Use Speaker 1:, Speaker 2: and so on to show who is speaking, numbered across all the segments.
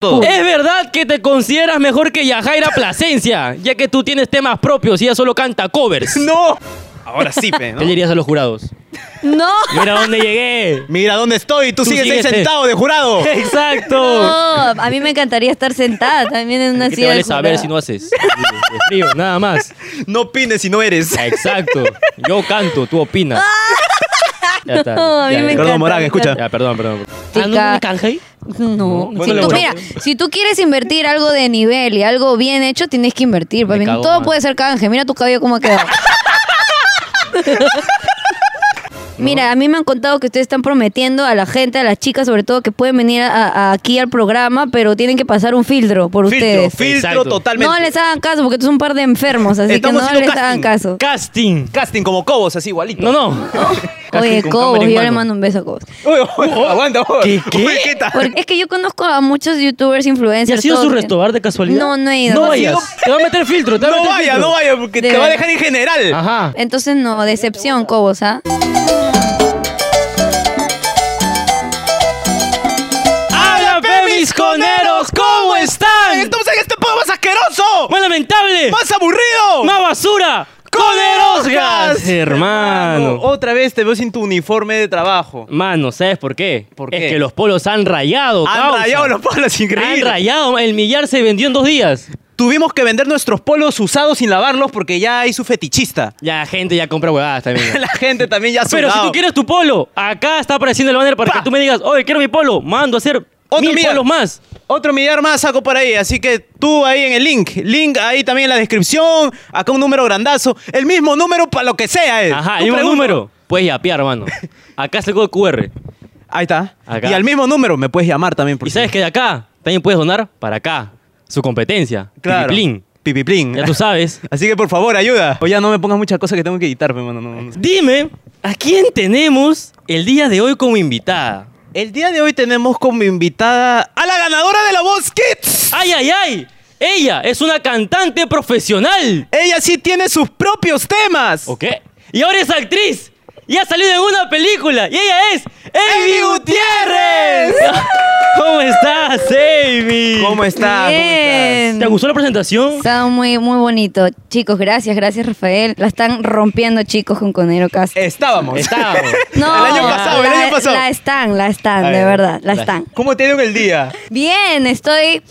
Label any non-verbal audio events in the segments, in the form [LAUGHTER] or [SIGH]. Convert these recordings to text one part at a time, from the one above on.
Speaker 1: todo.
Speaker 2: Es verdad que te consideras mejor que Yajaira Plasencia, ya que tú tienes temas propios y ella solo canta [LAUGHS] covers.
Speaker 1: [LAUGHS] ¡No! Ahora sí, pe, ¿no?
Speaker 2: ¿Qué le dirías a los jurados?
Speaker 3: No.
Speaker 2: Mira dónde llegué.
Speaker 1: Mira dónde estoy, tú,
Speaker 2: Tú
Speaker 1: sigues ahí
Speaker 2: sigues, eh.
Speaker 1: sentado de
Speaker 2: [LAUGHS]
Speaker 1: jurado.
Speaker 2: Exacto.
Speaker 3: No, a mí me encantaría estar sentada también en una
Speaker 2: ¿Qué te
Speaker 3: silla.
Speaker 2: vale
Speaker 3: de
Speaker 2: saber
Speaker 3: jurado.
Speaker 2: si no haces? De frío, nada más.
Speaker 1: No opines si no eres.
Speaker 2: Exacto. Yo canto, tú
Speaker 3: [LAUGHS]
Speaker 2: opinas. Ya está.
Speaker 3: No, a mí
Speaker 2: Ya,
Speaker 3: me
Speaker 2: ya.
Speaker 1: Perdón,
Speaker 3: encanta.
Speaker 1: Morán,
Speaker 3: me
Speaker 1: escucha.
Speaker 3: encanta.
Speaker 2: Ya, perdón, perdón. Ah,
Speaker 3: Tica.
Speaker 2: canjei?
Speaker 3: No,
Speaker 2: No,
Speaker 3: si
Speaker 2: bueno, bueno.
Speaker 3: tú, mira, si tú quieres invertir algo de nivel y algo bien hecho, tienes que invertir.
Speaker 2: Me
Speaker 3: papi.
Speaker 2: cago,
Speaker 3: Todo
Speaker 2: man.
Speaker 3: puede ser canje. Mira tu cabello cómo
Speaker 2: [LAUGHS]
Speaker 3: ha quedado. Mira, a mí me han contado que ustedes están prometiendo a la gente, a las chicas sobre todo, que pueden venir a- a- aquí al programa, pero tienen que pasar un filtro por
Speaker 1: Filtro,
Speaker 3: ustedes.
Speaker 1: filtro
Speaker 2: Exacto.
Speaker 1: totalmente.
Speaker 3: No les hagan caso porque tú son un par de enfermos, así
Speaker 1: Estamos
Speaker 3: que no
Speaker 1: haciendo
Speaker 3: les hagan
Speaker 1: casting.
Speaker 3: caso.
Speaker 2: Casting.
Speaker 1: Casting como Cobos, así igualito.
Speaker 2: No,
Speaker 3: [LAUGHS]
Speaker 2: no.
Speaker 3: Oye,
Speaker 2: con
Speaker 3: Cobos,
Speaker 2: cámara en
Speaker 3: yo le
Speaker 2: mano.
Speaker 3: mando un beso a Cobos.
Speaker 1: Uy, uy, aguanta, uy.
Speaker 2: ¿Qué, qué?
Speaker 1: Uy, ¿qué tal?
Speaker 3: Porque es que yo conozco a muchos youtubers,
Speaker 2: ¿Y
Speaker 3: influencers.
Speaker 2: has ido a su
Speaker 3: todo.
Speaker 1: ¿ah?
Speaker 2: restobar de casualidad?
Speaker 3: No, no he ido.
Speaker 2: No
Speaker 3: No he
Speaker 2: vayas. Te va a meter filtro. Te va a
Speaker 1: No
Speaker 2: meter
Speaker 1: vaya,
Speaker 2: filtro.
Speaker 1: no vaya, porque
Speaker 3: De
Speaker 1: te va a
Speaker 3: verdad.
Speaker 1: dejar en general.
Speaker 2: Ajá.
Speaker 3: Entonces no, decepción, Cobos, ¿ah?
Speaker 2: ¡Hola, pe, mis coneros! ¿Cómo están?
Speaker 1: Estamos en este pueblo más asqueroso,
Speaker 2: ¡Más lamentable!
Speaker 1: más aburrido.
Speaker 2: ¡Más basura! ¡Conerosgas! Hermano.
Speaker 1: Otra vez te veo sin tu uniforme de trabajo.
Speaker 2: Mano, ¿sabes por qué?
Speaker 1: ¿Por qué?
Speaker 2: Es que los polos han rayado,
Speaker 1: Han
Speaker 2: causa.
Speaker 1: rayado los polos,
Speaker 2: Han
Speaker 1: increíble.
Speaker 2: rayado. El millar se vendió en dos días.
Speaker 1: Tuvimos que vender nuestros polos usados sin lavarlos porque ya hay su fetichista.
Speaker 2: Ya, gente ya compra huevadas [LAUGHS] también.
Speaker 1: La gente también ya ha
Speaker 2: Pero si
Speaker 1: sudado.
Speaker 2: tú quieres tu polo, acá está apareciendo el banner para
Speaker 1: Pa.
Speaker 2: que tú me digas, oye, quiero mi polo, mando a hacer
Speaker 1: Otro
Speaker 2: mil
Speaker 1: millar.
Speaker 2: polos más.
Speaker 1: Otro millar más saco por ahí, así que tú ahí en el link, link ahí también en la descripción, acá un número grandazo, el mismo número para lo que sea. eh.
Speaker 2: Ajá,
Speaker 1: Tú
Speaker 2: y un
Speaker 1: pregunta.
Speaker 2: número. Puedes yapear, mano. Acá es el código QR.
Speaker 1: Ahí está.
Speaker 2: Acá.
Speaker 1: Y al mismo número me puedes llamar también. Por
Speaker 2: Y sabes que de acá también puedes donar para acá. Su competencia.
Speaker 1: Claro.
Speaker 2: Pipiplín.
Speaker 1: Pipiplín. [LAUGHS]
Speaker 2: Ya tú sabes.
Speaker 1: Así que por favor, ayuda. O ya no me pongas muchas cosas que tengo que editar, pe, mano. no, no, no.
Speaker 2: Dime, ¿a quién tenemos el día de hoy como invitada?
Speaker 1: El día de hoy tenemos como invitada a la ganadora de la voz Kids.
Speaker 2: ¡Ay, ay, ay! Ella es una cantante profesional.
Speaker 1: Ella sí tiene sus propios temas.
Speaker 2: ¿O qué? Y ahora es actriz. Y ha salido en una película. Y ella es Amy
Speaker 1: Amy
Speaker 2: Gutiérrez.
Speaker 1: [LAUGHS]
Speaker 2: ¿Cómo estás, Amy?
Speaker 1: ¿Cómo estás? ¿Cómo
Speaker 3: Bien.
Speaker 1: estás?
Speaker 2: ¿Te gustó la presentación?
Speaker 3: Está muy, muy bonito. Chicos, gracias, gracias, Rafael. La están rompiendo, chicos, con Conero Castro.
Speaker 1: Estábamos.
Speaker 2: Estábamos.
Speaker 3: [LAUGHS] No,
Speaker 1: el año pasado, el
Speaker 3: la,
Speaker 1: año pasado.
Speaker 3: La están, la están,
Speaker 1: Ay,
Speaker 3: de verdad, la
Speaker 2: la-
Speaker 3: están.
Speaker 1: ¿Cómo te dio en el día?
Speaker 3: Bien, estoy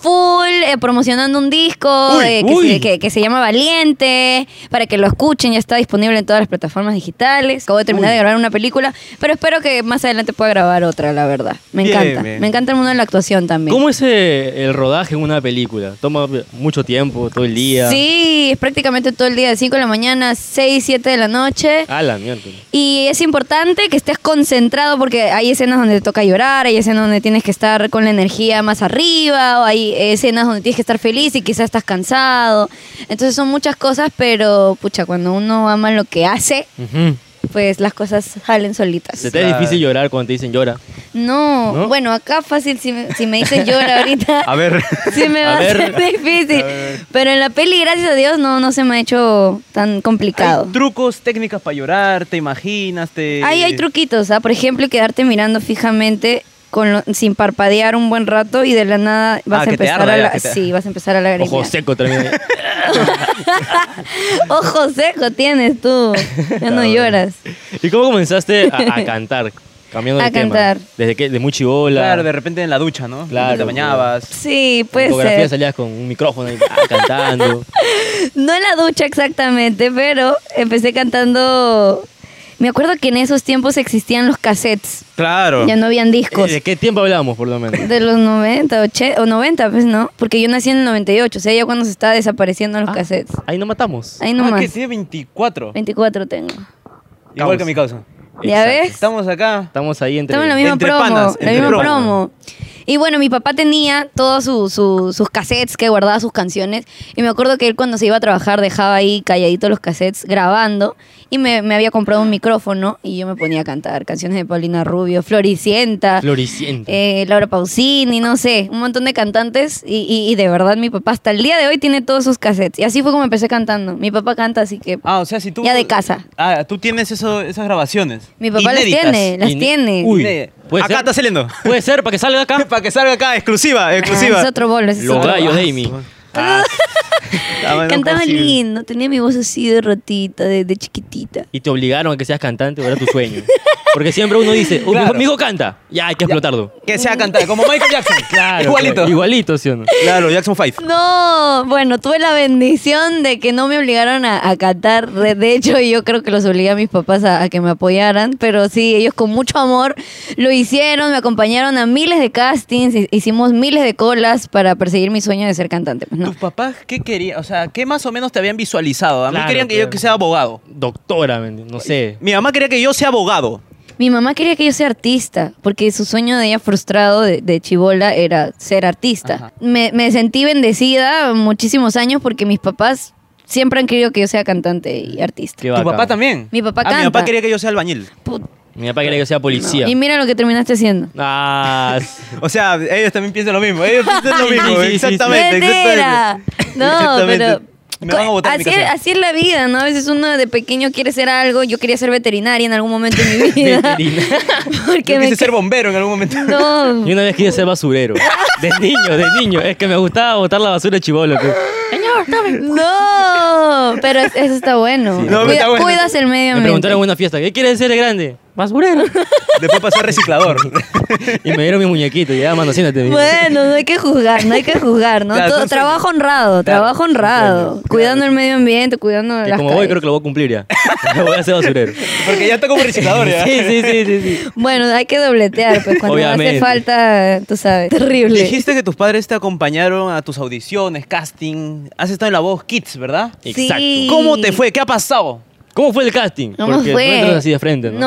Speaker 3: full eh, promocionando un disco
Speaker 2: Uy,
Speaker 3: eh, que,
Speaker 2: uy.
Speaker 3: Se, que- que se llama Valiente, para que lo escuchen, ya está disponible en todas las plataformas digitales. Acabo de terminar de grabar una película, pero espero que más adelante pueda grabar otra, la verdad. Me
Speaker 1: Bien,
Speaker 3: encanta,
Speaker 1: bien.
Speaker 3: me encanta el mundo de la actuación también.
Speaker 2: ¿Cómo es eh, el rodaje en una película? ¿Toma mucho tiempo, todo el día?
Speaker 3: Sí, es prácticamente todo el día, de 5 de la mañana, 6, 7 de la noche.
Speaker 2: A la mierda.
Speaker 3: Y es importante que estés concentrado porque hay escenas donde te toca llorar, hay escenas donde tienes que estar con la energía más arriba, o hay escenas donde tienes que estar feliz y quizás estás cansado. Entonces son muchas cosas, pero pucha, cuando uno ama lo que hace,
Speaker 2: Ujú.
Speaker 3: pues las cosas salen solitas.
Speaker 2: ¿Se te es difícil llorar cuando te dicen llora?
Speaker 3: No,
Speaker 2: ¿No?
Speaker 3: bueno, acá fácil, si me, si me dicen
Speaker 2: [LAUGHS]
Speaker 3: llora ahorita.
Speaker 1: A ver.
Speaker 3: [LAUGHS] Sí, me
Speaker 2: A
Speaker 3: va a,
Speaker 2: ver.
Speaker 3: ser difícil. Pero en la peli, gracias a Dios, no, no se me ha hecho tan complicado.
Speaker 1: Hay trucos, técnicas para llorar, te imaginas, te...
Speaker 3: Ahí hay truquitos, ¿ah? Por ejemplo, quedarte mirando fijamente con lo- sin parpadear un buen rato y de la nada vas
Speaker 1: Ah,
Speaker 3: a
Speaker 1: que te
Speaker 3: empezar
Speaker 1: arda
Speaker 3: a
Speaker 1: ya,
Speaker 3: la-
Speaker 1: que te-
Speaker 3: sí, vas a empezar a lagrimear.
Speaker 2: Ojo seco también.
Speaker 3: [LAUGHS]
Speaker 2: ¿eh?
Speaker 3: Ojo seco
Speaker 1: [LAUGHS]
Speaker 3: tienes tú. Ya no lloras.
Speaker 2: ¿Y cómo comenzaste a, a
Speaker 3: [LAUGHS]
Speaker 2: cantar? Cambiando de
Speaker 3: A
Speaker 2: tema.
Speaker 3: cantar.
Speaker 2: ¿Desde qué? ¿De muy chibola?
Speaker 1: Claro, de repente en la ducha, ¿no?
Speaker 2: Claro,
Speaker 1: Te bañabas.
Speaker 3: Sí,
Speaker 2: En
Speaker 3: puede
Speaker 2: fotografía
Speaker 3: ser.
Speaker 2: salías con un micrófono ahí, ah, cantando.
Speaker 3: No en la ducha exactamente, pero empecé cantando. Me acuerdo que en esos tiempos existían los cassettes.
Speaker 1: Claro. Eh,
Speaker 3: Ya no habían [LAUGHS] discos.
Speaker 2: ¿De qué tiempo hablamos, por lo menos?
Speaker 3: De los 90, 80, o 90, pues no. Porque yo nací en el 98, o sea, ya cuando se estaba desapareciendo los
Speaker 2: Ah,
Speaker 3: cassettes.
Speaker 2: Ahí no matamos.
Speaker 3: Ahí
Speaker 1: Ah,
Speaker 3: nomás.
Speaker 1: que tiene 24.
Speaker 3: 24 tengo.
Speaker 1: Igual
Speaker 2: Vamos.
Speaker 1: que mi causa.
Speaker 3: ¿Ya ves?
Speaker 1: Estamos acá.
Speaker 2: Estamos ahí entre...
Speaker 3: Estamos en la misma
Speaker 1: Entre
Speaker 3: promo.
Speaker 1: panas,
Speaker 3: la
Speaker 1: entre
Speaker 3: misma
Speaker 1: promo.
Speaker 3: promo. Y bueno, mi papá tenía todos su- su- sus cassettes que guardaba sus canciones. Y me acuerdo que él cuando se iba a trabajar dejaba ahí calladito los cassettes grabando. Y me, me había comprado un micrófono y yo me ponía a cantar canciones de Paulina Rubio, Floricienta.
Speaker 2: Floricienta.
Speaker 3: eh, Laura Pausini, no sé, un montón de cantantes y, y- y de verdad mi papá hasta el día de hoy tiene todos sus cassettes y así fue como empecé cantando. Mi papá canta, así que
Speaker 1: Ah, o sea, si tú...
Speaker 3: Ya de casa.
Speaker 1: Ah, tú tienes eso, esas grabaciones.
Speaker 3: mi papá las
Speaker 1: inéditas.
Speaker 3: tiene, las
Speaker 2: Iné-
Speaker 3: tiene.
Speaker 2: Uy,
Speaker 1: Inéditas.
Speaker 2: ¿puede
Speaker 1: Acá
Speaker 2: ser?
Speaker 1: está saliendo.
Speaker 2: Puede ser, para que salga acá.
Speaker 1: [LAUGHS] para que salga acá, Ah, exclusiva, exclusiva.
Speaker 3: Ah, es otro bolo, ese es
Speaker 2: Los
Speaker 3: otro
Speaker 2: gallos
Speaker 3: bolo.
Speaker 2: de Amy.
Speaker 1: Ah, [LAUGHS] Estaba
Speaker 3: Ah. Cantaba
Speaker 1: imposible.
Speaker 3: lindo, tenía mi voz así de rotita, de, de chiquitita.
Speaker 2: Y te obligaron a que seas cantante o era tu
Speaker 3: [LAUGHS]
Speaker 2: sueño. Porque siempre uno dice, "Oh, mi hijo-
Speaker 1: Claro.
Speaker 2: mi hijo canta. Ya, hay que explotarlo.
Speaker 1: Que sea cantante, como Michael Jackson.
Speaker 2: [LAUGHS] Claro,
Speaker 1: Igualito.
Speaker 2: pues, Igualito, ¿sí o no?
Speaker 1: Claro, Jackson 5.
Speaker 3: No, bueno, tuve la bendición de que no me obligaron a, a cantar. Re- De hecho, yo creo que los obligué a mis papás a, a que me apoyaran. Pero sí, ellos con mucho amor lo hicieron, me acompañaron a miles de castings, hi- hicimos miles de colas para perseguir mi sueño de ser cantante. Pues no.
Speaker 1: ¿Tus papás qué querían? O sea, ¿qué más o menos te habían visualizado? A mí
Speaker 2: Claro,
Speaker 1: querían que
Speaker 2: claro.
Speaker 1: yo que sea abogado.
Speaker 2: Doctora, men, no sé.
Speaker 1: Mi mamá quería que yo sea abogado.
Speaker 3: Mi mamá quería que yo sea artista, porque su sueño de ella frustrado de, de chibola era ser artista.
Speaker 1: Ajá.
Speaker 3: Me, me sentí bendecida muchísimos años porque mis papás siempre han querido que yo sea cantante y artista.
Speaker 2: Qué
Speaker 1: ¿Tu
Speaker 2: bacán.
Speaker 1: papá también?
Speaker 3: Mi papá
Speaker 1: Ah, Mi
Speaker 3: canta.
Speaker 1: papá quería que yo sea albañil.
Speaker 3: Put-
Speaker 2: Mi papá quería que sea policía.
Speaker 3: Y mira lo que terminaste siendo. [LAUGHS]
Speaker 2: Ah, s-
Speaker 1: O sea, ellos también piensan lo mismo. Ellos piensan
Speaker 2: [LAUGHS]
Speaker 1: lo
Speaker 2: Sí,
Speaker 1: mismo.
Speaker 2: sí, sí, sí.
Speaker 1: exactamente,
Speaker 3: ¡Mentira!
Speaker 1: exactamente.
Speaker 3: No,
Speaker 1: Exactamente.
Speaker 3: pero...
Speaker 1: Me van a botar en mi
Speaker 3: así, es,
Speaker 1: casa.
Speaker 3: así es la vida, ¿no? A veces uno de pequeño quiere ser algo. Yo quería ser veterinaria en algún momento de
Speaker 1: [LAUGHS]
Speaker 3: mi vida.
Speaker 2: veterinario.
Speaker 3: [LAUGHS] porque
Speaker 1: Yo
Speaker 3: me...
Speaker 1: quise ser bombero en algún momento.
Speaker 3: [LAUGHS]
Speaker 1: [LAUGHS]
Speaker 3: No,
Speaker 2: Y una vez quise ser basurero. De niño, de niño. Es que me gustaba botar la basura de chivolo. pues.
Speaker 3: [LAUGHS] No, pero es- eso está
Speaker 1: no,
Speaker 3: bueno.
Speaker 1: pero
Speaker 3: Cuida-
Speaker 1: está bueno.
Speaker 3: Cuidas el medio
Speaker 2: Me
Speaker 3: ambiente.
Speaker 2: preguntaron en una fiesta, ¿qué quieres ser de grande? Basurero.
Speaker 1: Después pasé a
Speaker 3: [LAUGHS]
Speaker 1: reciclador.
Speaker 2: [LAUGHS] Y me dieron mi muñequito. Y ya, mano, siéntate. me dijo.
Speaker 3: Bueno, no hay que juzgar, no hay que juzgar, ¿no?
Speaker 1: Claro,
Speaker 3: Todo-
Speaker 1: son sueños.
Speaker 3: trabajo honrado, trabajo honrado. cuidando el medio ambiente, cuidando
Speaker 2: Que
Speaker 3: las
Speaker 2: como voy,
Speaker 3: calles.
Speaker 2: creo que lo voy a cumplir ya. [LAUGHS] voy a ser basurero.
Speaker 1: Porque ya está como reciclador,
Speaker 2: [LAUGHS]
Speaker 1: ya.
Speaker 2: Sí, sí, sí, sí. sí.
Speaker 3: Bueno, hay que dobletear, pues cuando
Speaker 2: Obviamente.
Speaker 3: hace falta, tú sabes, terrible.
Speaker 1: Dijiste que tus padres te acompañaron a tus audiciones, casting. Has estado en La Voz Kids, ¿verdad?
Speaker 2: Exacto.
Speaker 3: Sí.
Speaker 1: ¿Cómo te fue? ¿Qué ha pasado?
Speaker 2: ¿Cómo fue el casting?
Speaker 3: ¿Cómo
Speaker 2: Porque
Speaker 3: fue?
Speaker 2: no entras así de frente, ¿no?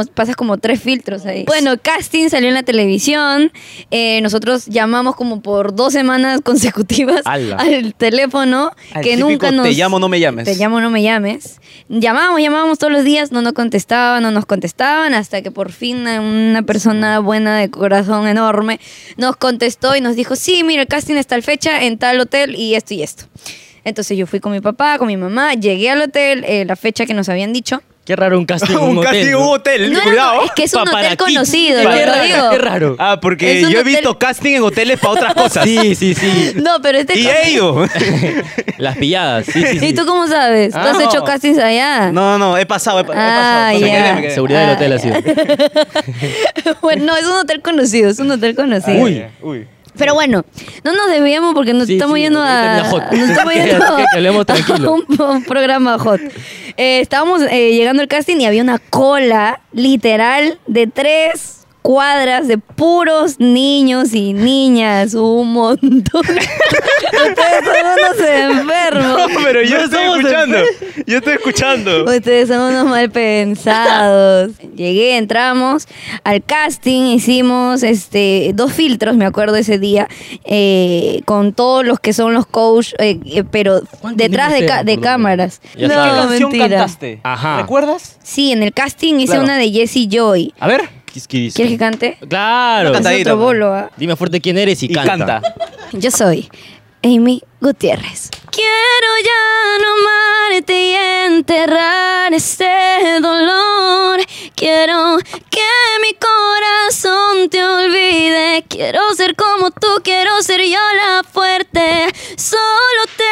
Speaker 3: No, pasas como tres filtros ahí. Bueno, casting salió en la televisión. eh, nosotros llamamos como por dos semanas [LAUGHS] consecutivas
Speaker 2: Ala.
Speaker 3: al teléfono
Speaker 1: Al
Speaker 3: que
Speaker 1: típico,
Speaker 3: nunca nos.
Speaker 1: Te llamo, no me llames.
Speaker 3: Te llamo, no me llames. Llamábamos, llamábamos todos los días, no nos contestaban, no nos contestaban, hasta que por fin una persona buena de corazón enorme nos contestó y nos dijo, sí, mira, el casting es tal fecha en tal hotel y esto y esto. Entonces yo fui con mi papá, con mi mamá, llegué al hotel, eh, la fecha que nos habían dicho.
Speaker 2: Qué raro un [LAUGHS] casting en un,
Speaker 1: [LAUGHS] un
Speaker 2: hotel.
Speaker 1: casting,
Speaker 2: ¿no?
Speaker 1: un hotel.
Speaker 3: No era-
Speaker 1: Cuidado.
Speaker 3: es que es un
Speaker 2: Paparazzi.
Speaker 3: hotel conocido,
Speaker 2: Qué
Speaker 3: lo, lo
Speaker 2: raro,
Speaker 3: digo.
Speaker 2: Qué raro.
Speaker 1: Ah, porque
Speaker 3: Es un
Speaker 1: yo he
Speaker 3: hotel-
Speaker 1: visto casting en hoteles para otras cosas.
Speaker 2: Sí, sí, sí. [LAUGHS]
Speaker 3: No, pero este...
Speaker 1: Y [LAUGHS] ellos.
Speaker 2: Las pilladas, sí, sí, sí.
Speaker 3: ¿Y tú cómo sabes? ¿Tú
Speaker 1: Ah,
Speaker 3: has
Speaker 1: no.
Speaker 3: hecho castings allá?
Speaker 1: No, no, he pasado, he, pa- he
Speaker 3: Ah,
Speaker 1: pasado. Me
Speaker 3: ya.
Speaker 1: quedé, me quedé.
Speaker 2: Seguridad del
Speaker 3: Ah,
Speaker 2: hotel ha sido.
Speaker 3: [LAUGHS] bueno, no, es un hotel conocido, es un hotel conocido.
Speaker 1: Ah, Uy, uy.
Speaker 3: Pero bueno, no nos desviamos porque nos
Speaker 2: Sí,
Speaker 3: estamos
Speaker 2: sí,
Speaker 3: yendo
Speaker 2: porque ahorita
Speaker 3: a.
Speaker 2: viene hot.
Speaker 3: Nos
Speaker 2: [LAUGHS]
Speaker 3: estamos
Speaker 2: Que-
Speaker 3: yendo
Speaker 2: que- que hablemos
Speaker 3: a
Speaker 2: tranquilo.
Speaker 3: un, un programa hot. Eh, estábamos eh, llegando al casting y había una cola literal de tres cuadras de puros niños y niñas, un montón. [LAUGHS] Ustedes son unos enfermos.
Speaker 1: No, pero yo
Speaker 2: No
Speaker 1: estoy
Speaker 2: estamos en-
Speaker 1: [LAUGHS] escuchando. Yo estoy escuchando.
Speaker 3: Ustedes son unos mal pensados. Llegué, entramos al casting, hicimos este dos filtros, me acuerdo ese día, eh, con todos los que son los coach, eh, eh, pero
Speaker 2: ¿Cuántos
Speaker 3: detrás de,
Speaker 2: niños
Speaker 3: ca-
Speaker 2: eran,
Speaker 3: de
Speaker 2: por lo
Speaker 3: cámaras.
Speaker 2: menos? Ya sabes. ¿Qué
Speaker 3: No,
Speaker 1: canción
Speaker 3: mentira.
Speaker 1: cantaste?
Speaker 2: Ajá.
Speaker 1: ¿Recuerdas?
Speaker 3: Sí, en el casting hice
Speaker 1: Claro.
Speaker 3: una de Jesse Joy.
Speaker 1: A ver.
Speaker 3: ¿Quieres que cante?
Speaker 2: Claro.
Speaker 1: Una
Speaker 3: Es
Speaker 1: Cantadita,
Speaker 3: otro
Speaker 2: pues.
Speaker 3: bolo, ¿ah?
Speaker 2: Dime fuerte quién eres y,
Speaker 1: Y canta.
Speaker 3: Yo soy Amy Gutiérrez. Quiero ya no amarte y enterrar este dolor. Quiero que mi corazón te olvide. Quiero ser como tú, quiero ser yo la fuerte. Solo te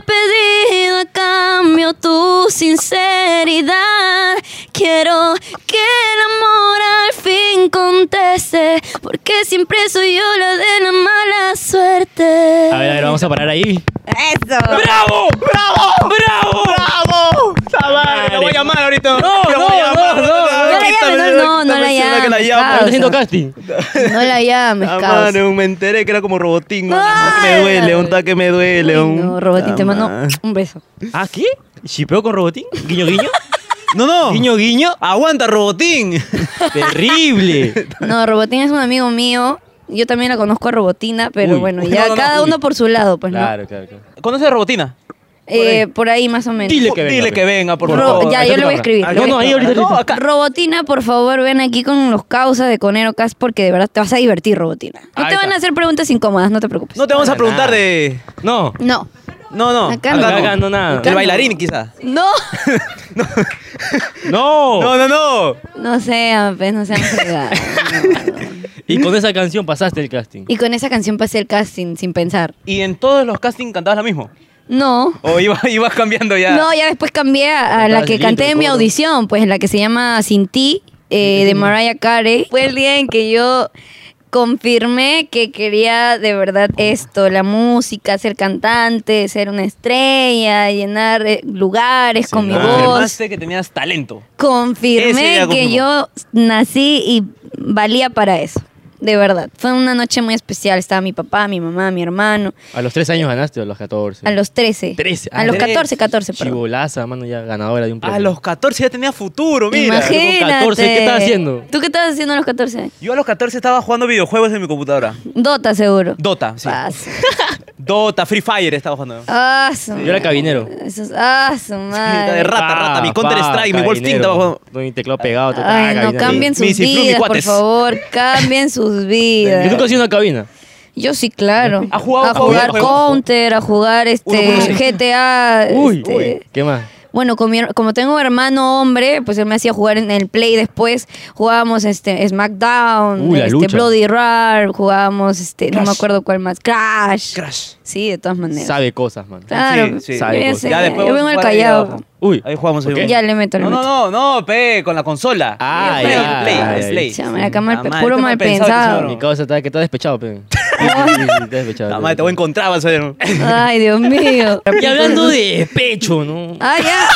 Speaker 3: he pedido a cambio tu sinceridad. Quiero que el amor al fin conteste, porque siempre soy yo la de la mala suerte.
Speaker 2: A ver, a ver, vamos a parar ahí.
Speaker 3: Eso.
Speaker 2: ¡Bravo! ¡Bravo! ¡Bravo!
Speaker 1: ¡Bravo! ¡Lo voy a llamar ahorita!
Speaker 2: No,
Speaker 1: Lo voy
Speaker 2: no,
Speaker 1: a llamar.
Speaker 2: no, no,
Speaker 3: no la llames, no, no, no la
Speaker 1: Ahorita me
Speaker 3: llames,
Speaker 1: llamo.
Speaker 2: Está
Speaker 3: causa.
Speaker 2: haciendo casting.
Speaker 3: No la llames,
Speaker 1: Ah,
Speaker 3: causa.
Speaker 1: mano, me enteré que era como robotín. mano.
Speaker 3: Ay.
Speaker 1: Me duele, un taque me
Speaker 3: Uy,
Speaker 1: duele. un...
Speaker 3: no, Robotín, te mando
Speaker 1: Ah, man.
Speaker 3: un beso.
Speaker 2: ¿Ah, qué? ¿Shipeo con Robotín? ¿Guiño, [LAUGHS] guiño?
Speaker 1: No, no.
Speaker 2: ¿Guiño, guiño?
Speaker 1: Aguanta, robotín.
Speaker 2: ¡Terrible!
Speaker 3: No, Robotín es un amigo mío. Yo también la conozco a Robotina, pero
Speaker 2: Uy. [LAUGHS]
Speaker 3: bueno,
Speaker 2: No,
Speaker 3: ya
Speaker 2: no, no,
Speaker 3: cada
Speaker 2: uy.
Speaker 3: uno por su lado, pues
Speaker 2: Claro, claro, claro.
Speaker 1: ¿Conoces a robotina?
Speaker 3: no. Eh, por ahí más o menos.
Speaker 2: Dile que venga.
Speaker 1: Dile
Speaker 2: pe.
Speaker 1: que venga, por
Speaker 3: Ro-
Speaker 1: favor.
Speaker 3: ya,
Speaker 2: Ahí
Speaker 3: yo
Speaker 2: está
Speaker 3: le voy a
Speaker 2: tu
Speaker 3: escribir,
Speaker 2: cámara.
Speaker 3: le
Speaker 2: No,
Speaker 3: voy
Speaker 2: no,
Speaker 3: a
Speaker 2: ahí ahorita.
Speaker 1: escribir.
Speaker 2: ahorita.
Speaker 1: No, acá.
Speaker 3: Robotina, por favor, ven aquí con los causas de Conero Cas porque de verdad te vas a divertir, Robotina. No
Speaker 2: Ahí
Speaker 3: te van
Speaker 2: está.
Speaker 3: a hacer preguntas incómodas, no te preocupes.
Speaker 1: No te vamos a preguntar
Speaker 2: nada.
Speaker 1: de...
Speaker 2: No.
Speaker 3: No.
Speaker 1: No, no.
Speaker 3: Acá no.
Speaker 2: Acá no, nada.
Speaker 1: El bailarín, quizás.
Speaker 3: [LAUGHS] No.
Speaker 2: No.
Speaker 1: No, no, no.
Speaker 3: No sé, pues no sean fregados.
Speaker 2: [LAUGHS] Y con esa canción pasaste el casting.
Speaker 3: Y con esa canción pasé el casting sin pensar.
Speaker 1: ¿Y en todos los castings cantabas la mismo?
Speaker 3: No.
Speaker 1: ¿O ibas ibas cambiando ya?
Speaker 3: No, ya después cambié a, a la
Speaker 2: Estabas
Speaker 3: que
Speaker 2: bien
Speaker 3: canté en mi
Speaker 2: precoz, ¿no?
Speaker 3: audición, pues la que se llama Sin Ti, eh, de Mariah Carey. Fue el día en que yo confirmé que quería de verdad esto, la música, ser cantante, ser una estrella, llenar eh, lugares con mi voz.
Speaker 1: Confirmaste que tenías talento. Ese
Speaker 3: Confirmé
Speaker 1: día
Speaker 3: que
Speaker 1: confirmó.
Speaker 3: yo nací y valía para eso. De verdad, fue una noche muy especial. Estaba mi papá, mi mamá, mi hermano.
Speaker 2: A los 3 años ganaste o a los 14.
Speaker 3: A los 13.
Speaker 2: 13,
Speaker 3: A
Speaker 2: ah,
Speaker 3: los
Speaker 1: 13.
Speaker 3: 14, 14, perdón.
Speaker 2: Chibolaza, mano, ya ganadora de un premio.
Speaker 1: A los 14 ya tenía futuro, mira.
Speaker 3: Imagínate.
Speaker 2: Yo con 14, ¿qué estaba haciendo?
Speaker 3: ¿Tú qué estabas haciendo a los 14?
Speaker 1: Yo a los 14 estaba jugando videojuegos en mi computadora.
Speaker 3: Dota, seguro.
Speaker 1: Dota, sí.
Speaker 3: Paz.
Speaker 1: Dota, Free Fire estaba jugando.
Speaker 3: Ah, su
Speaker 2: Yo era
Speaker 3: madre.
Speaker 2: cabinero.
Speaker 3: Eso es- ah, su madre.
Speaker 1: de Eh, rata, rata, mi Counter Strike, mi Wolf Team estaba jugando.
Speaker 2: Con mi teclado pegado, total.
Speaker 3: Ay, no,
Speaker 2: cabinero.
Speaker 3: cambien sus
Speaker 1: Mis y Flu, mis
Speaker 3: vidas, por
Speaker 1: cuates.
Speaker 3: favor.
Speaker 2: [LAUGHS]
Speaker 3: Cambien sus
Speaker 2: Yo nunca he
Speaker 3: vidas.
Speaker 2: sido una cabina.
Speaker 3: Yo sí, claro.
Speaker 1: ¿Has jugado
Speaker 3: a
Speaker 1: con-
Speaker 3: jugar
Speaker 1: con-
Speaker 3: Counter, a jugar
Speaker 1: Uno, uno,
Speaker 3: este
Speaker 1: seis.
Speaker 3: GTA.
Speaker 2: Uy,
Speaker 3: este,
Speaker 2: uy, ¿qué más?
Speaker 3: Bueno, con mi her- como tengo un hermano hombre, pues él me hacía jugar en el Play después. Jugábamos este SmackDown,
Speaker 2: Uh, la
Speaker 3: este,
Speaker 2: lucha.
Speaker 3: Bloody Roar, jugábamos este, no me
Speaker 1: Crash.
Speaker 3: acuerdo cuál más, Crash.
Speaker 1: Crash.
Speaker 3: Sí, de todas maneras.
Speaker 2: Sabe cosas, mano.
Speaker 3: Claro,
Speaker 1: Sí, sí.
Speaker 3: yo
Speaker 2: Sabe
Speaker 3: ya
Speaker 2: cosas.
Speaker 3: sé,
Speaker 1: Ya después
Speaker 3: yo
Speaker 1: vamos
Speaker 3: vengo
Speaker 1: a
Speaker 3: del
Speaker 1: jugar ahí
Speaker 3: Callao.
Speaker 1: abajo.
Speaker 2: Uy,
Speaker 1: Ahí jugamos. ahí
Speaker 2: Ok.
Speaker 1: jugamos.
Speaker 3: Ya le meto, le
Speaker 1: No,
Speaker 3: meto.
Speaker 1: no, no, no, pe, con la consola.
Speaker 2: Ah,
Speaker 1: play,
Speaker 2: ya,
Speaker 1: play,
Speaker 2: ya,
Speaker 1: es
Speaker 2: ya.
Speaker 1: play.
Speaker 3: Chama, era que mal-
Speaker 1: Mamá,
Speaker 3: puro
Speaker 1: está
Speaker 3: mal pensado.
Speaker 2: mi
Speaker 1: que
Speaker 2: causa está que está despechado, pe.
Speaker 3: [LAUGHS]
Speaker 2: Sí, sí, sí, está despechado.
Speaker 1: somos. Mamá, te voy a encontrar, vas a ver.
Speaker 3: Ay,
Speaker 1: [LAUGHS]
Speaker 3: Dios mío.
Speaker 2: Y hablando de despecho,
Speaker 3: [LAUGHS]
Speaker 2: ¿no?
Speaker 3: Ah, ya.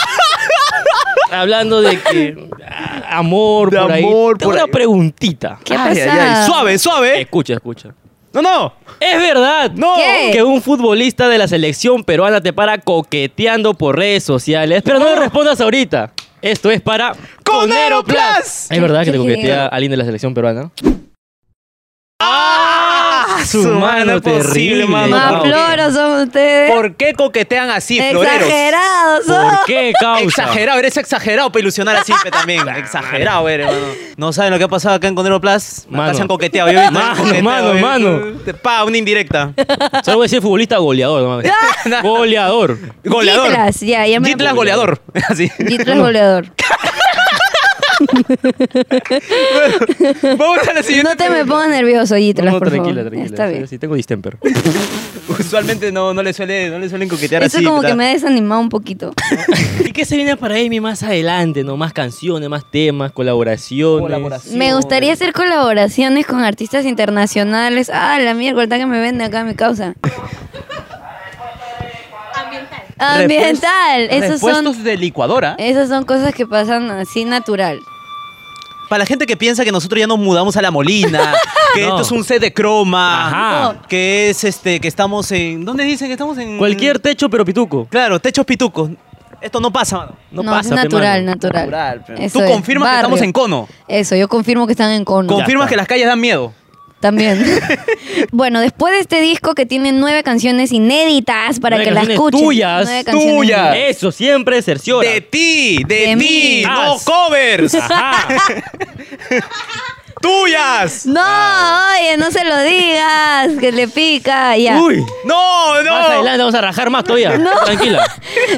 Speaker 2: Hablando de
Speaker 3: [LAUGHS]
Speaker 2: que ah, amor
Speaker 1: De
Speaker 2: por ahí.
Speaker 1: amor
Speaker 2: Tengo
Speaker 1: por
Speaker 2: una
Speaker 1: ahí.
Speaker 2: preguntita.
Speaker 3: ¿Qué ha
Speaker 1: Ay, ay, ay,
Speaker 3: pasado?
Speaker 1: Suave, suave.
Speaker 2: Escucha, escucha.
Speaker 1: No, no.
Speaker 2: Es verdad, no,
Speaker 3: ¿Qué?
Speaker 2: que un futbolista de la selección peruana te para coqueteando por redes sociales, pero no le respondas ahorita. Esto es para
Speaker 1: ¡Conero
Speaker 2: Conero
Speaker 1: Plus!
Speaker 2: ¿Es verdad que te
Speaker 3: ¿Qué?
Speaker 2: coquetea alguien de la selección peruana?
Speaker 1: ¡Ah!
Speaker 2: su mano
Speaker 1: no es
Speaker 2: terrible,
Speaker 3: Más
Speaker 2: no.
Speaker 3: floros son ustedes.
Speaker 1: ¿Por qué coquetean así, floreros?
Speaker 3: Exagerados son. [LAUGHS]
Speaker 2: ¿Por qué causa?
Speaker 1: Exagerado, eres exagerado para ilusionar así
Speaker 2: [LAUGHS]
Speaker 1: pe, también. Exagerado eres, mano. No saben lo que ha pasado acá en Conero Plus. Acá
Speaker 2: Mano.
Speaker 1: se han coqueteado. Yo he visto
Speaker 2: Mano,
Speaker 1: han coqueteado,
Speaker 2: mano,
Speaker 1: yo he
Speaker 2: mano.
Speaker 1: visto- Te pa, una
Speaker 3: [LAUGHS]
Speaker 1: indirecta.
Speaker 2: Solo voy a decir futbolista goleador, no mames. goleador.
Speaker 1: Goleador.
Speaker 3: Gitlas, ya, ya me
Speaker 1: Gitlas goleador. [LAUGHS] Así. [LAUGHS]
Speaker 3: Gitlas goleador.
Speaker 1: Vamos a la siguiente.
Speaker 3: No te me pongas nervioso,
Speaker 2: No,
Speaker 3: Gitlas,
Speaker 2: no,
Speaker 3: por
Speaker 2: tranquila,
Speaker 3: favor.
Speaker 2: tranquila.
Speaker 3: Está
Speaker 2: Sí,
Speaker 3: bien.
Speaker 2: Sí, tengo distemper.
Speaker 1: Usualmente no, no, le suele, no le suelen coquetear
Speaker 3: Eso
Speaker 1: así.
Speaker 3: como
Speaker 1: ¿verdad?
Speaker 3: que me ha desanimado un poquito.
Speaker 2: [LAUGHS] ¿Y qué se viene para Amy más adelante? ¿No? Más canciones, más temas, colaboraciones.
Speaker 1: Colaboraciones. Sí,
Speaker 3: me gustaría
Speaker 1: obvio.
Speaker 3: hacer colaboraciones con artistas internacionales. Ah, la mierda, ahorita que me vende acá mi causa. Ambiental.
Speaker 1: Repuest-
Speaker 3: Esos son, Eh.
Speaker 1: repuestos de licuadora.
Speaker 3: esas son cosas que pasan así natural.
Speaker 1: Para la gente que piensa que nosotros ya nos mudamos a
Speaker 2: [LAUGHS]
Speaker 1: la Molina, que
Speaker 2: No.
Speaker 1: esto es un set de croma,
Speaker 2: Ajá.
Speaker 1: que es este, que estamos en. ¿Dónde dicen que estamos en?
Speaker 2: Cualquier techo, pero pituco.
Speaker 1: Claro, techos pitucos. Esto no pasa, mano.
Speaker 2: No,
Speaker 3: No,
Speaker 2: pasa,
Speaker 3: es
Speaker 2: pe,
Speaker 3: natural,
Speaker 2: mano.
Speaker 3: natural.
Speaker 1: Natural, pero-
Speaker 3: Eso
Speaker 1: Tú
Speaker 3: es,
Speaker 1: confirmas que
Speaker 3: barrio.
Speaker 1: estamos en cono.
Speaker 3: Eso, yo confirmo que están en cono.
Speaker 2: Con-
Speaker 1: Confirmas
Speaker 2: está.
Speaker 1: que las calles dan miedo.
Speaker 3: También. bueno, después de este disco que tiene nueve canciones inéditas para
Speaker 2: Nueve
Speaker 3: que la
Speaker 2: canciones
Speaker 3: escuchen.
Speaker 2: tuyas,
Speaker 3: Nueve canciones
Speaker 1: tuyas.
Speaker 3: inéditas.
Speaker 2: Eso siempre cerciora.
Speaker 1: De ti, de
Speaker 3: De
Speaker 1: mí,
Speaker 3: mí.
Speaker 1: no
Speaker 2: As.
Speaker 1: [LAUGHS] covers.
Speaker 2: Ajá.
Speaker 1: ¡Tuyas!
Speaker 3: No, oye, no se lo digas, que le pica, [LAUGHS] ya.
Speaker 2: Uy.
Speaker 1: ¡No,
Speaker 2: Más
Speaker 1: no!
Speaker 2: adelante vamos a rajar más todavía.
Speaker 1: [LAUGHS]
Speaker 2: Tranquila.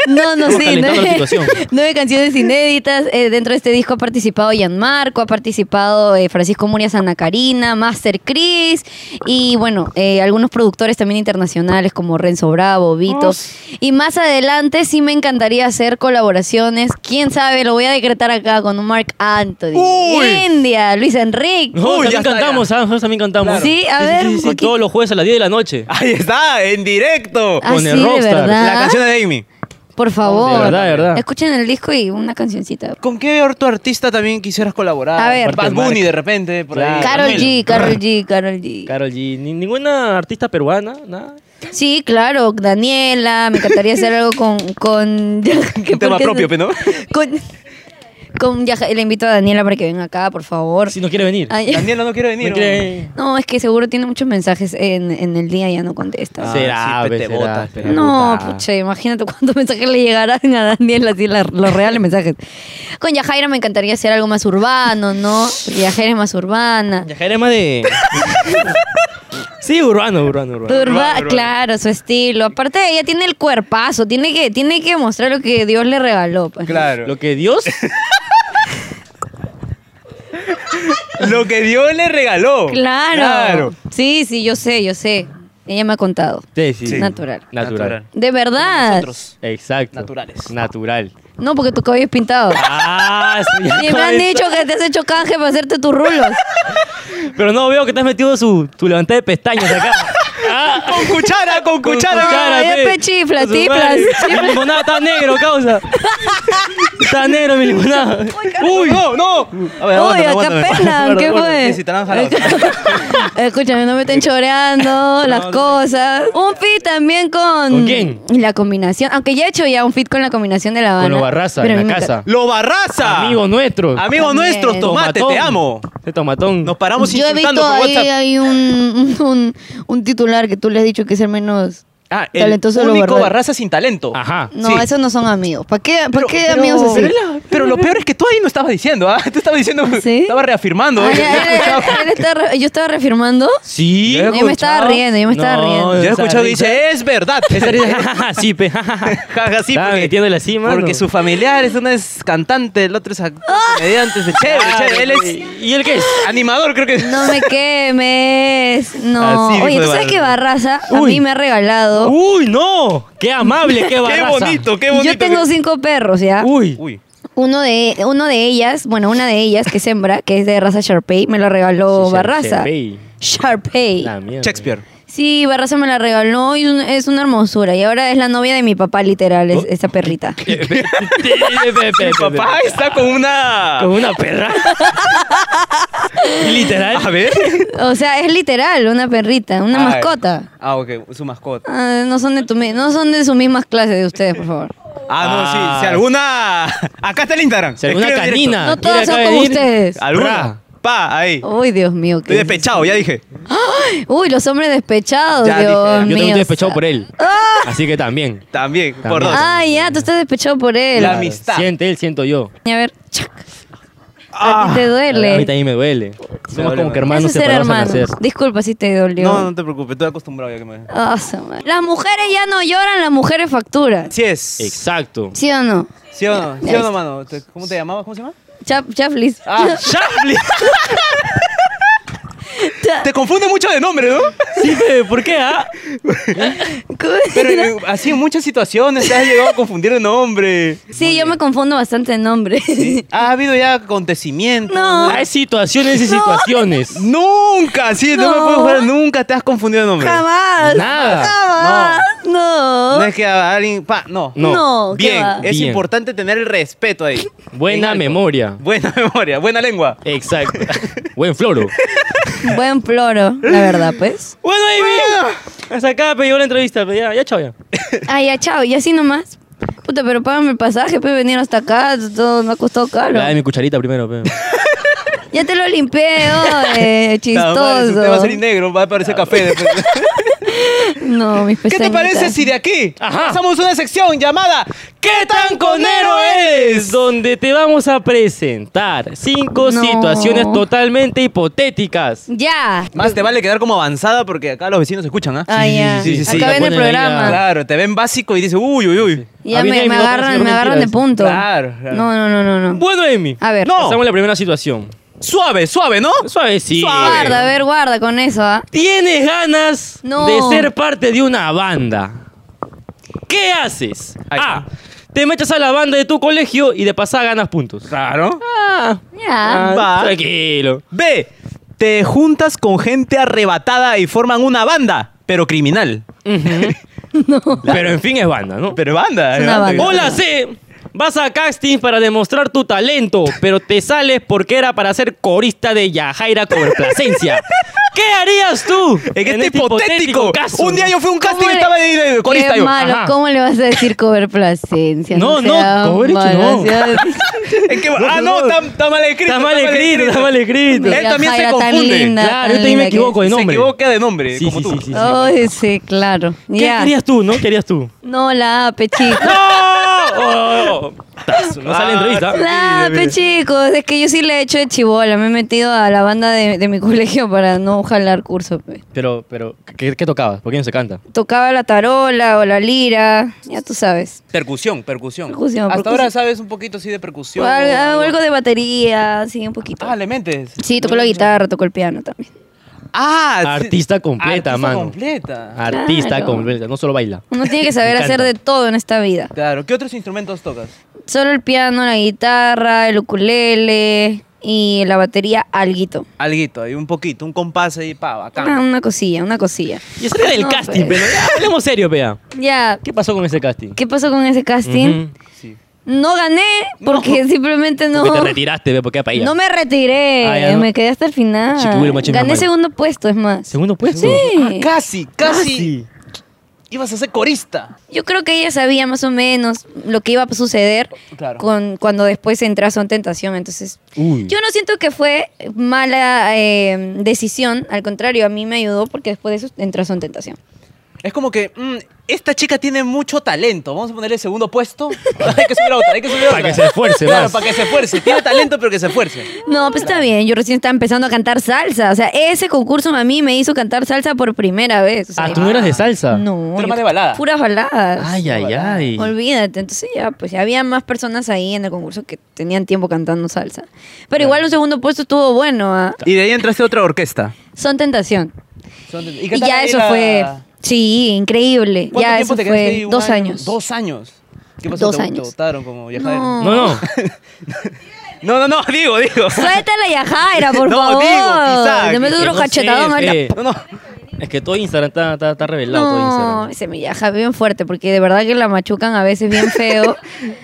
Speaker 3: No, no,
Speaker 2: Estamos
Speaker 3: sí.
Speaker 2: calentando la
Speaker 3: Nueve,
Speaker 2: situación.
Speaker 3: [LAUGHS] nueve canciones inéditas. Eh, dentro de este disco ha participado Gianmarco, ha participado eh, Francisco Murias Ana Karina, Master Chris y bueno, eh, algunos productores también internacionales como Renzo Bravo, Vito. Y más adelante sí me encantaría hacer colaboraciones. Quién sabe, lo voy a decretar acá con un Mark Anthony,
Speaker 1: Uy.
Speaker 3: India, Luis Enrique.
Speaker 2: Nosotros también
Speaker 1: ya está,
Speaker 2: cantamos, ¿ah? Nosotros también cantamos.
Speaker 3: Claro. Sí, a ver, un poquito.
Speaker 2: Todos los jueves a las 10 de la noche.
Speaker 1: Ahí está, en directo.
Speaker 3: Ah,
Speaker 2: con
Speaker 3: sí,
Speaker 2: el
Speaker 3: de
Speaker 2: Rockstar.
Speaker 3: verdad.
Speaker 1: La canción de Amy.
Speaker 3: Por favor.
Speaker 2: De verdad, de verdad.
Speaker 3: Escuchen el disco y una cancioncita.
Speaker 1: ¿Con qué otro artista también quisieras colaborar?
Speaker 3: A ver.
Speaker 1: Bad
Speaker 2: Aparte de
Speaker 1: Bunny
Speaker 2: Mark.
Speaker 1: de repente, por ahí.
Speaker 2: Claro.
Speaker 3: Carol
Speaker 2: Ah, Carmelo.
Speaker 3: G, Carol G, Carol G.
Speaker 2: Carol G. Ni- ninguna artista peruana, nada.
Speaker 3: Sí, claro, Daniela, me encantaría hacer algo con... con [LAUGHS]
Speaker 1: Un tema
Speaker 3: porque-
Speaker 1: propio, pe, ¿no?
Speaker 3: Con, con Yaja- le invito a Daniela para que venga acá, por favor.
Speaker 2: Si no quiere venir.
Speaker 3: Ay,
Speaker 1: Daniela no quiere venir.
Speaker 2: No quiere-
Speaker 3: [LAUGHS] no, es que seguro tiene muchos mensajes en, en el día y ya no contesta.
Speaker 1: Ah,
Speaker 2: será,
Speaker 1: sí,
Speaker 2: pe,
Speaker 1: te
Speaker 2: será,
Speaker 1: botas,
Speaker 2: será,
Speaker 1: pe.
Speaker 3: No,
Speaker 2: puta.
Speaker 3: pucha, imagínate cuántos [LAUGHS] mensajes le llegarán a Daniela, así la- los reales mensajes. Con Yajaira me encantaría hacer algo
Speaker 1: [LAUGHS]
Speaker 3: más urbano, ¿no? Yajaira es más urbana.
Speaker 2: Yajaira es más de. Sí, urbano, urbano, urbano.
Speaker 3: Turba,
Speaker 4: Urbano,
Speaker 3: claro, su estilo. Aparte, ella tiene el cuerpazo, tiene que, tiene que mostrar lo que Dios le regaló. pues.
Speaker 4: Claro.
Speaker 2: Lo que Dios.
Speaker 1: Lo que Dios le regaló.
Speaker 3: Claro.
Speaker 1: Claro.
Speaker 3: Sí, sí, yo sé, yo sé. Ella me ha contado.
Speaker 2: Sí, sí.
Speaker 4: Sí.
Speaker 3: Natural.
Speaker 2: Natural.
Speaker 3: De verdad.
Speaker 1: Nosotros.
Speaker 2: Exacto.
Speaker 1: Naturales.
Speaker 2: Natural.
Speaker 3: No, porque tu cabello es pintado.
Speaker 2: Ah, sí, ya
Speaker 3: [LAUGHS] Y me han
Speaker 2: está.
Speaker 3: dicho que te has hecho canje para hacerte tus rulos.
Speaker 2: Pero no veo que te has metido su, tu levantada de pestañas
Speaker 1: [LAUGHS]
Speaker 2: acá. Ah,
Speaker 1: Con cuchara, con
Speaker 2: con
Speaker 1: cuchara.
Speaker 3: Ay,
Speaker 2: pe.
Speaker 3: pe, chifla,
Speaker 2: Con su
Speaker 3: tiplas,
Speaker 2: madre.
Speaker 3: [LAUGHS] chifla.
Speaker 2: Mi limonada está negro, causa. Está negro mi limonada.
Speaker 1: Uy, no, no. A ver, aguántame,
Speaker 3: Uy, acá
Speaker 1: aguántame.
Speaker 3: pena,
Speaker 1: Guarda,
Speaker 3: ¿qué
Speaker 1: guarda.
Speaker 3: fue?
Speaker 1: Sí, sí, te la han jalado.
Speaker 3: [LAUGHS] Escúchame, no me estén choreando las cosas. Un fit también con.
Speaker 2: ¿Con quién?
Speaker 3: La combinación. Aunque ya he hecho ya un fit con la combinación de la Habana.
Speaker 2: Con los barraza
Speaker 3: pero a
Speaker 2: en
Speaker 3: mí
Speaker 2: la
Speaker 3: me
Speaker 2: casa.
Speaker 1: Lo barraza.
Speaker 2: Amigo nuestro.
Speaker 1: Amigo
Speaker 3: También.
Speaker 1: nuestro, tomate, te amo.
Speaker 2: Este tomatón.
Speaker 1: Nos paramos
Speaker 3: Yo he
Speaker 1: insultando
Speaker 3: visto
Speaker 1: por
Speaker 3: ahí,
Speaker 1: WhatsApp.
Speaker 3: hay un, [LAUGHS] un, un titular que tú le has dicho que es el menos.
Speaker 1: Ah, el
Speaker 3: talentoso de lo
Speaker 1: único
Speaker 3: barra-
Speaker 1: barraza sin talento.
Speaker 2: Ajá.
Speaker 3: No,
Speaker 1: Sí.
Speaker 3: esos no son amigos. ¿Para qué, ¿para
Speaker 1: Pero-
Speaker 3: qué
Speaker 1: pero-
Speaker 3: amigos así?
Speaker 1: Pero, la- pero lo peor es que tú ahí no estabas diciendo, ¿ah? Tú estabas diciendo,
Speaker 3: ¿Sí?
Speaker 1: estabas reafirmando.
Speaker 3: Ah,
Speaker 1: ¿eh?
Speaker 3: ya, él- él está re- yo estaba reafirmando.
Speaker 2: Sí.
Speaker 1: Yo he
Speaker 3: Yo me estaba
Speaker 2: escuchado-
Speaker 3: riendo, yo me estaba riendo.
Speaker 1: Yo he
Speaker 2: esa
Speaker 1: escuchado que
Speaker 2: risa-
Speaker 1: dice, es verdad.
Speaker 2: [LAUGHS] Esa
Speaker 1: [LAUGHS]
Speaker 2: risa, jajaja, sí, pe, jajaja.
Speaker 1: Jaja, sí,
Speaker 2: Estaba metiéndole así, mano.
Speaker 1: Porque su familiar es una es cantante, el otro es act- comediante, es chévere,
Speaker 2: Ah,
Speaker 1: chévere. Él
Speaker 3: [LAUGHS]
Speaker 2: ¿y-
Speaker 1: es
Speaker 2: ¿Y él qué es?
Speaker 1: animador, creo que.
Speaker 3: No me quemes. No.
Speaker 1: Así dijo
Speaker 3: Oye,
Speaker 1: de
Speaker 3: ¿tú sabes
Speaker 1: Barra-
Speaker 3: que Barraza a
Speaker 2: Uy.
Speaker 3: mí me ha regalado?
Speaker 2: ¡Uy, no! ¡Qué amable, qué
Speaker 1: [LAUGHS] Qué
Speaker 2: barraza!
Speaker 1: bonito, qué bonito.
Speaker 3: Yo tengo cinco perros, ¿ya?
Speaker 2: ¡Uy!
Speaker 1: Uy.
Speaker 3: Uno de, uno de ellas, bueno, una de ellas que sembra, que es de raza Sharpei, me lo regaló
Speaker 2: Sí, Shar-
Speaker 3: Barraza.
Speaker 2: Sharpei.
Speaker 3: Sharpei.
Speaker 2: La mierda. [LAUGHS]
Speaker 1: Shakespeare.
Speaker 3: Sí, Barraza me la regaló y es un- es una hermosura. Y ahora es la novia de mi papá, literal,
Speaker 1: Oh.
Speaker 3: es-
Speaker 1: [LAUGHS]
Speaker 3: esa perrita.
Speaker 1: Mi papá está con una.
Speaker 2: Con una perra. [LAUGHS] Literal. [LAUGHS]
Speaker 1: A ver.
Speaker 3: O sea, es literal, una perrita, una
Speaker 1: Ay.
Speaker 3: mascota.
Speaker 1: Ah, ok, su mascota.
Speaker 3: Ah, no, son de tu, mi- no son de sus mismas clases de ustedes, por favor.
Speaker 1: Ah, no,
Speaker 2: Ah.
Speaker 1: sí. Si alguna. Acá está el Instagram.
Speaker 2: Si alguna
Speaker 1: Escribe directo.
Speaker 2: canina.
Speaker 3: No todas
Speaker 2: quiere
Speaker 3: son
Speaker 2: acá
Speaker 3: como
Speaker 2: venir,
Speaker 3: ustedes.
Speaker 1: Alguna. Pa, ahí.
Speaker 3: Uy, Dios mío. ¿qué
Speaker 1: Estoy
Speaker 3: es
Speaker 1: despechado, ya dije.
Speaker 3: eso? Uy, los hombres despechados,
Speaker 1: Ya dije,
Speaker 3: Dios
Speaker 1: ya.
Speaker 2: Yo
Speaker 3: mío.
Speaker 2: también estoy despechado
Speaker 3: o sea.
Speaker 2: por él. Así que también.
Speaker 1: También,
Speaker 2: También.
Speaker 1: por dos.
Speaker 3: Ah, ya, tú estás despechado por él.
Speaker 1: La amistad.
Speaker 2: Siente él, siento yo.
Speaker 3: A ver, chac.
Speaker 1: Ah.
Speaker 3: a ti
Speaker 2: A
Speaker 3: te
Speaker 2: mí
Speaker 3: duele.
Speaker 2: también me duele. Somos
Speaker 1: duele,
Speaker 2: como que
Speaker 1: mano.
Speaker 2: hermanos
Speaker 3: Eso es ser
Speaker 2: separados al
Speaker 3: hermano.
Speaker 2: nacer.
Speaker 3: Disculpa si te dolió.
Speaker 1: No, no te preocupes, estoy acostumbrado ya que me.
Speaker 3: Ah, su madre. las mujeres ya no lloran, las mujeres facturan.
Speaker 1: Así es.
Speaker 2: Exacto.
Speaker 3: ¿Sí o no?
Speaker 1: ¿Sí o no?
Speaker 3: Ya,
Speaker 1: ¿Sí
Speaker 3: ya
Speaker 1: o no,
Speaker 3: está.
Speaker 1: mano? ¿Te- ¿Cómo te llamabas? ¿Cómo se llama?
Speaker 3: Chap, chaflis.
Speaker 2: [LAUGHS]
Speaker 3: [LAUGHS]
Speaker 1: Ah, Shapley. te confunde mucho de nombre, ¿no?
Speaker 2: [LAUGHS] Sí, pe, ¿por qué, ah?
Speaker 1: Pero eh, así en muchas situaciones te has llegado a confundir de nombre.
Speaker 3: sí, yo me confundo bastante de nombre.
Speaker 1: [LAUGHS] Ha habido ya acontecimientos.
Speaker 2: [LAUGHS]
Speaker 3: No.
Speaker 2: Hay situaciones y situaciones.
Speaker 1: Nunca, sí, no, me
Speaker 3: No.
Speaker 1: puedo jugar, nunca te has confundido de nombre.
Speaker 3: [LAUGHS] Jamás.
Speaker 2: Nada.
Speaker 3: Jamás. No.
Speaker 1: No es que a alguien, pa, no.
Speaker 2: No.
Speaker 3: No, ¿qué
Speaker 1: Bien,
Speaker 3: va?
Speaker 1: es
Speaker 2: Bien.
Speaker 1: importante tener el respeto ahí.
Speaker 2: Buena
Speaker 1: En alto.
Speaker 2: memoria.
Speaker 1: Buena [LAUGHS] memoria, buena lengua.
Speaker 2: [LAUGHS] Exacto. Buen floro.
Speaker 3: Buen ploro, la verdad,
Speaker 1: [LAUGHS]
Speaker 3: pues.
Speaker 2: Bueno, Amy. Hasta acá, pe, llegó la entrevista. pe, Ya, ya, chao, ya.
Speaker 3: Ah, ya, chao. Y así nomás. Puta, pero págame el pasaje, pues venir hasta acá, todo me ha costado caro.
Speaker 2: Dame mi cucharita primero, pe.
Speaker 3: Ya te lo
Speaker 1: [LAUGHS]
Speaker 3: limpié, oye,
Speaker 1: Nada más,
Speaker 3: chistoso.
Speaker 1: Usted va a salir negro, va a parecer café después.
Speaker 3: [LAUGHS] No, mis
Speaker 1: ¿Qué te
Speaker 3: pestañitas.
Speaker 1: parece si de aquí
Speaker 2: Ajá.
Speaker 1: pasamos una sección llamada ¿Qué tan conero eres?
Speaker 2: Donde te vamos a presentar cinco
Speaker 3: No.
Speaker 2: situaciones totalmente hipotéticas.
Speaker 3: Ya.
Speaker 1: Más te vale quedar como avanzada porque acá los vecinos escuchan, ¿ah?
Speaker 3: Ah, ya.
Speaker 1: sí, sí, sí,
Speaker 3: Acá
Speaker 1: la
Speaker 3: ven el
Speaker 2: ponen ahí,
Speaker 3: programa.
Speaker 1: Claro, te ven básico y dices, uy, uy, uy.
Speaker 3: Ya
Speaker 2: Ah, bien,
Speaker 3: me,
Speaker 2: ahí
Speaker 3: me
Speaker 2: no va a
Speaker 3: agarran,
Speaker 2: decir
Speaker 3: me agarran de
Speaker 2: mentiras.
Speaker 3: punto.
Speaker 1: Claro, claro.
Speaker 3: No, no, no, no, no.
Speaker 2: Bueno, Amy.
Speaker 3: A ver.
Speaker 1: No.
Speaker 2: Pasamos a la primera situación.
Speaker 1: Suave, suave, ¿no?
Speaker 2: Suavecito.
Speaker 1: Suave.
Speaker 3: Guarda, a ver, guarda con eso, ¿ah?
Speaker 2: Tienes ganas
Speaker 3: No.
Speaker 2: de ser parte de una banda. ¿Qué haces?
Speaker 1: Ahí está.
Speaker 2: A. Te metes a la banda de tu colegio y de pasada ganas puntos.
Speaker 1: Claro.
Speaker 2: Ah,
Speaker 3: Ya.
Speaker 1: Va.
Speaker 2: tranquilo.
Speaker 1: B. Te juntas con gente arrebatada y forman una banda, pero criminal.
Speaker 2: [LAUGHS] Pero en fin es banda, ¿no?
Speaker 1: Pero banda,
Speaker 3: Es una banda.
Speaker 2: Hola C, vas a casting para demostrar tu talento, pero te sales porque era para ser corista de Yajaira Complacencia. ¿Qué harías tú?
Speaker 1: En, este, hipotético,
Speaker 2: caso?
Speaker 1: un día yo fui a un
Speaker 3: ¿Cómo
Speaker 1: casting y
Speaker 3: le-
Speaker 1: estaba de, de corista
Speaker 3: Qué
Speaker 1: yo. [LAUGHS]
Speaker 3: malo,
Speaker 2: Ajá.
Speaker 3: ¿cómo le vas a decir cover placencia?
Speaker 2: No, no,
Speaker 3: sea
Speaker 2: cover hecho,
Speaker 3: malo,
Speaker 2: no. [LAUGHS]
Speaker 3: sea-
Speaker 1: ¿En qué- ah, no, está está mal escrito.
Speaker 2: Está mal escrito, está mal escrito.
Speaker 1: Él también se
Speaker 3: Yajaira tan
Speaker 1: confunde.
Speaker 3: linda,
Speaker 2: Claro, yo
Speaker 3: tan
Speaker 2: también me
Speaker 3: linda que
Speaker 2: equivoco de
Speaker 3: es.
Speaker 1: Se
Speaker 2: nombre.
Speaker 1: equivoca de nombre,
Speaker 2: Sí,
Speaker 1: como
Speaker 2: sí,
Speaker 1: tú.
Speaker 2: sí, sí.
Speaker 3: Ay, sí, claro.
Speaker 2: ¿Qué
Speaker 3: Ya.
Speaker 2: [LAUGHS]
Speaker 1: [LAUGHS]
Speaker 2: querías tú, no? ¿Qué harías tú?
Speaker 1: Ah,
Speaker 3: No, la ape, chico.
Speaker 2: ¡No! Oh, oh, oh. No sale
Speaker 3: Ah,
Speaker 2: entrevista.
Speaker 3: Nada, pe chicos, es que yo sí le he hecho de chibola. Me he metido a la banda de, de mi [LAUGHS] colegio para no jalar curso. pe.
Speaker 2: Pero, pero, ¿qué, qué tocaba? ¿Por qué no se canta?
Speaker 3: Tocaba la tarola o la lira, ya tú sabes.
Speaker 1: Percusión, percusión.
Speaker 3: Percusión,
Speaker 1: Hasta
Speaker 3: percusión.
Speaker 1: ahora sabes un poquito así de
Speaker 3: O
Speaker 1: percusión.
Speaker 3: al- algo, de batería, sí, un poquito.
Speaker 1: Ah, le mentes.
Speaker 3: Sí, tocó la guitarra, tocó el piano también.
Speaker 1: Ah, sí.
Speaker 2: Artista completa,
Speaker 1: Artista
Speaker 2: mano.
Speaker 1: completa.
Speaker 2: Artista
Speaker 3: Claro.
Speaker 2: completa, no solo baila.
Speaker 3: Uno tiene
Speaker 2: [LAUGHS]
Speaker 3: que
Speaker 2: Me
Speaker 3: saber
Speaker 2: encanta.
Speaker 3: hacer de todo en esta vida.
Speaker 1: Claro, ¿qué otros instrumentos tocas?
Speaker 3: Solo el piano, la guitarra, el ukulele y la batería, alguito. Ah,
Speaker 1: Alguito, ahí un poquito, un compás ahí, pa, bacán.
Speaker 3: Una, una cosilla, una cosilla.
Speaker 2: Y ese era el
Speaker 3: No,
Speaker 2: casting,
Speaker 3: pues.
Speaker 2: pero ya, hablemos serio, vea.
Speaker 3: Ya,
Speaker 2: ¿Qué pasó con ese casting?
Speaker 3: ¿qué pasó con ese casting?
Speaker 2: Ujú.
Speaker 1: Sí.
Speaker 3: No gané porque simplemente no.
Speaker 2: Porque te retiraste, vea, porque era para ella.
Speaker 3: No me retiré,
Speaker 2: Ah, ya, ¿no?
Speaker 3: me quedé hasta el final.
Speaker 2: Chiquihuilo, machín,
Speaker 3: Gané
Speaker 2: mamá.
Speaker 3: segundo puesto, es más.
Speaker 2: Segundo puesto.
Speaker 3: Sí.
Speaker 1: Ah, casi, casi,
Speaker 2: Casi.
Speaker 1: Ibas a ser corista.
Speaker 3: Yo creo que ella sabía más o menos lo que iba a suceder
Speaker 1: Claro.
Speaker 3: con, cuando después entras a Son Tentación. Entonces,
Speaker 2: Uy.
Speaker 3: yo no siento que fue mala eh, decisión. Al contrario, a mí me ayudó porque después de eso entré a Son Tentación.
Speaker 1: Es como que, mm, esta chica tiene mucho talento. Vamos a ponerle segundo puesto. [LAUGHS] hay que subir a otra, hay que subir a otra.
Speaker 2: Para que se esfuerce
Speaker 1: Claro,
Speaker 2: más.
Speaker 1: para que se esfuerce. Tiene talento, pero que se esfuerce.
Speaker 3: No, pues está bien. Yo recién estaba empezando a cantar salsa. O sea, ese concurso a mí me hizo cantar salsa por primera vez. O sea,
Speaker 2: Ah, tú no eras de salsa.
Speaker 3: No.
Speaker 1: Tú eres
Speaker 3: yo-
Speaker 1: más de balada.
Speaker 3: Puras baladas.
Speaker 2: Ay, ay, ay.
Speaker 3: Olvídate, entonces ya, pues ya había más personas ahí en el concurso que tenían tiempo cantando salsa. Pero igual un segundo puesto estuvo bueno. ¿ah?
Speaker 1: Y de ahí entraste a otra orquesta.
Speaker 3: Son tentación.
Speaker 1: Y,
Speaker 3: Y,
Speaker 1: cantaste
Speaker 3: ya
Speaker 1: ahí
Speaker 3: eso
Speaker 1: la-
Speaker 3: fue. Sí, increíble.
Speaker 1: ¿Cuánto
Speaker 3: Ya
Speaker 1: tiempo
Speaker 3: eso
Speaker 1: te quedaste ahí?
Speaker 3: fue
Speaker 1: ¿Un
Speaker 3: dos
Speaker 1: año?
Speaker 3: años.
Speaker 1: Dos años. ¿Qué pasó?
Speaker 3: Dos
Speaker 1: ¿Te- ¿Te
Speaker 3: años.
Speaker 1: votaron como viajadero?
Speaker 3: No.
Speaker 2: No, no.
Speaker 1: No, no, no, digo, digo.
Speaker 3: Suelta la
Speaker 2: [LAUGHS]
Speaker 3: Yajaira, por
Speaker 1: No,
Speaker 3: favor.
Speaker 1: digo, quizá,
Speaker 3: Le
Speaker 1: que-
Speaker 3: meto
Speaker 2: que
Speaker 3: otro
Speaker 2: no sé,
Speaker 3: cachetadón. a la-
Speaker 2: eh,
Speaker 1: No, no.
Speaker 2: Es que todo Instagram está, está, está revelado, todo
Speaker 3: No,
Speaker 2: Instagram.
Speaker 3: se me yaja bien fuerte porque de verdad que la machucan a veces bien
Speaker 2: [LAUGHS]
Speaker 3: feo.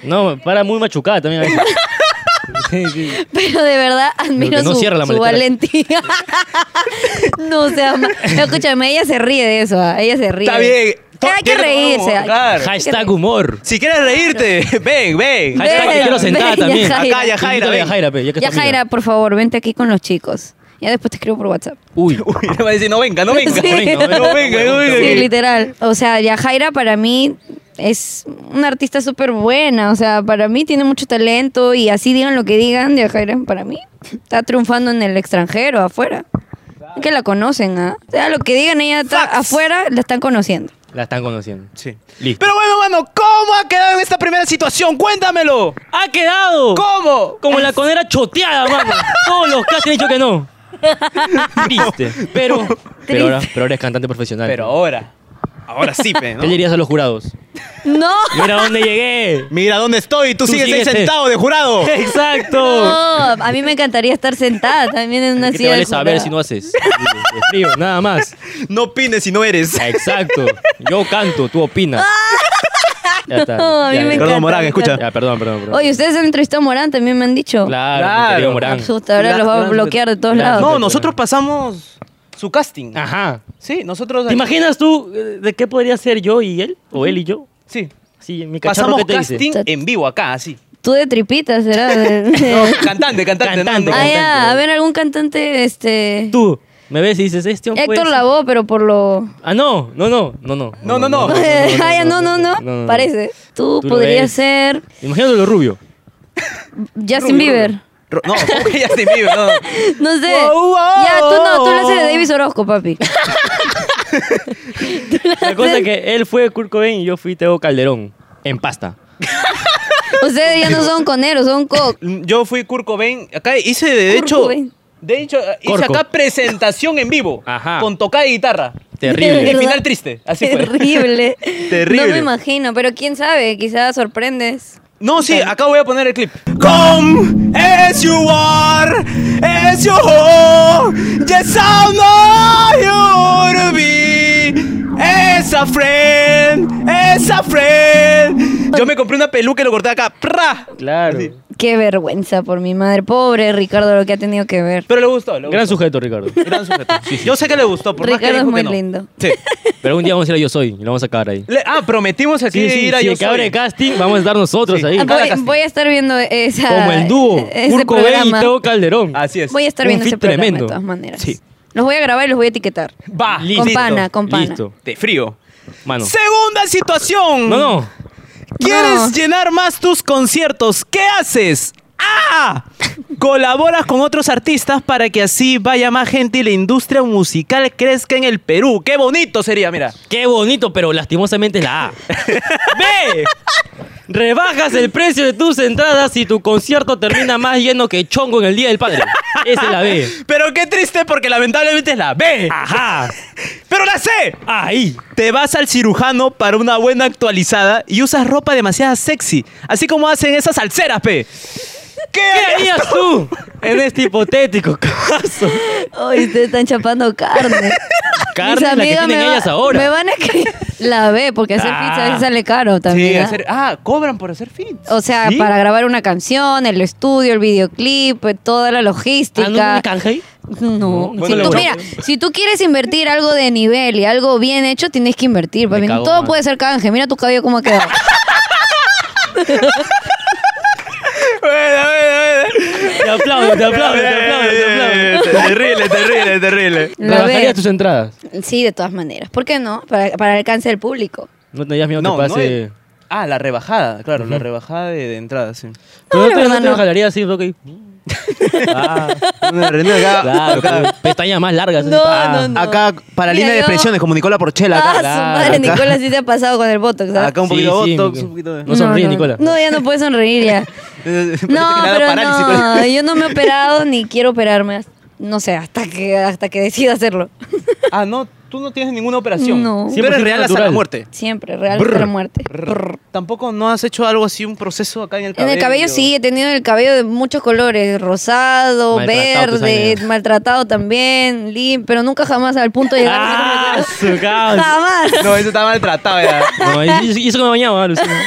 Speaker 2: No, para muy machucada [LAUGHS] también a veces. Sí, sí.
Speaker 3: Pero de verdad admiro
Speaker 2: que no
Speaker 3: su,
Speaker 2: cierra la
Speaker 3: su
Speaker 2: maletera.
Speaker 3: valentía. [LAUGHS] no, o sea, ma- escúchame, ella se ríe de eso, ah, ella se ríe.
Speaker 1: Está bien. To-
Speaker 3: Hay que
Speaker 1: tiene tomar
Speaker 3: reírse.
Speaker 1: humor,
Speaker 3: hay-
Speaker 1: claro.
Speaker 2: Hashtag humor.
Speaker 1: Si quieres reírte, ven, ven.
Speaker 3: Ven,
Speaker 2: Hashtag te quiero sentar
Speaker 3: ven,
Speaker 2: también.
Speaker 3: Yajaira.
Speaker 1: Acá,
Speaker 2: Invítale
Speaker 1: Yajaira,
Speaker 2: a
Speaker 1: ven.
Speaker 2: Yajaira, pe, ya que
Speaker 3: Ya,
Speaker 2: está
Speaker 3: Jaira,
Speaker 2: amiga.
Speaker 3: por favor, vente aquí con los chicos. Ya después te escribo por WhatsApp.
Speaker 2: Uy.
Speaker 1: Uy, le va a decir, no venga, no venga.
Speaker 3: Sí.
Speaker 1: No venga, no venga. no venga.
Speaker 3: Sí, literal. O sea, ya Jaira para mí es una artista súper buena. O sea, para mí tiene mucho talento y así digan lo que digan, ya Jaira para mí está triunfando en el extranjero, afuera. Que la conocen, ¿ah? O sea, lo que digan ella está
Speaker 1: Facts.
Speaker 3: afuera, la están conociendo.
Speaker 2: La están conociendo.
Speaker 1: Sí.
Speaker 2: Listo.
Speaker 1: Pero bueno, mano, ¿cómo ha quedado en esta primera situación? Cuéntamelo.
Speaker 2: ¡Ha quedado!
Speaker 1: ¿Cómo?
Speaker 2: Como la conera choteada, mano. Todos los casi han dicho que [LAUGHS] no. Triste. Pero, pero, ahora, pero ahora es cantante profesional.
Speaker 1: Pero ahora. Ahora sí, pe, ¿no?
Speaker 2: ¿Qué le dirías a los jurados?
Speaker 3: ¡No!
Speaker 2: ¡Mira dónde llegué!
Speaker 1: Mira dónde estoy, tú,
Speaker 2: Tú
Speaker 1: sigues ahí
Speaker 2: síguete.
Speaker 1: sentado de
Speaker 2: [LAUGHS]
Speaker 1: jurado.
Speaker 2: ¡Exacto!
Speaker 3: No, a mí me encantaría estar sentada también en una
Speaker 2: ¿Qué te
Speaker 3: silla de
Speaker 2: vale saber
Speaker 3: jurado.
Speaker 2: si no haces? De frío, nada más.
Speaker 1: No opines si no eres.
Speaker 2: Exacto. Yo canto, tú
Speaker 3: [LAUGHS]
Speaker 2: opinas. Ya está.
Speaker 3: No, a mí
Speaker 2: Ya,
Speaker 3: me
Speaker 2: ya.
Speaker 1: Perdón,
Speaker 3: encanta,
Speaker 1: Morán,
Speaker 3: me
Speaker 1: escucha.
Speaker 3: encanta.
Speaker 2: Ya, perdón, perdón, perdón.
Speaker 3: Oye, ustedes han entrevistado a Morán, también me han dicho.
Speaker 2: Claro,
Speaker 1: Claro.
Speaker 2: mi querido Morán.
Speaker 3: Puta, ahora
Speaker 1: Gran-
Speaker 3: los va a
Speaker 1: gran-
Speaker 3: bloquear de todos
Speaker 2: gran-
Speaker 3: lados.
Speaker 1: No, nosotros pasamos su casting.
Speaker 2: Ajá.
Speaker 1: Sí, nosotros.
Speaker 2: ¿Te imaginas tú eh, de qué podría ser yo y él? ¿O él y yo?
Speaker 1: Sí.
Speaker 2: Sí, mi cacharro
Speaker 1: Pasamos
Speaker 2: que te dice.
Speaker 1: casting en vivo acá, así.
Speaker 3: Tú de ¿eh? tripitas, ¿será?
Speaker 1: No, cantante, cantante.
Speaker 2: Cantante,
Speaker 1: no, no.
Speaker 3: ah, ya,
Speaker 2: cantante.
Speaker 3: a ver, algún cantante, este...
Speaker 2: Tú me ves y dices, este hombre...
Speaker 3: Héctor
Speaker 2: puede ser-
Speaker 3: Lavoe, pero por lo...
Speaker 2: Ah, no, no, no, no, no.
Speaker 1: No, no,
Speaker 3: [LAUGHS]
Speaker 1: no.
Speaker 3: Ah, ya, no, no, no, parece. Tú,
Speaker 2: Tú lo
Speaker 3: podrías
Speaker 2: ves.
Speaker 3: ser
Speaker 2: Imagínate lo
Speaker 3: [LAUGHS]
Speaker 2: rubio.
Speaker 3: Justin Bieber.
Speaker 1: Ro- No, ¿cómo que Justin Bieber? No, no.
Speaker 3: No sé.
Speaker 1: Wow, wow.
Speaker 3: Ya, tú no, tú le haces de Davis Orozco, papi.
Speaker 2: La cosa es que él fue Kurt Cobain y yo fui Teo Calderón. En
Speaker 3: [LAUGHS]
Speaker 2: pasta.
Speaker 3: Ustedes ya no son coneros, son co...
Speaker 1: Yo fui Kurt Cobain. Acá hice, de
Speaker 3: Kurt
Speaker 1: hecho.
Speaker 3: Cobain.
Speaker 1: De hecho, hice
Speaker 2: Corco.
Speaker 1: acá presentación en vivo.
Speaker 2: [LAUGHS] Ajá.
Speaker 1: Con tocada de guitarra.
Speaker 2: Terrible.
Speaker 1: Y
Speaker 3: ¿Verdad?
Speaker 1: final triste. Así fue.
Speaker 3: Terrible.
Speaker 1: Terrible.
Speaker 3: No me imagino, pero quién sabe, quizás sorprendes.
Speaker 1: [LAUGHS] No, sí, acá voy a poner el clip.
Speaker 4: Come as you are, as you are. Yes, I know you to be. As a friend, as a friend.
Speaker 1: Yo me compré una peluca y lo corté acá. ¡Pra!
Speaker 2: Claro.
Speaker 3: Qué vergüenza por mi madre. Pobre Ricardo, lo que ha tenido que ver.
Speaker 1: Pero le gustó, le
Speaker 2: Gran
Speaker 1: gustó.
Speaker 2: sujeto, Ricardo.
Speaker 1: [LAUGHS] Gran sujeto. Yo sé que le gustó, por más que
Speaker 3: Ricardo es
Speaker 1: dijo que
Speaker 3: muy
Speaker 1: no.
Speaker 3: lindo.
Speaker 1: Sí.
Speaker 3: [LAUGHS]
Speaker 2: Pero un día vamos a ir a Yo Soy y lo vamos a acabar ahí.
Speaker 1: Le- ah, prometimos aquí
Speaker 2: Sí, sí,
Speaker 1: ir a
Speaker 2: sí,
Speaker 1: Yo
Speaker 2: que
Speaker 1: Soy.
Speaker 2: abre casting, vamos a estar nosotros
Speaker 1: Sí.
Speaker 2: ahí.
Speaker 3: Ah,
Speaker 1: cada
Speaker 3: voy,
Speaker 1: casting.
Speaker 3: voy a estar viendo esa.
Speaker 2: Como el dúo.
Speaker 3: eh, ese
Speaker 2: Kurt Cobain y
Speaker 3: programa.
Speaker 2: Teo Calderón.
Speaker 1: Así es.
Speaker 3: Voy a estar
Speaker 2: Un
Speaker 3: viendo
Speaker 2: fit
Speaker 3: ese programa
Speaker 2: tremendo.
Speaker 3: de todas maneras.
Speaker 1: Sí.
Speaker 3: Los voy a grabar y los voy a etiquetar.
Speaker 1: Va,
Speaker 2: Ah, Listo.
Speaker 3: Con pana, con pana.
Speaker 2: Listo.
Speaker 1: De frío.
Speaker 2: Mano.
Speaker 1: Segunda situación.
Speaker 2: No, no.
Speaker 1: ¿Quieres
Speaker 3: No.
Speaker 1: llenar más tus conciertos? ¿Qué haces? ¡Ah! Colaboras con otros artistas para que así vaya más gente y la industria musical crezca en el Perú. ¡Qué bonito sería, mira!
Speaker 2: Qué bonito, pero lastimosamente es
Speaker 1: [LAUGHS]
Speaker 2: la A. B. Rebajas el precio de tus entradas si tu concierto termina más lleno que chongo en el Día del Padre. Esa es la B.
Speaker 1: Pero qué triste porque lamentablemente es la B.
Speaker 2: Ajá.
Speaker 1: [LAUGHS] ¡Pero la C!
Speaker 2: Ahí.
Speaker 1: Te vas al cirujano para una buena actualizada y usas ropa demasiado sexy. Así como hacen esas salseras, pe. ¿Qué
Speaker 2: ¿Qué
Speaker 1: harías?
Speaker 2: harías tú en este hipotético caso?
Speaker 3: Hoy te están chapando [LAUGHS] carne.
Speaker 2: Carne
Speaker 3: Mis
Speaker 2: es la que
Speaker 3: amigas
Speaker 2: tienen
Speaker 3: me va-
Speaker 2: ellas ahora.
Speaker 3: Me van a escribir. La B, porque hacer
Speaker 2: Ah.
Speaker 3: pizza a veces sale caro
Speaker 1: Sí,
Speaker 3: también. ¿ah?
Speaker 1: hacer- ah, cobran por hacer fits.
Speaker 3: O sea,
Speaker 1: ¿Sí?
Speaker 3: para grabar una canción, el estudio, el videoclip, eh, toda la logística.
Speaker 2: ¿Ah, no me canje?
Speaker 3: No,
Speaker 2: Bueno,
Speaker 3: si tú,
Speaker 2: bueno.
Speaker 3: mira, si tú quieres invertir algo de nivel y algo bien hecho, tienes que invertir. papi.
Speaker 2: cago,
Speaker 3: Todo
Speaker 2: man.
Speaker 3: puede ser canje. Mira tu cabello cómo ha quedado.
Speaker 1: Bueno, bueno, bueno.
Speaker 2: Te aplaudo, te aplaudo, te aplaudo,
Speaker 1: Eh,
Speaker 2: te aplaudo.
Speaker 1: Terrible, terrible, terrible.
Speaker 3: La
Speaker 2: ¿Rebajarías
Speaker 3: B.
Speaker 2: tus entradas?
Speaker 3: Sí, de todas maneras. ¿Por qué no? Para, para el alcance del público.
Speaker 2: No tendrías miedo que pase...
Speaker 1: es- Ah, la rebajada, claro, la rebajada de, de entrada, sí.
Speaker 2: Pero
Speaker 3: la
Speaker 2: no,
Speaker 3: verdad
Speaker 2: te
Speaker 3: no.
Speaker 2: jalaría así, ok. Claro, con pestañas más largas.
Speaker 3: No,
Speaker 2: así.
Speaker 3: no, no.
Speaker 1: Acá, para
Speaker 3: Mira,
Speaker 1: línea de
Speaker 3: yo-
Speaker 1: expresiones, como Nicola Porchela.
Speaker 3: Ah,
Speaker 1: Acá,
Speaker 3: su madre, Nicolás, sí te ha pasado con el botox. ¿ah?
Speaker 1: acá un
Speaker 2: Sí,
Speaker 1: poquito
Speaker 2: sí,
Speaker 1: de botox,
Speaker 2: Nico.
Speaker 1: un poquito de...
Speaker 2: No sonríe, Nicola.
Speaker 3: No, ya no puedes
Speaker 2: [LAUGHS]
Speaker 3: sonreír ya.
Speaker 1: [LAUGHS] Parece que le
Speaker 3: No,
Speaker 1: ha dado
Speaker 3: pero
Speaker 1: parálisis,
Speaker 3: no,
Speaker 1: parece.
Speaker 3: yo no me he operado ni quiero operarme. hasta- No sé, hasta que hasta que decida hacerlo. [LAUGHS]
Speaker 1: Ah, no, tú no tienes ninguna operación.
Speaker 3: No.
Speaker 1: Tú eres
Speaker 2: 100%
Speaker 1: real hasta la
Speaker 2: natural.
Speaker 1: muerte.
Speaker 3: Siempre, real hasta la muerte.
Speaker 1: Brr. Tampoco no has hecho algo así, un proceso acá en el
Speaker 3: En
Speaker 1: cabello.
Speaker 3: el cabello sí, he tenido el cabello de muchos colores, rosado,
Speaker 2: Maltratado,
Speaker 3: verde,
Speaker 2: pues, ahí.
Speaker 3: maltratado también, lim, pero nunca jamás al punto de llegar
Speaker 2: [LAUGHS]
Speaker 3: a
Speaker 2: Ah,
Speaker 3: ser
Speaker 2: su
Speaker 3: como-
Speaker 2: caos.
Speaker 3: [LAUGHS] Jamás.
Speaker 1: No, eso está maltratado,
Speaker 3: [LAUGHS]
Speaker 1: ya.
Speaker 2: No, y eso- y eso que me bañaba, Lucina.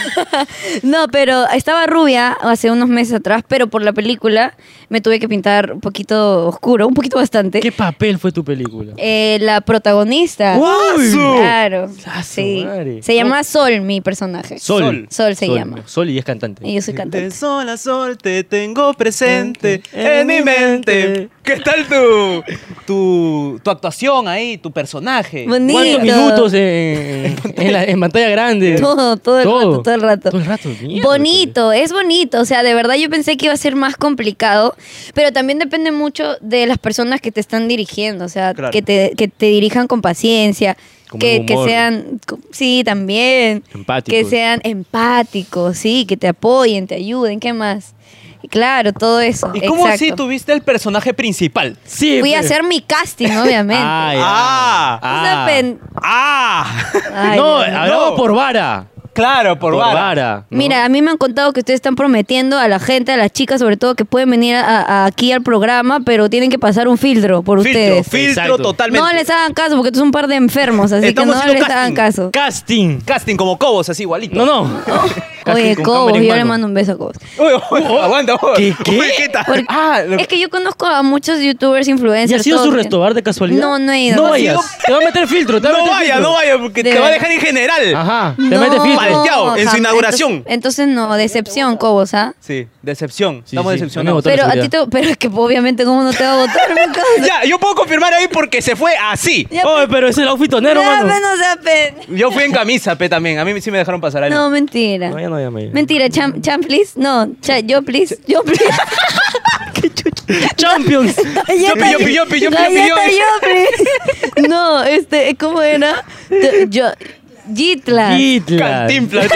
Speaker 3: No, pero estaba rubia hace unos meses atrás, pero por la película me tuve que pintar un poquito oscuro, un poquito bastante.
Speaker 2: ¿Qué papel fue tu película?
Speaker 3: Eh, la protagonista.
Speaker 1: ¡Uy!
Speaker 3: Claro.
Speaker 2: ¡Ah, su
Speaker 3: Sí.
Speaker 2: madre! Oh.
Speaker 3: Se llama Sol, mi personaje.
Speaker 2: Sol.
Speaker 3: Sol se llama.
Speaker 2: Sol y es cantante.
Speaker 3: Y yo soy
Speaker 1: De
Speaker 3: cantante.
Speaker 1: sol a sol te tengo presente en mi mente. ¿Qué tal tu, tu, tu actuación ahí, tu personaje?
Speaker 3: Bonito.
Speaker 2: ¿Cuántos minutos
Speaker 3: [LAUGHS]
Speaker 2: en, en la- en pantalla grande?
Speaker 3: Todo, todo el rato, todo el rato.
Speaker 2: Todo el rato, mierda. pues.
Speaker 3: Bonito, es bonito. O sea, de verdad yo pensé que iba a ser más complicado, pero también depende mucho de las personas que te están dirigiendo. O sea,
Speaker 1: Claro.
Speaker 3: que, te, que te dirijan con paciencia,
Speaker 2: Con
Speaker 3: que,
Speaker 2: buen
Speaker 3: que
Speaker 2: humor.
Speaker 3: sean, co- sí, también.
Speaker 2: Empáticos.
Speaker 3: Que sean empáticos, sí, que te apoyen, te ayuden, ¿qué más? Y Claro, todo eso.
Speaker 1: ¿Y cómo así
Speaker 3: exacto.
Speaker 1: tuviste el personaje principal?
Speaker 2: Sí,
Speaker 3: Fui a
Speaker 2: pe.
Speaker 3: hacer mi casting,
Speaker 2: [LAUGHS]
Speaker 3: obviamente.
Speaker 2: Ah, ya.
Speaker 1: Ah.
Speaker 3: O sea,
Speaker 2: Ah.
Speaker 3: pen-
Speaker 1: ¡Ah!
Speaker 3: Ay,
Speaker 2: no,
Speaker 3: Dios mío.
Speaker 2: hablamos
Speaker 1: No.
Speaker 2: por vara.
Speaker 1: Claro, por,
Speaker 2: Por
Speaker 1: vara.
Speaker 2: vara. ¿no?
Speaker 3: Mira, a mí me han contado que ustedes están prometiendo a la gente, a las chicas sobre todo, que pueden venir a- a- aquí al programa, pero tienen que pasar un filtro por
Speaker 1: Filtro,
Speaker 3: ustedes.
Speaker 1: filtro
Speaker 2: Exacto.
Speaker 1: totalmente.
Speaker 3: No les hagan caso porque tú son un par de enfermos, así
Speaker 1: Estamos
Speaker 3: que no
Speaker 1: haciendo
Speaker 3: les
Speaker 1: casting.
Speaker 3: hagan caso.
Speaker 2: Casting.
Speaker 1: Casting como Cobos, así igualito.
Speaker 2: No, no.
Speaker 3: Oye,
Speaker 2: Casting con
Speaker 3: Cobos,
Speaker 2: cámara en
Speaker 3: yo le
Speaker 2: mano.
Speaker 3: mando un beso a Cobos.
Speaker 1: [LAUGHS] Uy, uy, aguanta, por
Speaker 2: Oh, ¿Qué, qué?
Speaker 3: Porque-
Speaker 1: [LAUGHS] Ah, lo-
Speaker 3: es que yo conozco a muchos youtubers,
Speaker 2: ¿Y
Speaker 3: influencers.
Speaker 2: ha sido su
Speaker 3: todos-
Speaker 2: restobar de casualidad?
Speaker 3: No, no he ido.
Speaker 2: No
Speaker 3: No he
Speaker 2: vayas. Te va a meter filtro. Te va a
Speaker 1: no
Speaker 2: meter
Speaker 1: vaya,
Speaker 2: filtro.
Speaker 1: no vaya, porque
Speaker 3: De
Speaker 1: te va a
Speaker 3: verdad.
Speaker 1: dejar en general.
Speaker 2: Ajá. Te
Speaker 3: No,
Speaker 2: mete filtro.
Speaker 1: Vale. Palteado, en su
Speaker 3: jamás.
Speaker 1: inauguración.
Speaker 3: Entonces, entonces no, decepción, Cobos, ¿ah?
Speaker 1: Sí, decepción.
Speaker 2: Sí,
Speaker 1: Estamos
Speaker 2: sí,
Speaker 1: decepcionados.
Speaker 2: Toda la
Speaker 3: Pero a ti
Speaker 2: seguridad.
Speaker 3: te... Pero es que obviamente cómo no te va
Speaker 1: [LAUGHS]
Speaker 3: a votar, mi cosa?
Speaker 1: Ya, yo puedo confirmar ahí porque se fue así.
Speaker 3: Ya,
Speaker 2: Oye, pero es el outfit
Speaker 3: pero
Speaker 2: tonero, mano.
Speaker 3: no sea pen-
Speaker 1: Yo fui en camisa, pe, también. A mí sí me dejaron pasar ahí.
Speaker 3: No, mentira.
Speaker 2: No, ya no, ya me-
Speaker 3: Mentira, Cham, Cham, please. No, Cha- yo, please.
Speaker 2: [LAUGHS]
Speaker 3: Yo, please. [LAUGHS]
Speaker 2: Champions.
Speaker 1: Yopi,
Speaker 3: Galleta,
Speaker 1: yopi, yopi, yopi,
Speaker 3: galleta,
Speaker 1: yopi.
Speaker 3: yo, please. No, este, ¿cómo era? T- Yo, Gitla.
Speaker 2: Hitler. [LAUGHS]
Speaker 1: Cantinflas.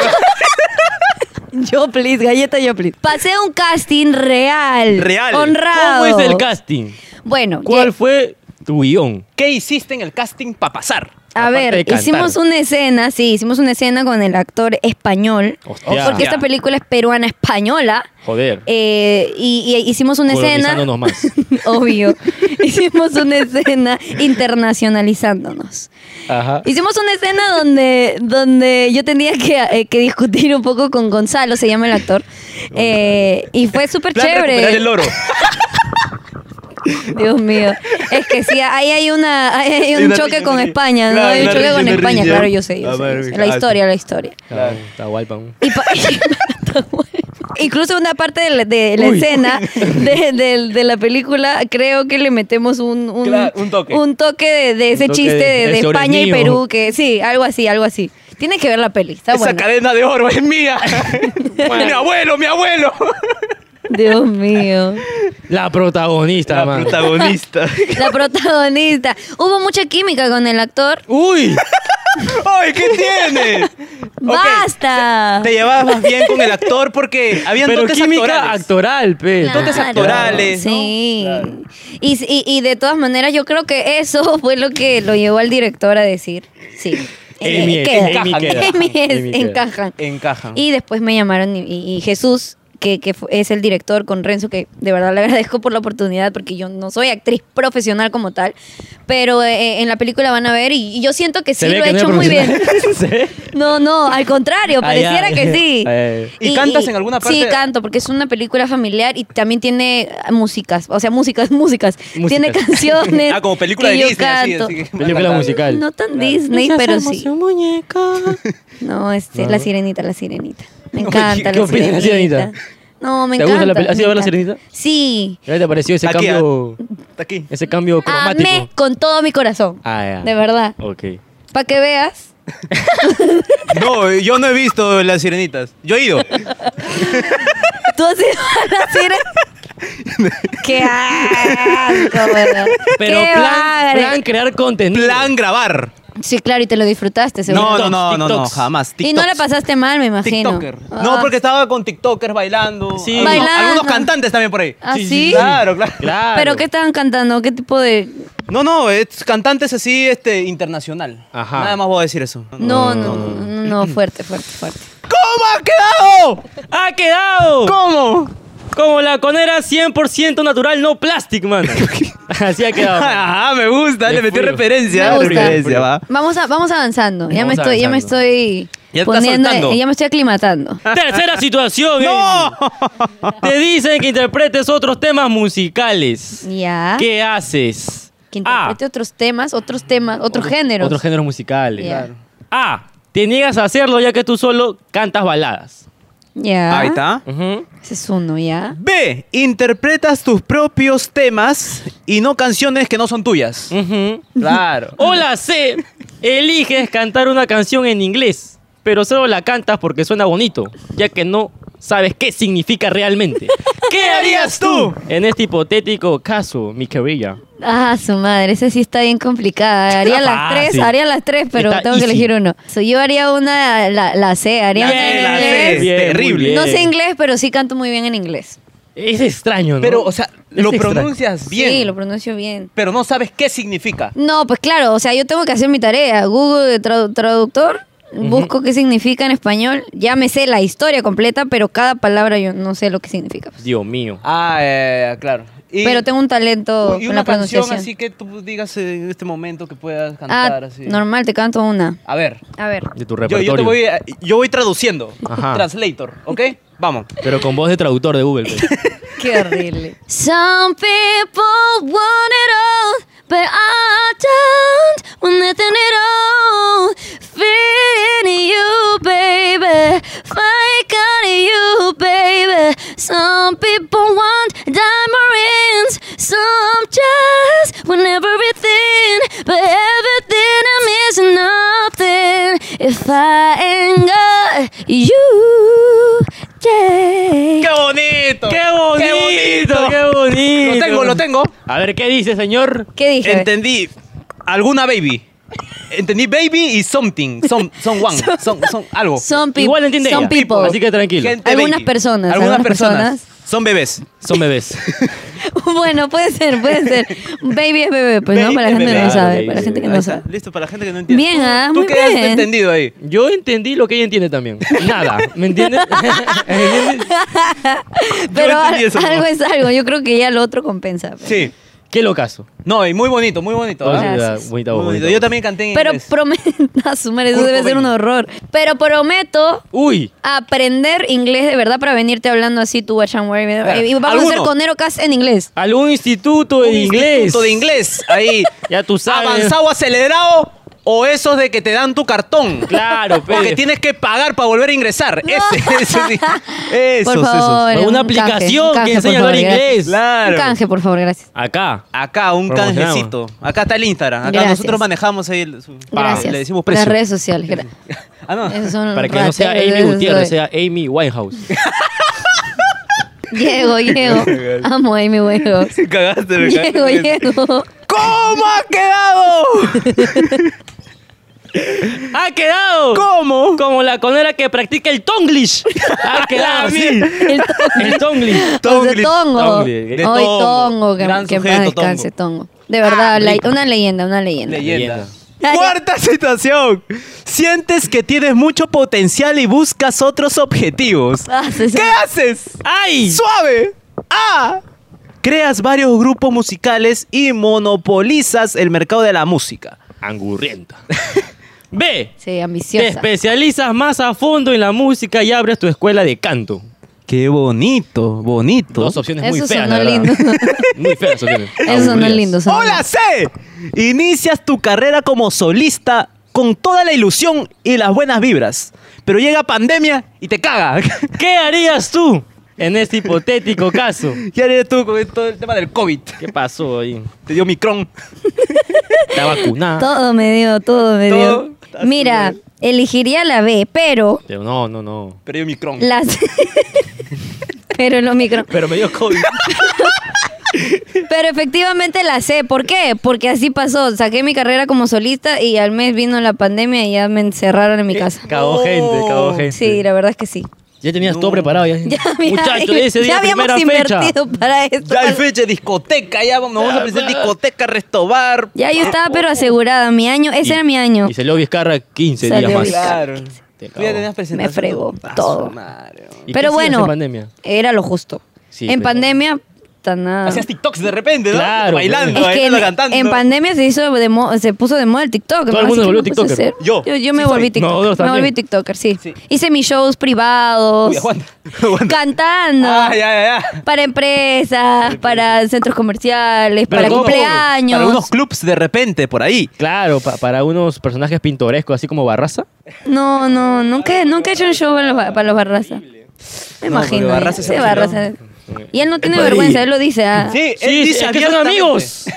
Speaker 3: Yo, please. Galleta, yo, please. Pasé un casting real.
Speaker 1: Real.
Speaker 3: Honrado.
Speaker 2: ¿Cómo es el casting?
Speaker 3: Bueno,
Speaker 2: ¿Cuál
Speaker 3: ye-
Speaker 2: fue tu guión?
Speaker 1: ¿Qué hiciste en el casting para pasar?
Speaker 3: a
Speaker 2: Aparte de
Speaker 3: ver,
Speaker 2: cantar.
Speaker 3: hicimos una escena, sí, hicimos una escena con el actor español.
Speaker 2: Hostia.
Speaker 3: Porque esta película es peruana-española.
Speaker 2: Joder.
Speaker 3: Eh, y, y hicimos una escena.
Speaker 2: Colonizándonos más.
Speaker 3: [LAUGHS] Obvio. Hicimos una escena internacionalizándonos.
Speaker 2: Ajá.
Speaker 3: Hicimos una escena donde, donde yo tenía que, eh, que discutir un poco con Gonzalo, se llama el actor. Eh, y fue súper
Speaker 1: Plan recuperar el
Speaker 3: chévere.
Speaker 1: oro.
Speaker 3: Dios mío. Es que sí, ahí hay, una, ahí hay
Speaker 1: Hay
Speaker 3: un
Speaker 1: una
Speaker 3: choque
Speaker 1: riña,
Speaker 3: con
Speaker 1: una riña.
Speaker 3: España, ¿no?
Speaker 1: Claro,
Speaker 3: Hay un
Speaker 1: una
Speaker 3: choque
Speaker 1: riña,
Speaker 3: con
Speaker 1: una
Speaker 3: España,
Speaker 1: riña.
Speaker 3: claro, yo sé. yo
Speaker 1: A
Speaker 3: sé,
Speaker 1: ver,
Speaker 3: yo sé.
Speaker 1: ah,
Speaker 3: La
Speaker 1: sí.
Speaker 3: historia, la historia.
Speaker 2: Claro, Está guaypa. ¿no?
Speaker 3: Y pa- [LAUGHS] Incluso una parte de la, de la
Speaker 2: Uy. [LAUGHS]
Speaker 3: escena de, de- de la película, creo que le metemos un, un,
Speaker 1: Claro, un toque.
Speaker 3: un toque de, de ese
Speaker 2: toque
Speaker 3: chiste
Speaker 2: de-
Speaker 3: de, de
Speaker 2: ese
Speaker 3: España y
Speaker 2: orenío.
Speaker 3: Perú, que sí, algo así, algo así. Tienes que ver la peli, está
Speaker 4: Esa
Speaker 3: buena.
Speaker 4: cadena de oro
Speaker 2: [LAUGHS]
Speaker 4: es mía. mi abuelo, mi abuelo.
Speaker 3: Dios mío.
Speaker 2: La protagonista,
Speaker 1: [LAUGHS]
Speaker 4: La
Speaker 2: man.
Speaker 4: protagonista.
Speaker 3: La protagonista. Hubo mucha química con el actor.
Speaker 2: Uy,
Speaker 4: ¡Ay, qué tiene! Ok,
Speaker 3: ¡Basta!
Speaker 1: Ah. Te llevabas más bien con el actor porque habían
Speaker 2: pero
Speaker 1: dotes
Speaker 2: química
Speaker 1: actorales.
Speaker 2: actoral, pe.
Speaker 3: Claro,
Speaker 1: dotes actorales, ¿no?
Speaker 3: Sí. Y, s- y- y de todas maneras, yo creo que eso [LAUGHS] fue lo que lo llevó al director a decir. Sí. eh,
Speaker 2: Amy- Amy queda.
Speaker 3: Amy es-
Speaker 2: Amy queda.
Speaker 3: [LAUGHS] encajan.
Speaker 1: Encajan.
Speaker 3: Y después me llamaron y, y- y Jesús, que, que fu- es el director con Renzo, que de verdad le [LAUGHS] agradezco por la oportunidad porque yo no soy actriz profesional como tal, pero eh, en la película van a ver y, y yo siento que sí lo he
Speaker 2: no
Speaker 3: hecho
Speaker 2: era
Speaker 3: muy bien.
Speaker 2: profesional. [LAUGHS] ¿Se ve?
Speaker 3: No, no, al contrario,
Speaker 2: Ah,
Speaker 3: pareciera
Speaker 2: ya.
Speaker 3: que
Speaker 1: [LAUGHS]
Speaker 3: sí.
Speaker 2: Eh.
Speaker 1: ¿Y cantas en alguna
Speaker 3: Sí,
Speaker 1: parte?
Speaker 3: canto, porque es una película familiar y también tiene ah, músicas, o sea, músicas, músicas.
Speaker 2: Músicas.
Speaker 3: Tiene canciones.
Speaker 1: [LAUGHS] Ah, como película
Speaker 3: que
Speaker 1: de
Speaker 3: Eh, yo
Speaker 1: Disney. así,
Speaker 3: canto.
Speaker 1: así que-
Speaker 2: Película musical.
Speaker 3: No tan Disney, pero sí.
Speaker 2: [LAUGHS]
Speaker 3: No, este,
Speaker 1: Ah.
Speaker 2: No.
Speaker 3: la sirenita, la sirenita.
Speaker 1: [LAUGHS]
Speaker 3: Me
Speaker 2: Oye,
Speaker 3: encanta
Speaker 2: ¿qué
Speaker 3: la,
Speaker 2: opinas de la
Speaker 3: sirenita.
Speaker 2: Sirenita?
Speaker 3: No, me
Speaker 2: ¿Te
Speaker 3: encanta.
Speaker 2: gusta la peli- ¿Has ido a ver La
Speaker 3: me
Speaker 2: Sirenita?
Speaker 3: encanta. Sí.
Speaker 2: ¿Qué te pareció ese
Speaker 1: Aquí,
Speaker 2: cambio,
Speaker 1: Está aquí.
Speaker 2: ese cambio cromático?
Speaker 3: Amé con todo mi corazón.
Speaker 2: Ah, ya.
Speaker 3: De verdad.
Speaker 2: Ok.
Speaker 3: Para que veas.
Speaker 1: No, yo no he visto las sirenitas. Yo he
Speaker 3: [LAUGHS]
Speaker 1: ido.
Speaker 3: Tú [LAUGHS] has ido a la sirenita. ¡Qué asco, weón.
Speaker 2: Pero
Speaker 3: ¡Qué
Speaker 2: plan,
Speaker 3: bagre!
Speaker 2: plan crear contenido.
Speaker 1: Plan grabar.
Speaker 3: Sí, claro, y te lo disfrutaste, seguro.
Speaker 1: No, no, no, no, no,
Speaker 2: TikToks.
Speaker 1: jamás.
Speaker 3: y no la
Speaker 1: TikToks.
Speaker 3: pasaste mal, me imagino.
Speaker 1: TikToker. No,
Speaker 3: Ah.
Speaker 1: porque estaba con TikTokers bailando.
Speaker 2: Sí.
Speaker 1: Algunos-
Speaker 3: Bailando.
Speaker 1: Algunos cantantes también por ahí.
Speaker 3: ¿Ah,
Speaker 2: Sí, sí,
Speaker 3: sí?
Speaker 2: sí.
Speaker 1: Claro, claro.
Speaker 2: Claro.
Speaker 3: ¿Pero qué estaban cantando? ¿Qué tipo de...?
Speaker 1: No, no, es cantantes así, este, internacional.
Speaker 2: Ajá.
Speaker 1: Nada más voy a decir eso.
Speaker 3: No, no, no, no, no, fuerte, fuerte,
Speaker 1: [LAUGHS]
Speaker 3: fuerte.
Speaker 1: ¿Cómo ha quedado?
Speaker 2: ¡Ha quedado!
Speaker 1: ¿Cómo?
Speaker 2: Como la conera 100% natural, no plastic, man. [LAUGHS] Así ha quedado.
Speaker 1: Ajá, Ah, me gusta,
Speaker 2: Me
Speaker 1: le metí
Speaker 2: fui.
Speaker 1: referencia.
Speaker 3: Me gusta.
Speaker 1: referencia, va.
Speaker 3: Vamos, a, vamos avanzando. Ya me,
Speaker 2: Vamos
Speaker 3: estoy, ya me
Speaker 2: avanzando.
Speaker 3: estoy
Speaker 1: Ya estás
Speaker 3: poniendo,
Speaker 1: soltando.
Speaker 3: ya me estoy
Speaker 1: [LAUGHS]
Speaker 2: [LAUGHS]
Speaker 3: aclimatando.
Speaker 2: Tercera situación.
Speaker 1: ¡No!
Speaker 2: Amy. Te dicen que interpretes otros temas musicales.
Speaker 3: Ya.
Speaker 2: ¿Qué haces?
Speaker 3: ¿Ah?
Speaker 2: Ah.
Speaker 3: Que
Speaker 2: A.
Speaker 3: interprete otros temas, otros temas, otros géneros.
Speaker 2: Otros géneros musicales.
Speaker 3: Ya.
Speaker 2: Claro. A. Te niegas a hacerlo ya que tú solo cantas baladas.
Speaker 3: Ya.
Speaker 1: Ahí está.
Speaker 2: Ujú.
Speaker 3: Ese es uno, ya.
Speaker 1: B. Interpretas tus propios temas y no canciones que no son
Speaker 2: [LAUGHS]
Speaker 1: tuyas.
Speaker 2: Ujú.
Speaker 1: Claro.
Speaker 2: O la C. Eliges cantar una canción en inglés, pero solo la cantas porque suena bonito, ya que no sabes qué significa
Speaker 1: [LAUGHS]
Speaker 2: realmente. ¿Qué harías tú en este hipotético caso, mi querida?
Speaker 3: Ah, su madre, esa sí está bien complicada.
Speaker 1: [LAUGHS]
Speaker 3: Haría
Speaker 2: Está
Speaker 1: Ah,
Speaker 3: las tres,
Speaker 2: fácil.
Speaker 3: haría las tres, pero
Speaker 2: Está
Speaker 3: tengo que
Speaker 2: easy.
Speaker 3: elegir uno. So, yo haría una, la, la C, haría
Speaker 1: La
Speaker 3: una
Speaker 1: C,
Speaker 3: en
Speaker 1: la
Speaker 3: inglés.
Speaker 1: C. terrible.
Speaker 2: muy bien.
Speaker 3: No sé inglés, pero sí canto muy bien en inglés.
Speaker 2: Es extraño, ¿no?
Speaker 1: Pero, o sea,
Speaker 2: Es
Speaker 1: lo
Speaker 2: extraño.
Speaker 1: pronuncias bien.
Speaker 3: Sí, lo pronuncio bien.
Speaker 1: Pero no sabes qué significa.
Speaker 3: No, pues claro, o sea, yo tengo que hacer mi tarea. Google tradu- traductor, busco qué significa en español. Ya me sé la historia completa, pero cada palabra yo no sé lo que significa. pues.
Speaker 2: Dios mío.
Speaker 1: Ah, eh, claro. Y-
Speaker 3: Pero tengo un talento
Speaker 1: Y
Speaker 3: con
Speaker 1: una
Speaker 3: la
Speaker 1: canción
Speaker 3: pronunciación.
Speaker 1: así que tú digas eh, en este momento que puedas
Speaker 3: ah,
Speaker 1: cantar así.
Speaker 3: normal, te canto una.
Speaker 1: A ver.
Speaker 3: A ver.
Speaker 2: De tu
Speaker 1: Yo,
Speaker 2: repertorio.
Speaker 1: yo te voy, a- yo voy traduciendo.
Speaker 2: Ajá.
Speaker 1: Translator, ¿ok?
Speaker 3: [LAUGHS]
Speaker 1: Vamos.
Speaker 2: Pero con voz de traductor de Google. pues.
Speaker 3: Qué horrible. Some people want it all, but I don't want nothing at all. Feeling you, baby. Fake out of you, baby. Some people want diamond rings. Some just want everything, but everything I miss is nothing if I ain't got you.
Speaker 1: [LAUGHS]
Speaker 3: Yeah.
Speaker 1: ¡Qué bonito!
Speaker 2: ¡Qué bonito! ¡Qué bonito!
Speaker 1: Lo tengo, lo tengo.
Speaker 2: A ver, ¿qué dice, señor?
Speaker 3: ¿Qué dije?
Speaker 1: Entendí. Alguna baby. Entendí baby y something. Some,
Speaker 3: [LAUGHS]
Speaker 1: someone. Some, some- algo.
Speaker 3: Some people.
Speaker 2: Igual entiende
Speaker 3: Some
Speaker 2: ella.
Speaker 3: people.
Speaker 2: Así que tranquilo.
Speaker 1: Gente
Speaker 3: Algunas personas,
Speaker 1: Algunas
Speaker 3: algunas
Speaker 1: personas. Son bebés.
Speaker 2: Son bebés.
Speaker 3: [LAUGHS] bueno, puede ser,
Speaker 1: [LAUGHS]
Speaker 3: puede ser. Baby es bebé, pues no,
Speaker 1: Baby
Speaker 3: para la
Speaker 1: es
Speaker 3: gente que
Speaker 1: bebé. Claro,
Speaker 3: no sabe.
Speaker 2: baby
Speaker 3: Para la
Speaker 2: es
Speaker 3: gente que
Speaker 1: Ahí
Speaker 3: no
Speaker 1: está.
Speaker 3: sabe.
Speaker 1: Listo, para la gente que no entiende.
Speaker 3: Bien, ah,
Speaker 1: ¿Tú,
Speaker 3: muy
Speaker 1: qué has
Speaker 3: bien.
Speaker 1: entendido ahí?
Speaker 2: [LAUGHS] Yo entendí lo que ella entiende también. [LAUGHS] Nada, ¿me [LAUGHS] entiendes? ¿Entiendes?
Speaker 3: Pero al-
Speaker 1: entendí eso,
Speaker 3: algo
Speaker 1: mamá.
Speaker 3: es algo. Yo creo que ya lo otro compensa. pues.
Speaker 1: Sí.
Speaker 2: Qué locazo.
Speaker 1: No, y muy bonito, muy bonito. ¿ah?
Speaker 2: Entonces,
Speaker 3: Gracias.
Speaker 2: ah, bonita voz,
Speaker 1: Muy bonito.
Speaker 2: bonita
Speaker 1: Yo
Speaker 2: voz.
Speaker 1: también canté en
Speaker 3: Pero
Speaker 1: inglés.
Speaker 3: prometo. [LAUGHS] a su madre, eso
Speaker 1: Kurt
Speaker 3: debe ser un
Speaker 1: Cobain.
Speaker 3: horror. Pero prometo.
Speaker 2: Uy,
Speaker 3: Aprender inglés de verdad para venirte hablando así tu watch and worry.
Speaker 1: Claro.
Speaker 3: Y vamos a hacer
Speaker 1: Alguno.
Speaker 3: con Erocas en inglés.
Speaker 2: algún instituto de
Speaker 1: Un
Speaker 2: inglés.
Speaker 3: pues,
Speaker 1: instituto de inglés. Ahí.
Speaker 2: Ya tú sabes.
Speaker 1: Avanzado, acelerado o esos de que te dan tu cartón.
Speaker 2: Claro,
Speaker 1: O que
Speaker 2: pe.
Speaker 1: tienes que pagar para volver a ingresar. Ese, ese
Speaker 3: [LAUGHS]
Speaker 1: sí. Esos,
Speaker 3: por
Speaker 1: esos.
Speaker 3: favor.
Speaker 2: O Una
Speaker 3: un canje,
Speaker 2: aplicación
Speaker 3: un canje,
Speaker 2: que enseña a
Speaker 3: por
Speaker 2: hablar
Speaker 3: favor,
Speaker 2: inglés.
Speaker 3: gracias.
Speaker 1: Claro.
Speaker 3: Un canje, por favor, gracias.
Speaker 2: Acá.
Speaker 1: Acá, un
Speaker 2: Promocionamos.
Speaker 1: canjecito. Acá está el Instagram. Acá
Speaker 3: Gracias.
Speaker 1: nosotros manejamos ahí. el- su-
Speaker 2: Pa.
Speaker 3: Gracias.
Speaker 1: Le decimos precio.
Speaker 3: Las redes sociales. gra-
Speaker 1: Ah, no.
Speaker 3: Esos son
Speaker 2: Para que no sea
Speaker 3: rateros,
Speaker 2: Amy
Speaker 3: esos
Speaker 2: Gutiérrez,
Speaker 3: soy.
Speaker 2: sea Amy Winehouse.
Speaker 3: Llego, llego. Amo a Amy Winehouse.
Speaker 1: Se cagaste, me
Speaker 3: Llego,
Speaker 1: cagaste.
Speaker 3: llego.
Speaker 4: ¿Cómo ha quedado?
Speaker 2: ¡Ha quedado!
Speaker 1: ¿Cómo?
Speaker 2: Como la conera que practica el tonglish. [LAUGHS] ¡Ha quedado así!
Speaker 3: El
Speaker 2: El tonglish.
Speaker 3: tongo.
Speaker 1: Tongli.
Speaker 3: De tongo.
Speaker 2: Tongli.
Speaker 3: Hoy
Speaker 1: De tongo.
Speaker 3: tongo. Que,
Speaker 1: Gran
Speaker 3: que en paz
Speaker 1: sujeto, tongo.
Speaker 3: descanse, tongo. De verdad, la- una leyenda, una leyenda.
Speaker 1: Leyenda.
Speaker 3: Ay.
Speaker 1: Cuarta situación. Sientes que tienes mucho potencial y buscas otros objetivos.
Speaker 3: [LAUGHS] Ah, se-
Speaker 1: ¿Qué haces?
Speaker 2: ¡Ay!
Speaker 1: ¡Suave! ¡Ah! Creas varios grupos musicales y monopolizas el mercado de la música.
Speaker 2: Angurrienta. [LAUGHS] B.
Speaker 3: Sí,
Speaker 2: Te
Speaker 3: ambiciosa.
Speaker 2: especializas más a fondo en la música y abres tu escuela de canto.
Speaker 1: Qué bonito, bonito.
Speaker 2: Dos opciones muy
Speaker 3: Eso
Speaker 2: feas, la
Speaker 3: sonó
Speaker 2: verdad.
Speaker 3: lindo.
Speaker 2: [LAUGHS] Muy feas opciones.
Speaker 3: Esos son
Speaker 2: Aburridas.
Speaker 3: lindos. son
Speaker 1: ¡Hola C! Inicias tu carrera como solista con toda la ilusión y las buenas vibras. Pero llega pandemia y te caga. [LAUGHS]
Speaker 2: ¿Qué harías tú en este hipotético caso?
Speaker 1: ¿Qué harías tú con todo el tema del COVID?
Speaker 2: ¿Qué pasó ahí?
Speaker 1: Te dio micrón.
Speaker 2: Está vacunada.
Speaker 3: Todo me dio, todo me
Speaker 1: Todo.
Speaker 3: dio. Mira, elegiría la B, pero
Speaker 2: Pero no, no, no.
Speaker 1: Pero dio micrón.
Speaker 3: las. [LAUGHS] pero lo micro.
Speaker 2: Pero me dio COVID.
Speaker 3: Pero efectivamente la sé. ¿Por qué? Porque así pasó. Saqué mi carrera como solista y al mes vino la pandemia y ya me encerraron en [LAUGHS] mi casa.
Speaker 2: Cagó
Speaker 1: No.
Speaker 2: gente, cagó gente.
Speaker 3: Sí, la verdad es que sí. [LAUGHS]
Speaker 2: Ya tenías
Speaker 1: No.
Speaker 2: todo preparado. Ya,
Speaker 3: Ya, mira, [LAUGHS]
Speaker 2: Muchachos, ese día,
Speaker 3: ya habíamos
Speaker 2: primera fecha.
Speaker 3: invertido para esto.
Speaker 1: Ya hay fecha de discoteca, ya vamos, nos vamos a pensar en discoteca, restobar.
Speaker 3: Ya yo estaba pero asegurada. Mi año, ese
Speaker 2: Y-
Speaker 3: era mi año.
Speaker 2: Y salió Vizcarra 15
Speaker 3: Salió
Speaker 2: días más.
Speaker 3: Vizcarra.
Speaker 1: Claro.
Speaker 2: Te
Speaker 1: Tú ya
Speaker 2: acabo.
Speaker 1: tenías presentación.
Speaker 3: Me fregó
Speaker 1: Ah, su
Speaker 3: todo.
Speaker 1: madre.
Speaker 2: ¿Y qué
Speaker 3: Pero
Speaker 2: hacías
Speaker 3: bueno,
Speaker 2: en pandemia?
Speaker 3: era lo justo.
Speaker 2: Sí, pues,
Speaker 3: en
Speaker 2: pero-
Speaker 3: pandemia, tan nada.
Speaker 1: Hacías TikToks de repente, ¿no?
Speaker 2: Claro,
Speaker 1: Bailando,
Speaker 2: pues.
Speaker 3: Es que
Speaker 1: bailando,
Speaker 3: en,
Speaker 1: cantando.
Speaker 3: en pandemia se hizo de mo- se puso de moda el TikTok.
Speaker 2: Todo el
Speaker 3: ¿no?
Speaker 2: mundo
Speaker 3: Así
Speaker 2: se volvió
Speaker 3: que lo puse a
Speaker 2: TikToker.
Speaker 3: hacer.
Speaker 1: Yo.
Speaker 3: yo, yo
Speaker 1: Sí
Speaker 3: me
Speaker 1: soy.
Speaker 3: volví
Speaker 2: Nosotros
Speaker 3: TikToker. me
Speaker 2: también.
Speaker 3: volví TikToker, sí.
Speaker 1: Sí.
Speaker 3: Hice mis shows privados,
Speaker 2: [LAUGHS]
Speaker 1: Uy, aguanta, aguanta.
Speaker 3: cantando.
Speaker 1: Ah, ya, ya, ya.
Speaker 3: Para empresas, para centros comerciales,
Speaker 2: Pero
Speaker 3: para
Speaker 2: ¿cómo?
Speaker 3: cumpleaños.
Speaker 1: Para unos clubs de repente, por ahí.
Speaker 2: Claro, pa- para unos personajes pintorescos, así como Barraza.
Speaker 3: No, no, nunca, nunca he hecho un show para los, ba- para los Barraza. Me
Speaker 1: No,
Speaker 3: imagino.
Speaker 1: porque
Speaker 3: ya.
Speaker 1: Barraza se
Speaker 3: Sí,
Speaker 1: lo
Speaker 3: Barraza. Y él no tiene
Speaker 2: Ey.
Speaker 3: vergüenza, él lo dice. ah.
Speaker 1: Sí, él
Speaker 2: Sí,
Speaker 1: dice
Speaker 2: sí, es que son
Speaker 1: abiertamente-
Speaker 2: amigos.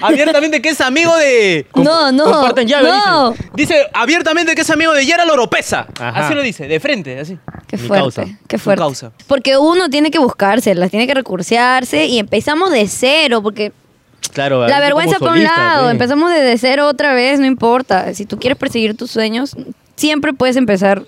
Speaker 1: Abiertamente que es amigo de.
Speaker 3: no, no.
Speaker 2: comparten llave,
Speaker 3: no.
Speaker 1: Dice abiertamente que es amigo de Yara Loropesa.
Speaker 2: Ajá.
Speaker 1: Así lo dice, de frente, así.
Speaker 3: Qué
Speaker 2: Mi
Speaker 3: fuerte,
Speaker 2: causa.
Speaker 3: qué
Speaker 1: Tu
Speaker 3: fuerte.
Speaker 1: causa.
Speaker 3: Porque uno tiene que buscárselas, tiene que recursearse y empezamos de cero, porque
Speaker 2: [LAUGHS] Claro,
Speaker 3: la
Speaker 2: ahorita
Speaker 3: vergüenza
Speaker 2: como
Speaker 3: por un
Speaker 2: solista,
Speaker 3: lado,
Speaker 2: pe.
Speaker 3: empezamos desde cero otra vez, no importa. Si tú quieres perseguir tus sueños, siempre puedes empezar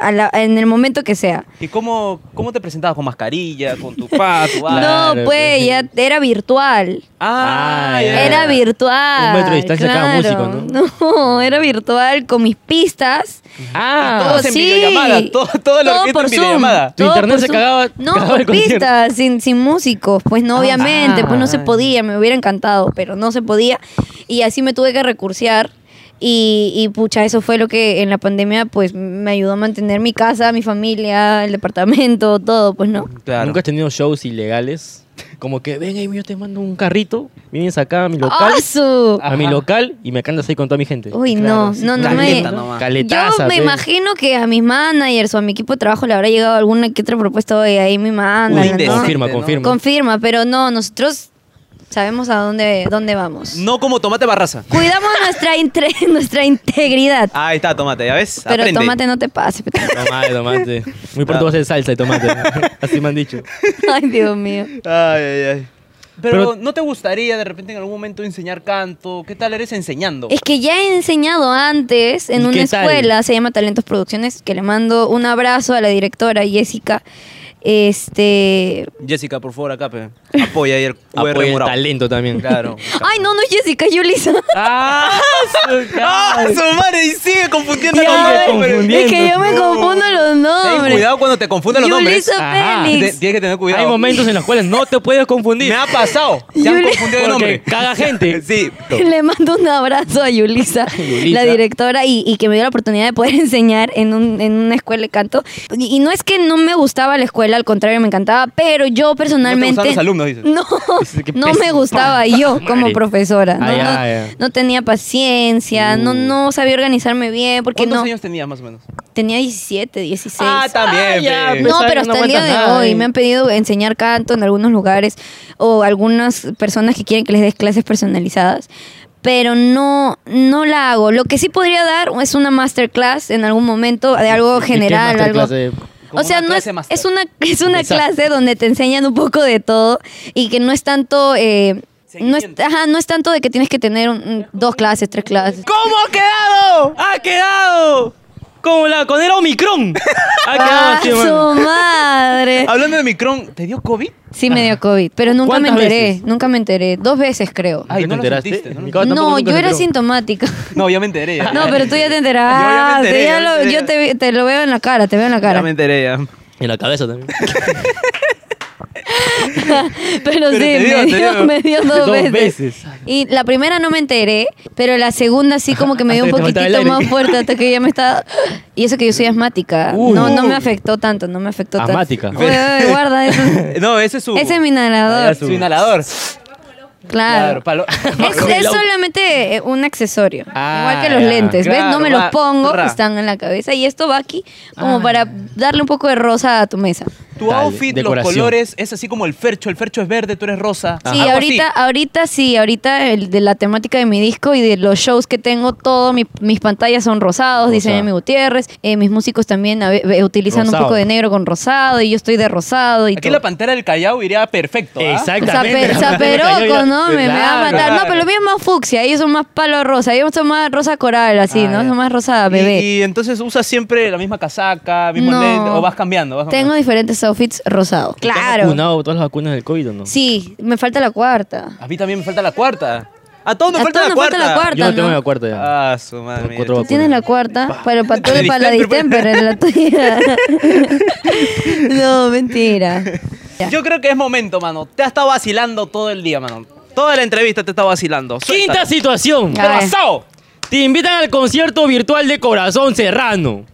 Speaker 3: a la- en el momento que sea.
Speaker 1: ¿Y cómo, cómo te presentabas? ¿Con mascarilla? ¿Con
Speaker 2: [LAUGHS]
Speaker 1: tu pa,
Speaker 2: Ah,
Speaker 1: tu ba-
Speaker 2: Claro,
Speaker 3: no, pues
Speaker 2: sí.
Speaker 3: ya era virtual.
Speaker 1: Ah,
Speaker 2: Ah,
Speaker 1: ya.
Speaker 2: ya.
Speaker 3: Era virtual.
Speaker 2: Un metro de distancia cada
Speaker 3: claro.
Speaker 2: músico,
Speaker 3: [LAUGHS] No, era virtual con mis pistas.
Speaker 2: Ah,
Speaker 1: Todos en videollamada, todo- toda la orquesta en videollamada.
Speaker 2: Tu internet
Speaker 3: por
Speaker 2: se
Speaker 3: Zoom.
Speaker 2: cagaba-
Speaker 3: No,
Speaker 2: cagaba el
Speaker 3: con
Speaker 2: concierto.
Speaker 3: pistas, sin, sin músicos. Pues no, obviamente, pues no se
Speaker 1: ah.
Speaker 3: podía, me hubiera encantado, pero no se podía. Y así me tuve que recursear. Y, y, pucha, eso fue lo que en la pandemia pues me ayudó a mantener mi casa, mi familia, el departamento, todo, pues no.
Speaker 1: Claro.
Speaker 2: Nunca has tenido shows ilegales. Como que, ven ahí, yo te mando un carrito. Vienes acá a
Speaker 3: Oh,
Speaker 2: mi local.
Speaker 3: ¡Asu!
Speaker 2: A mi local y me cantas ahí con toda mi gente.
Speaker 3: Uy, no,
Speaker 1: sí,
Speaker 3: no, no me...
Speaker 1: caleta nomás.
Speaker 2: Caletaza,
Speaker 3: Yo me
Speaker 1: eh.
Speaker 2: pe.
Speaker 3: imagino que a mis managers o a mi equipo de trabajo le habrá llegado alguna que otra propuesta de ahí mi
Speaker 1: Uy,
Speaker 3: manda.
Speaker 1: de-
Speaker 3: ¿no?
Speaker 2: Confirma,
Speaker 1: ¿no?
Speaker 2: confirma.
Speaker 3: Confirma, pero no, nosotros sabemos a dónde, dónde vamos.
Speaker 1: No como tomate barraza.
Speaker 3: Cuidamos nuestra, intre- [LAUGHS] nuestra integridad.
Speaker 1: Ahí está, tomate, ¿ya ves? Ah,
Speaker 3: Pero
Speaker 1: Aprende.
Speaker 3: tomate no te pases. pe-
Speaker 2: Tomate, tomate.
Speaker 1: [LAUGHS]
Speaker 2: Muy pronto va a ser salsa y tomate. Así me han dicho.
Speaker 3: [LAUGHS] Ay, Dios mío.
Speaker 1: Ay, ay, ay. Pero,
Speaker 2: Pero-
Speaker 1: ¿no te gustaría de repente en algún momento enseñar canto? ¿Qué tal eres enseñando?
Speaker 3: Es que ya he enseñado antes
Speaker 2: ¿Y
Speaker 3: en una
Speaker 2: qué tal?
Speaker 3: escuela, se llama Talentos Producciones, que le mando un abrazo a la directora Jessica. Este.
Speaker 1: Jessica, por favor, acá, pe. Apoya ahí el QR
Speaker 2: [LAUGHS] Apoya el
Speaker 1: morado.
Speaker 2: talento también. [LAUGHS]
Speaker 1: Claro.
Speaker 3: Ay, no, no es Jessica,
Speaker 1: [LAUGHS]
Speaker 3: es Yulisa.
Speaker 2: ¡Ah! su
Speaker 1: ¡Ah,
Speaker 2: cara!
Speaker 1: su madre! Y sigue confundiendo
Speaker 2: Ya,
Speaker 1: nombres,
Speaker 2: ve,
Speaker 1: hombre.
Speaker 2: confundí-
Speaker 3: Es que yo me
Speaker 1: No.
Speaker 3: confundo los nombres.
Speaker 1: Ten cuidado cuando te confunden los nombres.
Speaker 3: Yulisa
Speaker 2: Ajá.
Speaker 1: Te-
Speaker 3: Félix.
Speaker 1: Tienes que tener cuidado.
Speaker 2: Hay momentos en los cuales no te puedes
Speaker 1: Me
Speaker 2: confundir.
Speaker 1: ha pasado. Se han
Speaker 3: Yuli-
Speaker 1: confundido
Speaker 2: Porque
Speaker 1: de nombre.
Speaker 2: caga gente.
Speaker 1: [LAUGHS] Sí.
Speaker 3: Le mando un abrazo a Yulisa,
Speaker 2: [LAUGHS] Yulisa.
Speaker 3: la directora, y, y que me dio la oportunidad de poder [LAUGHS] enseñar en, un- en una escuela de canto. Y, y no es que no me gustaba la escuela, al contrario, me encantaba, pero yo personalmente...
Speaker 1: gustaban los alumnos, dices.
Speaker 3: [LAUGHS] No,
Speaker 2: Dices, "Qué
Speaker 3: no me
Speaker 2: pésimo".
Speaker 3: gustaba yo
Speaker 2: Madre.
Speaker 3: como profesora. No,
Speaker 2: Ah, ya,
Speaker 3: no-
Speaker 2: ya. Uh.
Speaker 3: no tenía paciencia, no, no sabía organizarme bien, porque
Speaker 1: ¿Cuántos
Speaker 3: no...
Speaker 1: años tenías más o menos?
Speaker 3: Tenía 17, 16.
Speaker 1: Ah, también,
Speaker 2: Ah, ya,
Speaker 1: pe.
Speaker 2: pues.
Speaker 3: No,
Speaker 2: ahí
Speaker 3: pero
Speaker 2: no
Speaker 3: hasta el día de
Speaker 2: aguantas nada,
Speaker 3: hoy
Speaker 2: ¿eh?
Speaker 3: me han pedido enseñar canto en algunos lugares o algunas personas que quieren que les des clases personalizadas. pero no, no la hago. Lo que sí podría dar es una masterclass en algún momento de algo general. algo...
Speaker 1: Como
Speaker 3: o sea,
Speaker 1: una
Speaker 3: no es,
Speaker 1: clase máster.
Speaker 3: es una, es una
Speaker 2: Exacto.
Speaker 3: clase donde te enseñan un poco de todo y que no es tanto... eh, no, es,
Speaker 1: Seguimiento.
Speaker 3: ajá, no es tanto de que tienes que tener un- un- dos clases, tres clases.
Speaker 2: ¿Cómo ha quedado? ¡Ha quedado! Como la conera [LAUGHS] Omicron. Ha quedado
Speaker 3: ¡Ah,
Speaker 2: así, hermano.
Speaker 3: su
Speaker 2: [LAUGHS]
Speaker 3: madre!
Speaker 1: Hablando de Micron, ¿te dio COVID?
Speaker 3: Sí me dio COVID, pero nunca me
Speaker 2: ¿Cuántas
Speaker 3: enteré,
Speaker 2: veces?
Speaker 3: nunca me enteré. Dos veces creo.
Speaker 1: Ay,
Speaker 2: ¿Nunca
Speaker 1: no
Speaker 2: te
Speaker 1: lo
Speaker 2: enteraste?
Speaker 1: sentiste, no lo-
Speaker 2: Mi
Speaker 3: No,
Speaker 2: causa tampoco nunca
Speaker 3: yo
Speaker 2: se
Speaker 3: era
Speaker 2: enteró.
Speaker 3: asintomática. [LAUGHS]
Speaker 1: No, ya me enteré. ya.
Speaker 3: No, pero tú ya te
Speaker 1: Yo ya me
Speaker 3: enteraste.
Speaker 1: enteré,
Speaker 3: ya
Speaker 1: ya me
Speaker 3: lo-
Speaker 1: enteré.
Speaker 3: yo te, vi- te lo veo en la cara, te veo en la
Speaker 1: Ya
Speaker 3: cara.
Speaker 1: me enteré ya.
Speaker 2: En la cabeza también.
Speaker 3: [LAUGHS] Pero sí,
Speaker 1: te digo,
Speaker 3: me,
Speaker 1: te
Speaker 3: dio,
Speaker 1: digo.
Speaker 3: me dio [LAUGHS] dos,
Speaker 2: Dos
Speaker 3: veces.
Speaker 2: veces.
Speaker 3: Y la primera no me enteré, pero la segunda sí como que me dio un
Speaker 2: Hasta que te faltaba
Speaker 3: poquitito
Speaker 2: el aire.
Speaker 3: más fuerte hasta que ya me estaba... Y eso que yo soy asmática.
Speaker 2: Uy.
Speaker 3: no, no me afectó tanto, no me afectó tanto.
Speaker 2: Asmática.
Speaker 3: Oye, oye, guarda eso.
Speaker 1: No, ese es su.
Speaker 3: Ese es mi inhalador.
Speaker 2: Ah, ya su-
Speaker 1: su inhalador.
Speaker 3: Claro.
Speaker 1: palo. [LAUGHS]
Speaker 3: Es, es solamente eh, un accesorio.
Speaker 1: Ah,
Speaker 3: Igual que los
Speaker 1: ya,
Speaker 3: lentes. ¿Ves? No
Speaker 1: claro,
Speaker 3: me los
Speaker 1: va,
Speaker 3: pongo,
Speaker 1: ra. Ah.
Speaker 3: están en la cabeza. Y esto va aquí como para darle un poco de rosa a tu mesa.
Speaker 1: Tu
Speaker 2: Dale,
Speaker 1: outfit,
Speaker 2: decoración.
Speaker 1: los colores, es así como el fercho. El fercho es verde, tú eres rosa.
Speaker 3: Sí,
Speaker 1: Algo
Speaker 3: ahorita,
Speaker 1: así.
Speaker 3: ahorita sí, ahorita el de la temática de mi disco y de los shows que tengo, todo mi- mis pantallas son rosados,
Speaker 2: Rosado.
Speaker 3: diseño de mi Gutiérrez, eh, mis músicos también a ve- ve- utilizan
Speaker 2: Rosado.
Speaker 3: un poco de negro con rosado y yo estoy de rosado y
Speaker 1: Aquí
Speaker 3: todo.
Speaker 1: la pantera del Callao iría perfecto. ¿ah?
Speaker 2: Exactamente. [LAUGHS]
Speaker 3: Zape- zaperoco, ¿no? Me, me va a
Speaker 1: Claro,
Speaker 3: matar. No,
Speaker 1: claro.
Speaker 3: pero lo mío es más fucsia, ellos son más palo rosa, ellos son más rosa coral, así,
Speaker 1: Ah,
Speaker 3: ¿no?
Speaker 1: ya.
Speaker 3: Son más rosa bebé.
Speaker 1: Y, y entonces usas siempre la misma casaca, mismo
Speaker 3: No.
Speaker 1: lente, o vas cambiando. vas
Speaker 3: Tengo
Speaker 1: cambiando.
Speaker 3: diferentes outfits rosados.
Speaker 2: ¿Te has
Speaker 3: Claro.
Speaker 2: vacunado todas las vacunas del COVID o no?
Speaker 3: Sí, me falta la cuarta.
Speaker 1: A mí también me falta la cuarta. A todos nos
Speaker 3: A
Speaker 1: falta,
Speaker 3: todos
Speaker 1: la,
Speaker 3: nos falta
Speaker 1: cuarta.
Speaker 3: la cuarta.
Speaker 2: Yo no tengo
Speaker 3: ¿no?
Speaker 2: la cuarta ya.
Speaker 1: Ah, su madre. mía.
Speaker 2: Cuatro
Speaker 3: Tú tienes la cuarta,
Speaker 1: [LAUGHS]
Speaker 3: pero para, todo, para la distemper en la tuya. [LAUGHS] no, mentira. Ya.
Speaker 1: Yo creo que es momento, mano. Te has estado vacilando todo el día, mano. Toda la entrevista te está vacilando.
Speaker 2: Quinta
Speaker 1: Suéltate.
Speaker 2: situación.
Speaker 3: A ver.
Speaker 1: ¡Pasao!
Speaker 2: Te invitan al concierto virtual de Corazón Serrano.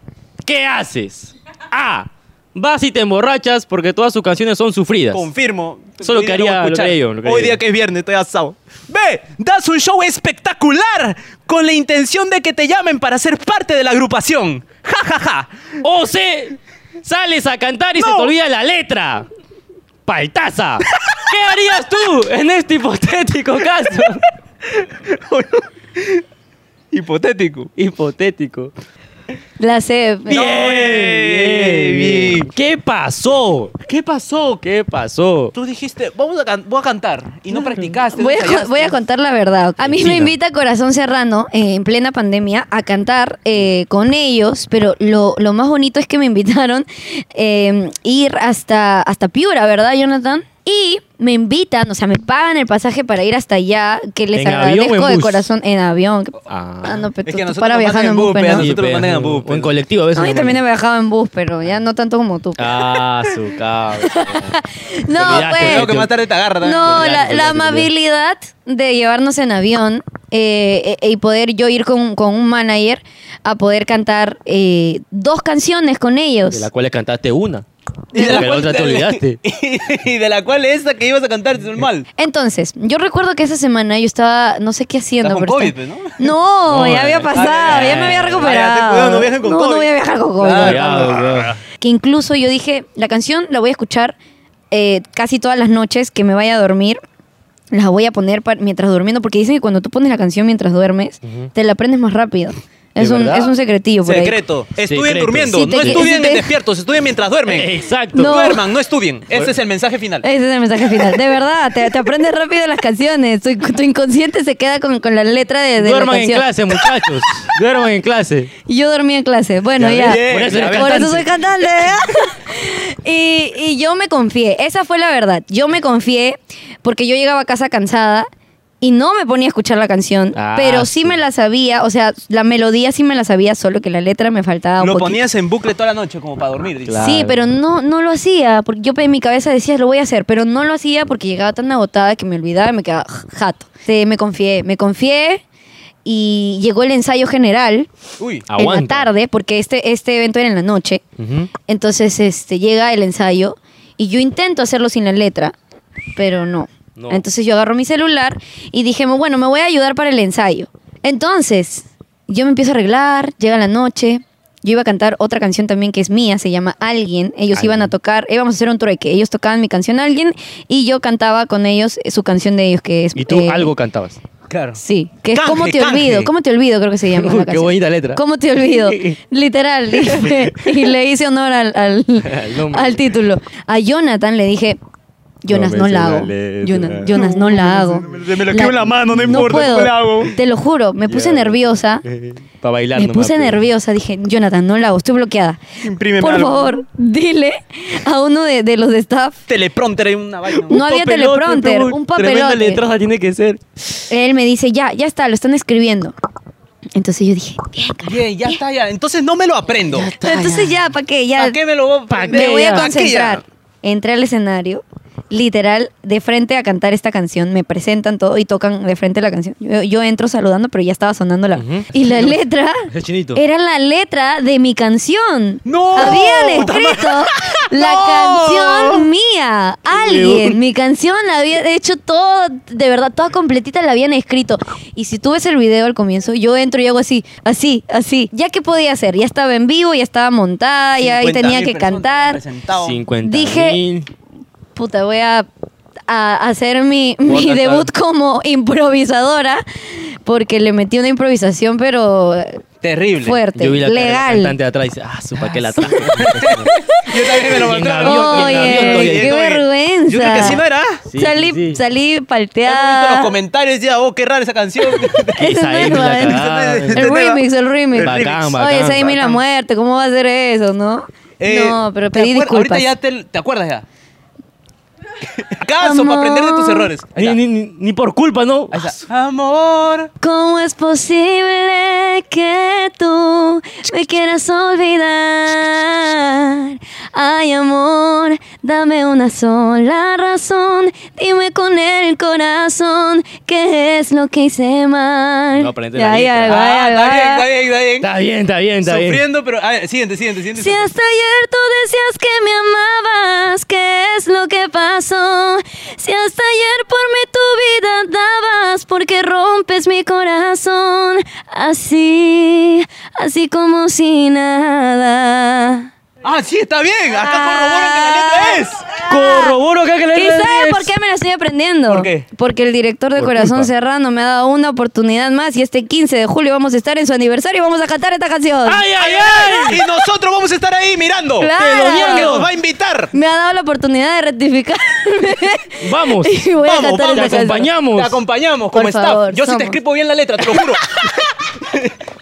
Speaker 2: ¿Qué haces? A. Vas y te emborrachas porque todas sus canciones son sufridas.
Speaker 1: Confirmo.
Speaker 2: Solo
Speaker 1: Hoy día
Speaker 2: que haría-
Speaker 1: voy a
Speaker 2: lo que
Speaker 1: escuchar.
Speaker 2: yo, lo que
Speaker 1: Hoy
Speaker 2: yo.
Speaker 1: día que es viernes, estoy asado. Ve, das un show espectacular con la intención de que te llamen para ser parte de la agrupación. Ja, ja, ja.
Speaker 2: O C. Sales a cantar y se
Speaker 1: No.
Speaker 2: te olvida la letra. Paltaza. ¿Qué harías tú en este hipotético caso?
Speaker 1: Hipotético.
Speaker 2: hipotético.
Speaker 3: La sé.
Speaker 1: Bien, bien, bien.
Speaker 2: ¿Qué pasó? ¿Qué pasó? ¿Qué pasó?
Speaker 1: Tú dijiste, vamos a, can- voy a cantar. Y no practicaste. no
Speaker 3: Voy a, co-
Speaker 1: ensayaste.
Speaker 3: voy a contar la verdad. A mí
Speaker 2: China.
Speaker 3: me invita Corazón Serrano eh, en plena pandemia a cantar eh, con ellos, pero lo, lo más bonito es que me [LAUGHS] invitaron eh, ir hasta, hasta Piura, ¿verdad, Jonathan? Y me invitan, o sea, me pagan el pasaje para ir hasta allá, que les
Speaker 2: ¿En avión o en
Speaker 3: agradezco de
Speaker 2: bus?
Speaker 3: corazón en avión.
Speaker 2: Ah.
Speaker 3: Ah, no, pero
Speaker 1: Es
Speaker 3: tú,
Speaker 1: que a
Speaker 3: tú
Speaker 1: nosotros
Speaker 3: para
Speaker 1: nos mandan
Speaker 3: viajando en
Speaker 1: en
Speaker 3: bus,
Speaker 1: bus,
Speaker 3: pero
Speaker 1: pe, a nosotros
Speaker 2: pe,
Speaker 1: nos mandan a bus,
Speaker 2: O en
Speaker 1: pe.
Speaker 2: colectivo a veces.
Speaker 3: A mí
Speaker 2: nos
Speaker 3: también he
Speaker 2: mandan.
Speaker 3: viajado en bus, pero ya no tanto como tú.
Speaker 2: Ah, su cabra.
Speaker 3: no,
Speaker 2: olvidaste,
Speaker 3: pues.
Speaker 1: Creo que más tarde te agarra. también.
Speaker 3: No,
Speaker 2: Olvidate,
Speaker 3: la,
Speaker 2: olvidate,
Speaker 3: la
Speaker 2: olvidate.
Speaker 3: amabilidad de llevarnos en avión eh, eh, y poder yo ir con, con un manager a poder cantar eh, dos canciones con ellos.
Speaker 2: De la cual cantaste una.
Speaker 1: [LAUGHS] Y de la
Speaker 2: Porque la
Speaker 1: cual
Speaker 2: otra te olvidaste.
Speaker 1: y de la cual esa que ibas a cantar es normal.
Speaker 3: Entonces, yo recuerdo que esa semana yo estaba, no sé qué haciendo.
Speaker 1: Estás con
Speaker 3: pero
Speaker 1: COVID,
Speaker 3: estaba-
Speaker 1: pues,
Speaker 3: No,
Speaker 2: No,
Speaker 3: ya había
Speaker 2: eh,
Speaker 3: pasado,
Speaker 2: eh,
Speaker 3: ya me
Speaker 1: Ah,
Speaker 3: había
Speaker 2: eh,
Speaker 3: recuperado.
Speaker 1: cállate, cuidado, no viajen con
Speaker 3: no,
Speaker 1: COVID.
Speaker 3: voy a viajar con COVID.
Speaker 1: Claro.
Speaker 2: Cuidado,
Speaker 3: que incluso yo dije, la canción la voy a escuchar eh, casi todas las noches que me vaya a dormir. Las voy a poner pa- mientras durmiendo, porque dicen que cuando tú pones la canción mientras duermes, te la aprendes más rápido. Es, un,
Speaker 2: verdad?
Speaker 3: es un secretillo por ahí.
Speaker 1: Secreto. Estudien
Speaker 2: Secreto.
Speaker 1: durmiendo.
Speaker 3: Si te
Speaker 1: no
Speaker 3: que-
Speaker 1: estudien
Speaker 3: si te-
Speaker 1: en despiertos, estudien mientras duermen.
Speaker 2: Exacto.
Speaker 1: No.
Speaker 3: [LAUGHS] No.
Speaker 1: Duerman, no estudien. Ese es el mensaje final.
Speaker 3: Ese es el mensaje final. De verdad, te, te aprendes rápido las canciones. Tu, tu inconsciente se queda con, con la letra de, de la
Speaker 2: Duerman en
Speaker 3: canción.
Speaker 2: clase, muchachos. Duerman en clase.
Speaker 3: Y yo dormía en clase. Bueno,
Speaker 1: Ya
Speaker 3: ya.
Speaker 1: ves,
Speaker 2: Por eso eres
Speaker 3: Por
Speaker 2: cantante.
Speaker 3: eso soy cantante. ¿eh? [LAUGHS] y, y yo me confié. Esa fue la verdad. Yo me confié porque yo llegaba a casa cansada. Y no me ponía a escuchar la canción,
Speaker 2: Ah,
Speaker 3: pero sí
Speaker 2: sí.
Speaker 3: me la sabía, o sea, la melodía sí me la sabía, solo que la letra me faltaba un
Speaker 1: Lo
Speaker 3: poquito.
Speaker 1: ponías en bucle toda la noche como para dormir. dices.
Speaker 2: Claro.
Speaker 3: Sí, pero no, no lo hacía, porque yo en mi cabeza decía, lo voy a hacer, pero no lo hacía porque llegaba tan agotada que me olvidaba y me quedaba j- jato. Sí, me confié, me confié y llegó el ensayo general
Speaker 1: Uy.
Speaker 3: en la
Speaker 2: Aguanta.
Speaker 3: tarde, porque este, este evento era en la noche.
Speaker 2: Ujú.
Speaker 3: Entonces, este, llega el ensayo y yo intento hacerlo sin la letra, pero no.
Speaker 2: No.
Speaker 3: Entonces yo agarro mi celular y dije, bueno, me voy a ayudar para el ensayo. Entonces, yo me empiezo a arreglar, llega la noche, yo iba a cantar otra canción también que es mía, se llama Alguien. Ellos iban a tocar, íbamos a hacer un trueque, ellos tocaban mi canción Alguien y yo cantaba con ellos eh, su canción de ellos que es...
Speaker 2: Y tú
Speaker 3: eh,
Speaker 2: algo cantabas.
Speaker 1: Claro.
Speaker 3: Sí, que es
Speaker 1: Canje,
Speaker 3: ¿Cómo te
Speaker 1: canje.
Speaker 3: olvido? ¿Cómo te olvido? Creo que se llama.
Speaker 2: Uy,
Speaker 3: la
Speaker 2: qué
Speaker 3: canción.
Speaker 2: bonita letra.
Speaker 3: ¿Cómo te olvido? Literal. Y, le hice honor al, al,
Speaker 2: Al nombre.
Speaker 3: al título. A Jonathan le dije, Jonas,
Speaker 5: No
Speaker 3: no,
Speaker 5: me sé
Speaker 3: la
Speaker 5: la
Speaker 3: hago.
Speaker 5: letra.
Speaker 3: Jonas, Jonas, no la hago.
Speaker 4: Se me lo quemo en la mano, no importa,
Speaker 3: puedo.
Speaker 4: después la hago.
Speaker 3: Te lo juro, me puse
Speaker 5: Ya.
Speaker 3: nerviosa.
Speaker 2: Para bailar
Speaker 3: Me
Speaker 2: nomás,
Speaker 3: puse
Speaker 2: pero-
Speaker 3: nerviosa, dije, Jonathan, no la hago, estoy bloqueada.
Speaker 4: Imprímeme
Speaker 3: Por
Speaker 4: algo.
Speaker 3: favor, dile a uno de, de los de staff
Speaker 1: Teleprompter en una vaina.
Speaker 3: No había
Speaker 2: Papelote,
Speaker 3: teleprompter,
Speaker 2: pero
Speaker 3: un
Speaker 2: Tremenda
Speaker 3: papelote.
Speaker 2: letraza tiene que ser.
Speaker 3: Él me dice, ya, ya está, lo están escribiendo. Entonces yo dije, bien, carajo.
Speaker 1: Bien, ya está, ya. Entonces no me lo aprendo.
Speaker 3: Entonces ya, ¿para qué? Ya
Speaker 1: ¿Para qué me lo voy a
Speaker 2: ¿Pa'
Speaker 3: me
Speaker 2: qué?
Speaker 3: voy a
Speaker 2: ya?
Speaker 3: concentrar. Entré al escenario, literal, de frente a cantar esta canción. Me presentan todo y tocan de frente la canción. Yo, yo entro saludando, pero ya estaba sonando la...
Speaker 2: Ujú.
Speaker 3: Y la letra...
Speaker 2: [LAUGHS] Es chinito.
Speaker 3: Era la letra de mi canción.
Speaker 1: ¡No!
Speaker 3: Habían escrito [LAUGHS] la canción mía. Alguien, mi canción la había hecho todo, de verdad, toda completita la habían escrito. Y si tú ves el video al comienzo, yo entro y hago así, así, así. Ya que podía hacer, ya estaba en vivo, ya estaba montada, ya ahí tenía que cantar.
Speaker 2: 50
Speaker 3: Dije-
Speaker 2: mil.
Speaker 3: Puta, voy a, a hacer mi,
Speaker 2: Voy a
Speaker 3: mi
Speaker 2: cantar.
Speaker 3: debut como improvisadora, porque le metí una improvisación, pero
Speaker 1: Terrible.
Speaker 3: fuerte,
Speaker 2: Yo vi la
Speaker 3: legal.
Speaker 2: cantante atrás y dice, ah, su, ¿para qué
Speaker 3: [LAUGHS]
Speaker 2: la traje?
Speaker 1: Yo también me lo
Speaker 2: En
Speaker 1: mandaron.
Speaker 2: avión, en avión todavía.
Speaker 3: Oye, qué vergüenza.
Speaker 1: Yo creo que así no era.
Speaker 2: Sí,
Speaker 3: salí,
Speaker 2: sí, sí.
Speaker 1: Ya
Speaker 3: salí
Speaker 1: hemos visto los
Speaker 3: palteada.
Speaker 1: comentarios y decía, oh, qué rara esa canción. [LAUGHS]
Speaker 3: Ese [LAUGHS] no
Speaker 2: Esa es
Speaker 3: es
Speaker 2: la
Speaker 3: Ryan.
Speaker 2: cagada.
Speaker 3: El remix, el remix.
Speaker 2: Bacán, bacán.
Speaker 3: Oye, Saimi la muerte, ¿cómo va a ser eso, no?
Speaker 1: Eh,
Speaker 3: no, pero
Speaker 1: ¿te
Speaker 3: pedí
Speaker 1: acuer-
Speaker 3: disculpas.
Speaker 1: Ahorita ya te, ¿te acuerdas
Speaker 3: [LAUGHS]
Speaker 1: ya. Caso, para aprender de tus
Speaker 3: Amor.
Speaker 1: errores. Ahí
Speaker 2: Ni,
Speaker 1: está.
Speaker 2: ni, ni- ni por culpa, ¿no?
Speaker 1: Ahí está. Amor.
Speaker 3: ¿Cómo es posible que tú me quieras olvidar? Ay, amor, dame una sola razón. Dime con el corazón qué es lo que hice mal.
Speaker 2: No, aprende la
Speaker 3: ya, ya,
Speaker 2: letra.
Speaker 3: va,
Speaker 1: Ah,
Speaker 3: ya,
Speaker 1: está
Speaker 3: va.
Speaker 1: bien, está bien, está
Speaker 2: Está
Speaker 1: bien.
Speaker 2: bien, está bien, está bien.
Speaker 1: Sufriendo, pero. A ver, siguiente, siguiente, siguiente.
Speaker 3: Si hasta ayer tú decías que me amabas, ¿qué es lo que pasó? Si hasta ayer por mí tu vida dabas, porque rompes mi corazón así, así como si nada. Ah.
Speaker 1: Ah, sí, está bien. Acá corroboran que la letra es.
Speaker 2: Corroboro acá que la
Speaker 3: ¿Y sabes por qué me la estoy aprendiendo?
Speaker 1: ¿Por qué?
Speaker 3: Porque el director de
Speaker 2: Por
Speaker 3: Corazón
Speaker 2: culpa.
Speaker 3: Serrano me ha dado una oportunidad más y este 15 de julio vamos a estar en su aniversario y vamos a cantar esta canción.
Speaker 2: ¡Ay, ay, ay!
Speaker 1: Y nosotros vamos a estar ahí mirando.
Speaker 3: ¡Claro!
Speaker 1: Que nos va a invitar.
Speaker 3: Me ha dado la oportunidad de rectificarme.
Speaker 2: ¡Vamos!
Speaker 3: [LAUGHS] Y voy a
Speaker 1: Vamos,
Speaker 3: cantar
Speaker 1: vamos,
Speaker 2: te
Speaker 3: esta canción.
Speaker 2: acompañamos.
Speaker 1: Te acompañamos como
Speaker 3: Por
Speaker 1: staff.
Speaker 3: favor,
Speaker 1: yo sí te
Speaker 3: somos.
Speaker 1: escribo bien la letra, te lo
Speaker 3: [LAUGHS]
Speaker 1: juro.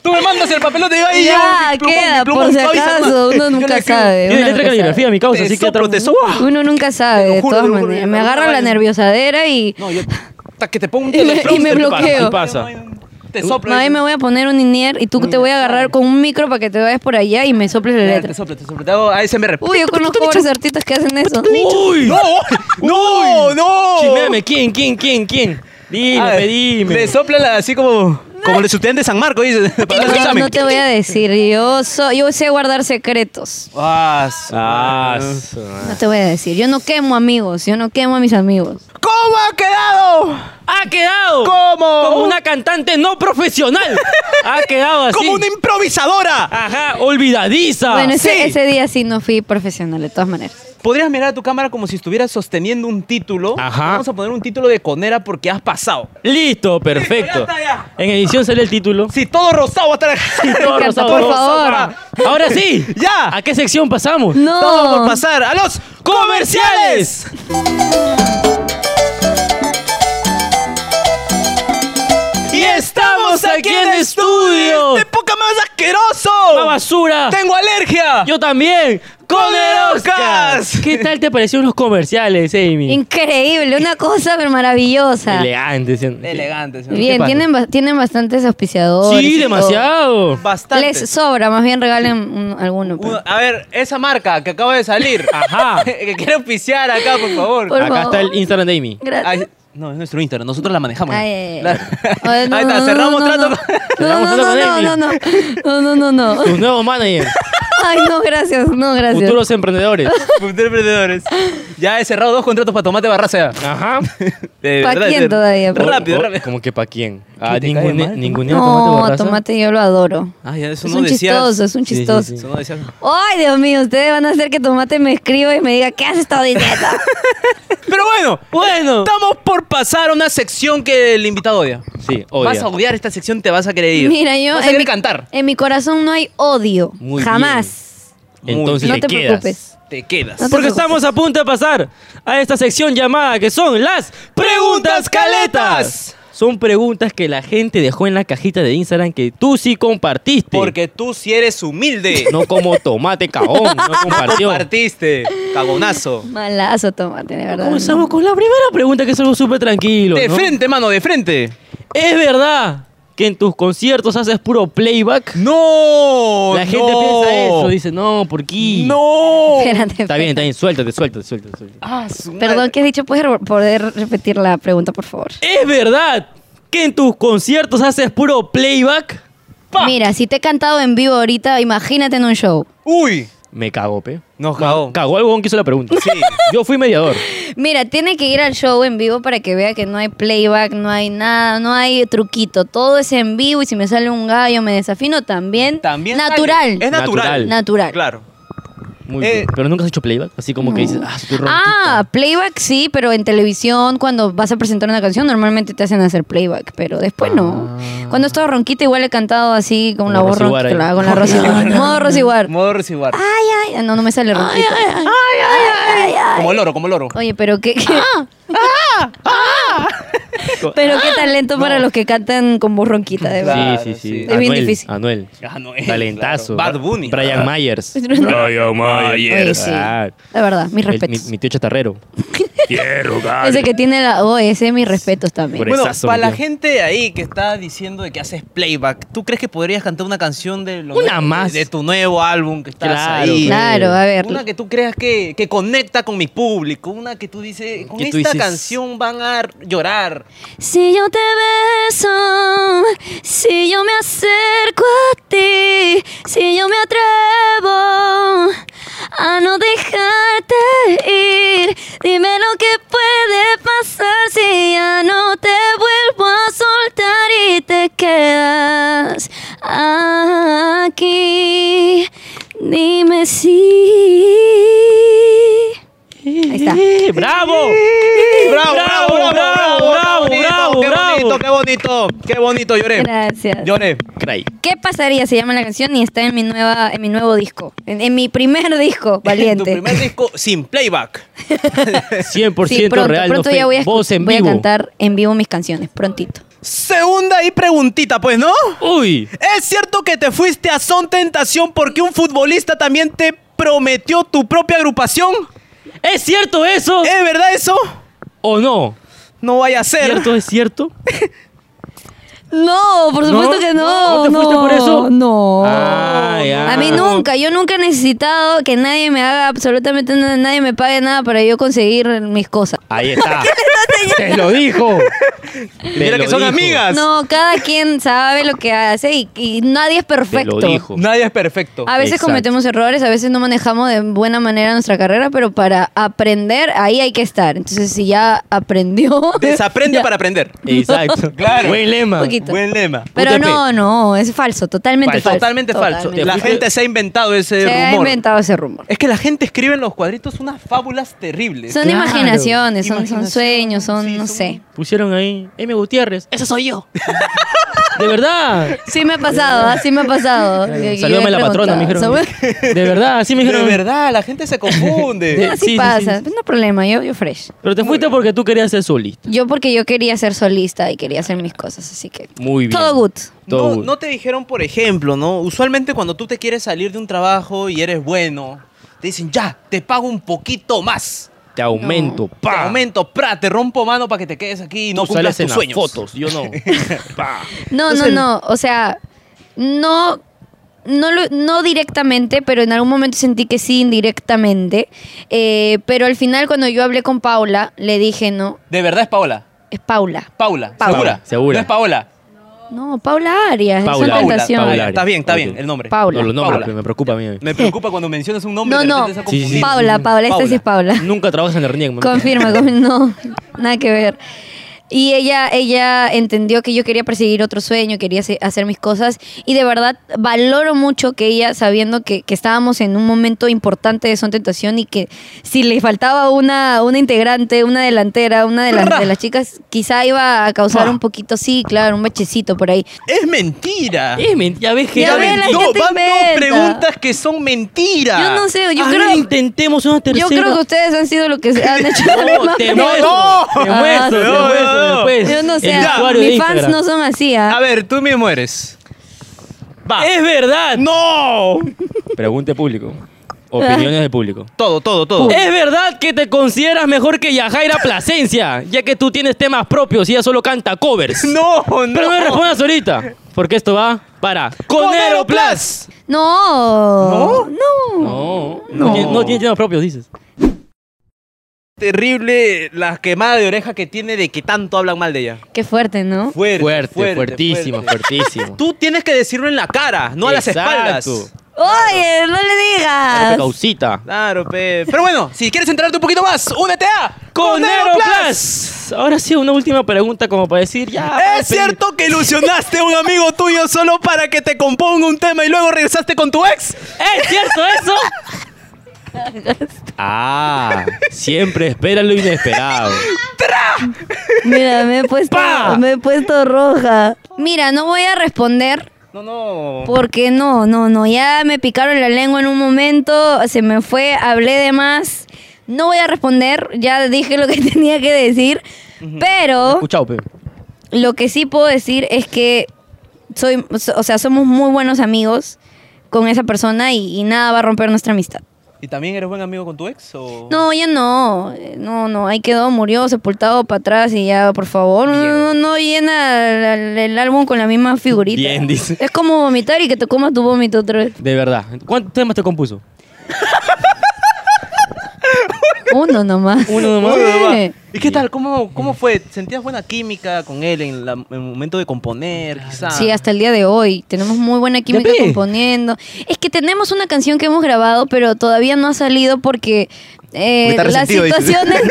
Speaker 1: Tú me mandas el papelote y yo ahí llevo
Speaker 3: Ya,
Speaker 1: mi plumón, mi
Speaker 3: queda,
Speaker 1: plumón,
Speaker 3: por si
Speaker 1: mi cabeza,
Speaker 3: acaso.
Speaker 1: ¿no?
Speaker 3: Uno
Speaker 1: Yo la
Speaker 3: nunca
Speaker 1: escribo.
Speaker 3: sabe.
Speaker 2: Tiene
Speaker 3: uno
Speaker 2: letra
Speaker 3: nunca
Speaker 2: caligrafía, mi causa,
Speaker 1: Te
Speaker 2: así que
Speaker 1: soplo, te
Speaker 2: atrás-
Speaker 1: soplo.
Speaker 3: sabe. Uno nunca
Speaker 1: Te
Speaker 3: sabe,
Speaker 1: lo
Speaker 3: de
Speaker 1: juro,
Speaker 3: todas
Speaker 1: te lo juro,
Speaker 3: maneras.
Speaker 1: yo
Speaker 3: Me
Speaker 1: no
Speaker 3: agarra la
Speaker 1: bailo.
Speaker 3: nerviosadera y
Speaker 1: No, yo. hasta que te pongo un
Speaker 3: Y me-
Speaker 1: teleprompter,
Speaker 3: y me
Speaker 1: te lo
Speaker 3: bloqueo.
Speaker 1: juro.
Speaker 2: Y pasa.
Speaker 1: Te soplo.
Speaker 3: mami Uh, me voy a poner un inier y tú te voy a agarrar con un micro para que te vayas por allá y me soples la
Speaker 1: Ya, Te
Speaker 3: letra.
Speaker 1: soplo, te soplo. Te hago ASMR.
Speaker 3: Uy, yo conozco varios artistas que hacen eso.
Speaker 2: ¡Uy!
Speaker 1: ¡No! ¡No! ¡No!
Speaker 2: Chismeame, ¿quién, quién, quién, quién?
Speaker 1: A
Speaker 2: Dime,
Speaker 1: ver,
Speaker 2: pedime.
Speaker 1: Le Ah, sopla la- así como. Como el estudiante de San Marco, dice. Para dar su
Speaker 3: No,
Speaker 1: examen.
Speaker 3: no te voy a decir, yo, soy, yo sé guardar secretos.
Speaker 1: Ah, su-
Speaker 2: Ah, su-
Speaker 3: No te voy a decir, yo no quemo amigos, yo no quemo a mis amigos.
Speaker 1: ¿Cómo ha quedado?
Speaker 2: ¡Ha quedado!
Speaker 1: ¿Cómo?
Speaker 2: Como una cantante no profesional.
Speaker 1: [LAUGHS]
Speaker 2: ¡Ha quedado así!
Speaker 1: Como una improvisadora.
Speaker 2: ¡Ajá! ¡Olvidadiza!
Speaker 3: Bueno, ese,
Speaker 1: Ah, sí.
Speaker 3: ese día sí no fui profesional, de todas maneras.
Speaker 1: Podrías mirar a tu cámara como si estuvieras sosteniendo un título.
Speaker 2: Ajá.
Speaker 1: Vamos a poner un título de conera porque has pasado.
Speaker 2: Listo, perfecto.
Speaker 1: Ya está, ya.
Speaker 2: En edición sale el título.
Speaker 1: Si todo rosado va a estar. Sí,
Speaker 2: todo rosado.
Speaker 3: Por
Speaker 1: va.
Speaker 3: favor.
Speaker 2: Ahora sí.
Speaker 1: [LAUGHS] Ya.
Speaker 2: ¿A qué sección pasamos?
Speaker 3: No.
Speaker 1: Todo por pasar a los comerciales.
Speaker 2: ¡Comerciales!
Speaker 1: Y estamos aquí en estudio. ¡Qué poca más asqueroso!
Speaker 2: ¡La basura!
Speaker 1: ¡Tengo alergia!
Speaker 2: ¡Yo también! ¡Con el Oscar!
Speaker 1: Oscars.
Speaker 2: ¿Qué tal te parecieron los comerciales, Amy?
Speaker 3: Increíble, una cosa pero maravillosa.
Speaker 2: Elegante. ¿sí?
Speaker 1: Elegante,
Speaker 4: ah,
Speaker 1: señor.
Speaker 3: Bien,
Speaker 2: pasa?
Speaker 3: tienen, ba- tienen bastantes auspiciadores. y
Speaker 2: Sí,
Speaker 3: todo.
Speaker 2: demasiado.
Speaker 1: Bastante.
Speaker 3: Les sobra, más bien regalen un- alguno. pues.
Speaker 1: Uno- a ver, esa marca que acaba de salir.
Speaker 2: [LAUGHS] Ajá.
Speaker 1: [LAUGHS] que quiero oficiar acá, por favor.
Speaker 3: Por
Speaker 2: Acá
Speaker 3: favor.
Speaker 2: está el Instagram de Amy.
Speaker 3: Gracias.
Speaker 1: Ay, no, es nuestro Instagram. Nosotros la manejamos.
Speaker 3: Ay, ay, ay.
Speaker 1: La-
Speaker 3: [LAUGHS] Ay, no,
Speaker 1: Ahí
Speaker 3: no,
Speaker 1: está,
Speaker 3: no,
Speaker 1: cerramos [LAUGHS]
Speaker 3: no,
Speaker 1: trato.
Speaker 3: no.
Speaker 1: con-
Speaker 3: No, no,
Speaker 2: Cerramos trato
Speaker 3: no,
Speaker 2: con
Speaker 3: no, no, no, [LAUGHS] no, no, no,
Speaker 2: Tu
Speaker 3: no.
Speaker 2: [LAUGHS] nuevo manager.
Speaker 3: Ay, no, gracias, no,
Speaker 2: [LAUGHS]
Speaker 3: gracias.
Speaker 2: Futuros emprendedores.
Speaker 1: Futuros emprendedores. Ya he cerrado dos contratos para Tomate Barraza.
Speaker 2: Ajá.
Speaker 1: De
Speaker 3: ¿Pa
Speaker 1: verdad,
Speaker 3: quién
Speaker 1: de-
Speaker 3: todavía, pues?
Speaker 1: Rápido,
Speaker 2: O- o-
Speaker 1: rápido.
Speaker 2: ¿Cómo que para quién? Ah,
Speaker 1: te cae
Speaker 2: ningune-
Speaker 1: mal,
Speaker 2: ningunean tomate
Speaker 3: No,
Speaker 2: barraza?
Speaker 3: tomate yo lo adoro.
Speaker 1: Ah, ya, eso
Speaker 3: es
Speaker 1: no
Speaker 3: un
Speaker 1: decías.
Speaker 3: chistoso, es un
Speaker 2: Sí, sí,
Speaker 3: chistoso.
Speaker 2: sí.
Speaker 1: Eso no decías.
Speaker 3: Ay, Dios mío, ustedes van a hacer que Tomate me escriba y me diga, ¿qué has
Speaker 2: [LAUGHS]
Speaker 3: estado diciendo?
Speaker 1: Pero bueno,
Speaker 2: Bueno.
Speaker 1: estamos por pasar a una sección que el invitado odia.
Speaker 2: Sí, odia.
Speaker 1: Vas a odiar esta sección, te vas a querer ir.
Speaker 3: Mira, yo.
Speaker 1: Vas a
Speaker 3: en
Speaker 1: querer
Speaker 3: mi-
Speaker 1: cantar.
Speaker 3: En mi corazón no hay odio.
Speaker 2: Muy
Speaker 3: jamás.
Speaker 2: Entonces
Speaker 3: No
Speaker 2: te,
Speaker 3: te
Speaker 2: quedas.
Speaker 3: preocupes.
Speaker 1: Te quedas.
Speaker 3: No te
Speaker 2: Porque
Speaker 3: preocupes.
Speaker 2: estamos a punto de pasar a esta sección llamada que son las preguntas caletas. Son preguntas que la gente dejó en la cajita de Instagram que tú sí compartiste.
Speaker 1: Porque tú sí eres
Speaker 3: [LAUGHS]
Speaker 1: humilde.
Speaker 2: no como tomate cagón, [LAUGHS] no compartió.
Speaker 1: Compartiste. Cagonazo.
Speaker 3: Malazo, Tomate, de verdad.
Speaker 2: Comenzamos con la primera pregunta que es algo súper tranquilo.
Speaker 1: De
Speaker 2: ¿no?
Speaker 1: frente, mano, de frente.
Speaker 2: ¿Es verdad que en tus conciertos haces puro playback?
Speaker 1: No.
Speaker 2: la gente
Speaker 1: no.
Speaker 2: piensa eso, dice, no, ¿por qué?
Speaker 1: No.
Speaker 3: Espérate.
Speaker 2: Está bien, está bien, suéltate, suéltate, suéltate. suéltate.
Speaker 1: Ah, su madre.
Speaker 3: Perdón, ¿qué has dicho? ¿Puedes re- poder repetir la pregunta, por favor?
Speaker 2: ¿Es verdad que en tus conciertos haces puro playback?
Speaker 3: Mira, si te he cantado en vivo ahorita, imagínate en un show.
Speaker 1: Uy.
Speaker 2: Me cago, pe.
Speaker 1: Nos cagó.
Speaker 2: Cagó el huevón que hizo la pregunta.
Speaker 1: Sí.
Speaker 2: Yo fui mediador.
Speaker 3: Mira, tiene que ir al show en vivo para que vea que no hay playback, no hay nada, no hay truquito. Todo es en vivo y si me sale un gallo, me desafino también.
Speaker 1: También sale.
Speaker 3: Natural.
Speaker 1: Es natural.
Speaker 2: Natural.
Speaker 3: Natural.
Speaker 1: Claro.
Speaker 2: Muy
Speaker 1: Eh,
Speaker 2: bien. Pero nunca has hecho playback. Así como que dices, ah, estoy ronquita.
Speaker 3: Ah, playback sí, pero en televisión cuando vas a presentar una canción normalmente te hacen hacer playback, pero después no. Cuando estaba ronquita igual he cantado así con
Speaker 2: Como
Speaker 3: la voz
Speaker 2: Ah. Rosy Guara
Speaker 3: ronquita,
Speaker 2: ahí.
Speaker 3: claro, con
Speaker 2: [LAUGHS]
Speaker 3: la Rosy Guara. Modo Rosy Guara.
Speaker 1: Modo residual.
Speaker 3: Ay, ay, ay, no, no me sale ronquita. Ay, ay, ay.
Speaker 1: Como el loro, como el loro.
Speaker 3: Oye, pero qué, qué- Ah,
Speaker 2: [LAUGHS]
Speaker 3: pero qué talento para los que cantan con voz ronquita, de verdad.
Speaker 2: sí, sí, sí.
Speaker 1: Es
Speaker 3: bien
Speaker 2: Anuel,
Speaker 1: [LAUGHS]
Speaker 3: difícil.
Speaker 2: Anuel.
Speaker 1: Ah, no, eh,
Speaker 2: Talentazo.
Speaker 1: claro. Bad Bunny. Ah.
Speaker 2: Brian Myers.
Speaker 5: Brian
Speaker 3: Oye,
Speaker 5: Myers.
Speaker 3: sí.
Speaker 2: Ah,
Speaker 3: De verdad, mis
Speaker 2: el- mi,
Speaker 3: respetos.
Speaker 2: mi tío chatarrero.
Speaker 5: Quiero
Speaker 3: ese
Speaker 5: ganar.
Speaker 3: que tiene la oh, ese mis respetos también.
Speaker 2: Por
Speaker 1: Bueno,
Speaker 2: Presazo,
Speaker 1: para la
Speaker 2: tío.
Speaker 1: gente ahí que está diciendo de que haces playback, ¿tú crees que podrías cantar una canción de, lo
Speaker 2: Una
Speaker 1: nue-
Speaker 2: más.
Speaker 1: de tu nuevo álbum que estás
Speaker 2: Claro,
Speaker 1: ahí?
Speaker 3: Claro, a ver.
Speaker 1: Una que tú creas que, que conecta con mi público, una que tú dices, con
Speaker 2: Que
Speaker 1: esta
Speaker 2: tú dices-
Speaker 1: canción van a r- llorar.
Speaker 3: Si yo te beso, si yo me acerco a ti, si yo me atrevo a no dejarte ir, dime lo que puede pasar si ya no te vuelvo a soltar y te quedas aquí. Dime si. Ahí está. Eh,
Speaker 2: Eh, ¡Bravo!
Speaker 1: ¡Bravo, bravo, bravo,
Speaker 2: bonito,
Speaker 1: bravo, bravo, bravo,
Speaker 2: qué bonito,
Speaker 1: qué bonito, qué bonito, lloré,
Speaker 3: Gracias.
Speaker 1: lloré.
Speaker 3: [LAUGHS]
Speaker 2: Cray.
Speaker 3: ¿Qué pasaría? Se llama la canción y está en mi nueva, en mi nuevo disco. En, en mi primer
Speaker 2: [LAUGHS]
Speaker 3: disco,
Speaker 1: Tu
Speaker 3: Valiente.
Speaker 1: primer disco sin playback.
Speaker 2: 100%
Speaker 3: sí, pronto,
Speaker 2: real.
Speaker 3: pronto
Speaker 2: no
Speaker 3: ya
Speaker 2: fake.
Speaker 3: voy a, escu-
Speaker 2: Voz en
Speaker 3: voy a
Speaker 2: vivo.
Speaker 3: cantar en vivo mis canciones, prontito.
Speaker 1: Segunda y preguntita, pues, ¿no?
Speaker 2: Uy.
Speaker 1: ¿Es cierto que te fuiste a Son Tentación porque un futbolista también te prometió tu propia agrupación?
Speaker 2: ¿Es cierto eso
Speaker 3: Eh.
Speaker 1: ¿Es verdad eso?
Speaker 2: o no?
Speaker 1: No vaya a ser.
Speaker 2: ¿Cierto es cierto?
Speaker 3: No, por supuesto
Speaker 2: ¿No?
Speaker 3: que
Speaker 2: ¿No
Speaker 3: no.
Speaker 2: te fuiste por eso?
Speaker 3: No.
Speaker 2: Ah, ya.
Speaker 3: A mí nunca, yo nunca he necesitado que nadie me haga absolutamente nada, nadie me pague nada para yo conseguir mis cosas. [LAUGHS]
Speaker 2: Ahí está. Te lo dijo.
Speaker 1: Mira que son amigas.
Speaker 3: No, cada quien sabe lo que hace y, y nadie es perfecto.
Speaker 2: dijo.
Speaker 1: Nadie es
Speaker 3: [LAUGHS]
Speaker 1: perfecto.
Speaker 3: A veces
Speaker 2: Exacto.
Speaker 3: cometemos errores, a veces no manejamos de buena manera nuestra carrera, pero para aprender ahí hay que estar. Entonces, si ya aprendió. [LAUGHS]
Speaker 1: Desaprende
Speaker 3: ya.
Speaker 1: para aprender.
Speaker 2: Exacto.
Speaker 1: [LAUGHS] Claro.
Speaker 2: Buen lema.
Speaker 3: Poquito.
Speaker 1: Buen lema.
Speaker 3: Pero
Speaker 2: UTP.
Speaker 3: no, no, es falso, totalmente falso.
Speaker 1: Totalmente falso.
Speaker 3: Totalmente.
Speaker 1: La gente se ha inventado ese
Speaker 3: Se ha
Speaker 1: rumor.
Speaker 3: inventado ese rumor.
Speaker 1: Es que la gente escribe en los cuadritos unas fábulas terribles.
Speaker 3: Son
Speaker 2: Eh, Claro.
Speaker 3: imaginaciones, son, son
Speaker 1: Imaginación,
Speaker 3: sueños, son,
Speaker 1: sí,
Speaker 3: no
Speaker 1: son-
Speaker 3: sé.
Speaker 2: Pusieron ahí. M. Gutiérrez. Ese soy
Speaker 3: [LAUGHS]
Speaker 2: yo. De verdad.
Speaker 3: Sí me ha pasado, ¿ah? sí me
Speaker 2: [LAUGHS]
Speaker 3: ha pasado. Yo- yo
Speaker 2: Salúdame
Speaker 3: he
Speaker 2: a la patrona, me dijeron.
Speaker 3: preguntado.
Speaker 2: De verdad, así me
Speaker 1: De
Speaker 2: dijeron.
Speaker 1: verdad, la gente se
Speaker 3: No, [LAUGHS]
Speaker 1: confunde.
Speaker 2: [LAUGHS]
Speaker 3: así
Speaker 2: Sí, sí,
Speaker 3: pasa,
Speaker 2: sí.
Speaker 3: pues no problema, yo, yo fresh.
Speaker 2: Pero te fuiste porque tú querías ser solista.
Speaker 3: Yo porque yo quería ser solista y quería hacer mis cosas, así que...
Speaker 2: Muy bien.
Speaker 3: Todo good.
Speaker 2: Todo
Speaker 1: No,
Speaker 2: good.
Speaker 1: no te dijeron, por ejemplo, ¿no? Usualmente cuando tú te quieres salir de un trabajo y eres bueno, te dicen, ya, te pago un poquito más.
Speaker 2: Te aumento.
Speaker 1: Te
Speaker 2: Pa.
Speaker 1: aumento, pra, te rompo mano para que te quedes aquí y no
Speaker 2: Tú
Speaker 1: cumplas
Speaker 2: sales en
Speaker 1: tus
Speaker 2: las
Speaker 1: sueños.
Speaker 2: fotos. Yo
Speaker 1: [LAUGHS]
Speaker 2: no. Pa.
Speaker 3: No,
Speaker 1: Entonces-
Speaker 3: no, no. O sea, no, no, lo- no directamente, pero en algún momento sentí que sí, indirectamente. Eh, pero al final, cuando yo hablé con Paula, le dije, no,
Speaker 1: De verdad es Paola.
Speaker 3: es Paula.
Speaker 1: Paula,
Speaker 3: Paula.
Speaker 1: segura.
Speaker 2: Segura.
Speaker 1: No es Paola.
Speaker 3: No, Paula Arias.
Speaker 2: Paula,
Speaker 3: es una
Speaker 2: Paula,
Speaker 3: tentación.
Speaker 2: Paula.
Speaker 1: Está bien, está
Speaker 2: Ok.
Speaker 1: bien, el nombre.
Speaker 3: Paula.
Speaker 2: No, los nombres,
Speaker 1: Paula.
Speaker 2: me preocupa a mí.
Speaker 1: Me preocupa cuando mencionas un nombre.
Speaker 3: No,
Speaker 1: y de
Speaker 3: no.
Speaker 1: repente
Speaker 2: Sí,
Speaker 1: se
Speaker 2: sí, sí.
Speaker 1: confunde.
Speaker 3: Paula, Paula, esta sí es Paula.
Speaker 2: Nunca trabajas en el RINIEC. mamá.
Speaker 3: Confirma, confirma. no, nada que ver. Y ella, ella entendió que yo quería perseguir otro sueño, quería hace- hacer mis cosas. Y de verdad valoro mucho que ella, sabiendo que, que estábamos en un momento importante de Son Tentación y que si le faltaba una, una integrante, una delantera, una de las, de las chicas, quizá iba a causar un poquito, sí, claro, un bachecito por ahí.
Speaker 1: Es mentira.
Speaker 2: Es mentira, ves que...
Speaker 3: Ya
Speaker 1: Ya
Speaker 3: ve,
Speaker 1: ven,
Speaker 3: la
Speaker 1: dos-
Speaker 3: gente
Speaker 1: van dos
Speaker 3: inventa.
Speaker 1: preguntas que son mentiras.
Speaker 3: Yo no sé, yo
Speaker 2: A
Speaker 3: creo,
Speaker 2: ver, intentemos una tercera.
Speaker 3: yo creo que ustedes han sido lo que han
Speaker 2: [LAUGHS]
Speaker 3: hecho. la misma
Speaker 2: No, te
Speaker 3: pregunta.
Speaker 2: muestro, te
Speaker 3: Ah,
Speaker 2: muestro, te
Speaker 1: no,
Speaker 2: muestro después.
Speaker 1: no.
Speaker 3: Yo no sé,
Speaker 2: El usuario de
Speaker 3: mis fans
Speaker 2: Instagram.
Speaker 3: no son así, ¿ah?
Speaker 1: A ver, tú mismo eres. Va.
Speaker 3: Eh.
Speaker 2: ¡Es verdad!
Speaker 1: ¡No!
Speaker 2: Pregunte público. Opiniones del público.
Speaker 1: Todo, todo, todo.
Speaker 2: ¿Es verdad que te consideras mejor que Yajaira Plasencia? Ya que tú tienes temas propios y ella solo canta covers.
Speaker 1: [LAUGHS] No, no.
Speaker 2: Pero no me respondas ahorita, porque esto va para Conero Plus.
Speaker 3: No. No.
Speaker 2: No, no, tiene- no tiene temas propios, dices.
Speaker 1: Terrible la quemada de oreja que tiene de que tanto hablan mal de ella.
Speaker 3: Qué fuerte, ¿no?
Speaker 1: Fuerte,
Speaker 2: Fuerte,
Speaker 1: fuerte,
Speaker 2: fuertísimo,
Speaker 1: fuerte.
Speaker 2: fuertísimo.
Speaker 1: Tú tienes que decirlo en la cara, no a las
Speaker 2: Exacto.
Speaker 1: espaldas.
Speaker 3: Oye, no le digas.
Speaker 2: Causita.
Speaker 1: Claro, pe. Pero bueno, si quieres enterarte un poquito más, únete a
Speaker 2: Conero
Speaker 1: Conero
Speaker 2: Plus. Ahora sí, una última pregunta como para decir
Speaker 1: [LAUGHS]
Speaker 2: ya. para
Speaker 1: ¿Es
Speaker 2: despedir.
Speaker 1: cierto que ilusionaste a un amigo tuyo solo para que te componga un tema y luego regresaste con tu ex?
Speaker 2: ¿Es cierto eso? ah, siempre espera lo inesperado.
Speaker 1: [LAUGHS]
Speaker 3: Mira, me he puesto,
Speaker 2: ¡Pa!
Speaker 3: me he puesto roja. Mira, no voy a responder
Speaker 1: No, no.
Speaker 3: porque no, no, no. Ya me picaron la lengua en un momento, se me fue, hablé de más. No voy a responder, ya dije lo que [LAUGHS] tenía que decir, pero
Speaker 2: Escuchao, pe.
Speaker 3: Lo que sí puedo decir es que soy, o sea, somos muy buenos amigos con esa persona y, y nada va a romper nuestra amistad.
Speaker 1: ¿Y también eres buen amigo con tu ex o...?
Speaker 3: No, ya no, eh, no, no, ahí quedó, murió, sepultado para atrás y ya, por favor, no, no, no llena el, el álbum con la misma figurita.
Speaker 2: Bien, dice.
Speaker 3: Es como vomitar y que te comas tu vómito otra vez.
Speaker 2: De verdad. ¿Cuántos temas te compuso?
Speaker 3: Uno nomás.
Speaker 2: [LAUGHS] Uno nomás.
Speaker 1: Uy,
Speaker 3: Sí.
Speaker 1: va. ¿Y qué tal? ¿Cómo, ¿Cómo fue? ¿Sentías buena química con él en, la- en el momento de componer, quizás?
Speaker 3: Sí, hasta el día de hoy. Tenemos muy buena química
Speaker 2: pe.
Speaker 3: componiendo. Es que tenemos una canción que hemos grabado, pero todavía no ha salido porque eh,
Speaker 1: está
Speaker 3: las
Speaker 1: resentido, dices.
Speaker 2: [LAUGHS]
Speaker 3: situaciones.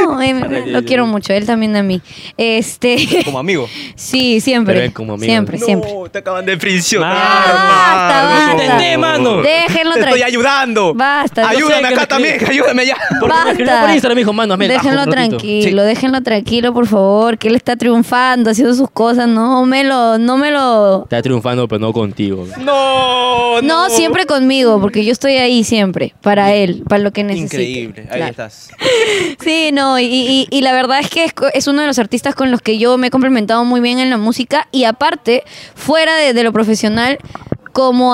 Speaker 3: no, en verdad, lo quiero mucho. Él también a mí. Este.
Speaker 1: Como amigo.
Speaker 3: [LAUGHS] sí, siempre.
Speaker 2: Pero él como amigo. [LAUGHS]
Speaker 3: Siempre, siempre.
Speaker 1: No, te acaban de prisionar.
Speaker 2: Ah,
Speaker 3: Basta,
Speaker 1: mano.
Speaker 3: basta.
Speaker 2: Intenté, mano.
Speaker 3: Déjenlo
Speaker 1: Te estoy
Speaker 3: tranquilo.
Speaker 1: ayudando.
Speaker 3: Basta,
Speaker 2: sé que
Speaker 3: yo
Speaker 1: Ayúdame
Speaker 2: me
Speaker 1: acá también,
Speaker 2: escribe. [LAUGHS]
Speaker 1: ayúdame ya.
Speaker 2: Porque me escribió
Speaker 3: Basta.
Speaker 2: por Instagram, me dijo, mano, hazme el bajo
Speaker 3: déjenlo
Speaker 2: un ratito.
Speaker 3: tranquilo, déjenlo tranquilo, por favor, que él está triunfando, haciendo sus cosas, no me lo, no me lo
Speaker 2: Está triunfando, pero no contigo.
Speaker 1: No,
Speaker 3: No, siempre conmigo, porque yo estoy ahí siempre, para él, para lo que necesite.
Speaker 1: Increíble, ahí
Speaker 3: Claro.
Speaker 1: estás.
Speaker 3: Sí, no, y, y- y la verdad es que es, co- es uno de los artistas con los que yo me he complementado muy bien en la música y aparte, fuera de, de lo profesional, como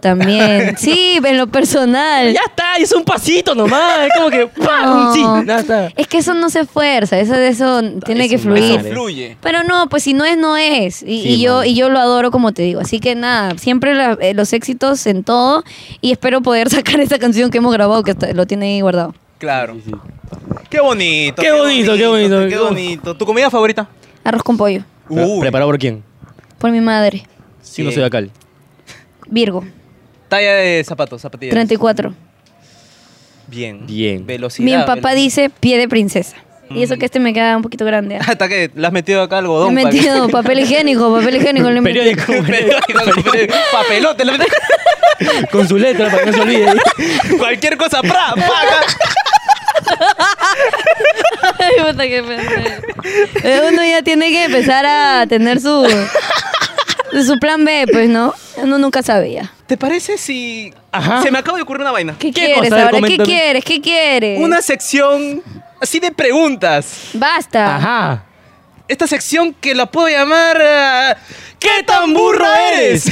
Speaker 2: [LAUGHS]
Speaker 3: también. Sí, en lo personal.
Speaker 2: Ya está, hizo un pasito nomás. Es como
Speaker 3: [LAUGHS]
Speaker 2: que. ¡pam!
Speaker 3: No.
Speaker 2: Sí, ya está.
Speaker 3: Es que eso no se fuerza, eso de eso tiene
Speaker 2: es
Speaker 3: que
Speaker 2: un
Speaker 3: fluir.
Speaker 2: madre.
Speaker 1: Fluye.
Speaker 3: Pero no, pues si no es, no es. Y,
Speaker 2: Sí,
Speaker 3: y yo,
Speaker 2: mano.
Speaker 3: y yo lo adoro, como te digo. Así que nada, siempre la- eh, los éxitos en todo. Y espero poder [LAUGHS] sacar esa canción que hemos grabado, que hasta lo tiene ahí guardado.
Speaker 1: Claro. Qué bonito.
Speaker 2: Qué bonito, qué bonito.
Speaker 1: Qué bonito. ¿Tu comida favorita?
Speaker 3: Arroz con pollo,
Speaker 2: Pre-
Speaker 1: Uy,
Speaker 2: ¿Preparado por quién?
Speaker 3: por mi madre.
Speaker 2: Si no soy acal.
Speaker 3: Virgo,
Speaker 1: talla de zapatos, zapatillas.
Speaker 3: 34.
Speaker 1: Bien.
Speaker 2: Bien.
Speaker 1: Velocidad. [LAUGHS]
Speaker 3: Mi papá
Speaker 1: velocidad.
Speaker 3: dice pie de princesa. Y
Speaker 2: Mm.
Speaker 3: eso que este me queda un
Speaker 2: [LAUGHS]
Speaker 3: poquito grande. ¿ah?
Speaker 1: Hasta que le has metido acá
Speaker 3: Le he
Speaker 1: algodón. [LAUGHS] para que-
Speaker 3: metido papel higiénico, papel higiénico. le he metido. [LAUGHS]
Speaker 2: Periódico.
Speaker 1: Periódico, Papelote. le metes- [LAUGHS]
Speaker 2: Con su letra, para que no se olvide.
Speaker 1: Cualquier cosa. ¡Pra! Ah, ¡Paga!
Speaker 3: Ay, puta, qué pendejo. Eh, Uno ya tiene que empezar a tener su, su plan B, pues, ¿no? Uno nunca sabía.
Speaker 1: ¿Te parece si.?
Speaker 2: Ajá.
Speaker 1: Se me acaba de ocurrir una vaina.
Speaker 3: ¿Qué,
Speaker 2: ¿Qué
Speaker 3: quieres
Speaker 2: cosa de
Speaker 3: ahora? ¿Qué
Speaker 2: comentar?
Speaker 3: quieres? ¿Qué quieres?
Speaker 1: Una sección así de preguntas.
Speaker 3: Basta.
Speaker 2: Ajá.
Speaker 1: Esta sección que la puedo llamar. ah, ¿Qué tan burra eres?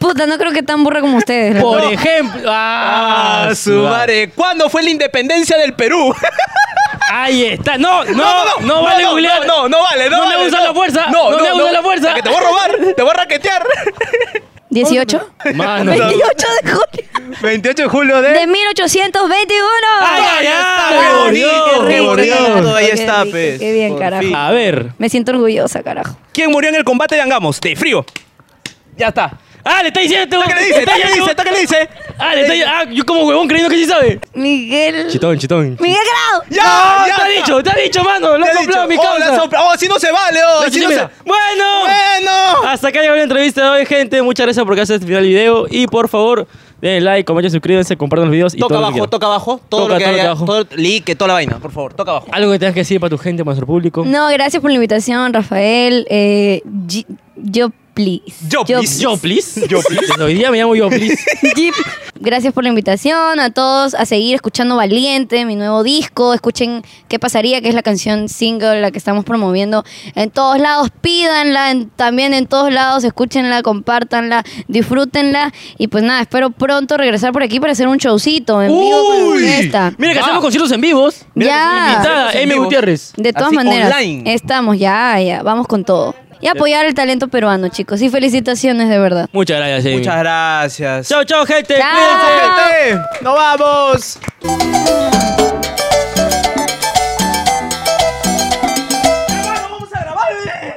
Speaker 3: Puta, no creo que tan burra como ustedes. la
Speaker 2: Por
Speaker 3: verdad.
Speaker 2: ejemplo. ¡Ah!
Speaker 1: Ah, su madre. ¿Cuándo fue la independencia del Perú? [LAUGHS]
Speaker 2: Ahí está. No, no, no, vale
Speaker 1: no,
Speaker 2: googlear.
Speaker 1: No, no, no vale, no,
Speaker 2: No le
Speaker 1: vale,
Speaker 2: usa la fuerza, no le usa la fuerza. [LAUGHS]
Speaker 1: Que te voy a robar, te voy a raquetear.
Speaker 2: Ah,
Speaker 3: ¿18?
Speaker 2: Mano.
Speaker 3: 28 de junio.
Speaker 4: 28 de julio de...
Speaker 3: De 1821.
Speaker 1: ¿Eh? ¡Ay, ay, ay!
Speaker 4: ¡Qué
Speaker 1: ¡Qué
Speaker 4: bonito,
Speaker 1: bonito!
Speaker 4: qué
Speaker 1: ¡Qué
Speaker 4: bonito!
Speaker 1: bonito! Ahí
Speaker 3: Qué
Speaker 1: está,
Speaker 3: rico,
Speaker 1: pues.
Speaker 3: qué bien,
Speaker 1: Por
Speaker 3: carajo.
Speaker 1: fin.
Speaker 2: A ver.
Speaker 3: Me siento orgullosa, carajo.
Speaker 1: ¿Quién murió en el combate de Angamos? De frío. Ya está.
Speaker 2: ¡Ah, le está diciendo!
Speaker 1: ¿Qué le dice? ¿Qué le dice? ¿Qué le dice?
Speaker 2: ¡Ah, le está diciendo! ¡Ah, yo como huevón creyendo que sí sabe!
Speaker 3: Miguel.
Speaker 2: Chitón, chitón.
Speaker 3: Miguel Grau.
Speaker 2: ¡Ah,
Speaker 4: ¡Ya!
Speaker 2: te ha dicho! ¡Te ha dicho, mano! ¡Lo ha
Speaker 4: Te he
Speaker 2: soplado
Speaker 4: dicho.
Speaker 2: mi
Speaker 4: Oh, la
Speaker 2: causa!
Speaker 4: sopla- ¡Oh, así no se vale! ¡Oh,
Speaker 2: La
Speaker 4: así no se...
Speaker 2: chichimera. ¡Bueno!
Speaker 4: ¡Bueno!
Speaker 2: Hasta acá llegó la entrevista de hoy, gente. Muchas gracias por que haces este final del video. Y por favor, denle like, comenten, suscríbanse, compartan los videos. y
Speaker 1: Toca
Speaker 2: todo lo que
Speaker 1: abajo,
Speaker 2: quieran.
Speaker 1: toca abajo. Todo
Speaker 2: Toca,
Speaker 1: lo que
Speaker 2: toca
Speaker 1: haya.
Speaker 2: abajo.
Speaker 1: Todo, like, toda la vaina, por favor. Toca abajo.
Speaker 2: Algo que tengas que decir para tu gente, para nuestro público.
Speaker 3: No, gracias por la invitación, Rafael. Eh, G- yo, please.
Speaker 4: Yo, please.
Speaker 2: Yo, please. [LAUGHS] Yo, please. Hoy día me llamo Yo, please.
Speaker 3: Jeep. Gracias por la invitación a todos a seguir escuchando Valiente, mi nuevo disco. Escuchen qué pasaría, que es la canción single, la que estamos promoviendo en todos lados. Pídanla en- también en todos lados, escúchenla, compártanla, disfrútenla. Y pues nada, espero pronto regresar por aquí para hacer un showcito en vivo con la
Speaker 4: Uy.
Speaker 3: orquesta.
Speaker 2: Mira que hacemos conciertos en vivos.
Speaker 3: Ya,
Speaker 2: Invitada,
Speaker 1: Hacemos en
Speaker 2: Amy
Speaker 1: vivo.
Speaker 2: Gutiérrez.
Speaker 3: de todas
Speaker 1: Así,
Speaker 3: maneras,
Speaker 1: online.
Speaker 3: estamos ya, ya, vamos con todo. Y apoyar el talento peruano, chicos. Y felicitaciones de verdad.
Speaker 2: Muchas gracias, Amy.
Speaker 1: Muchas gracias. Este,
Speaker 2: Chao, chao, gente.
Speaker 3: Chao.
Speaker 2: Cuídense.
Speaker 4: ¡Gente! ¡Nos vamos!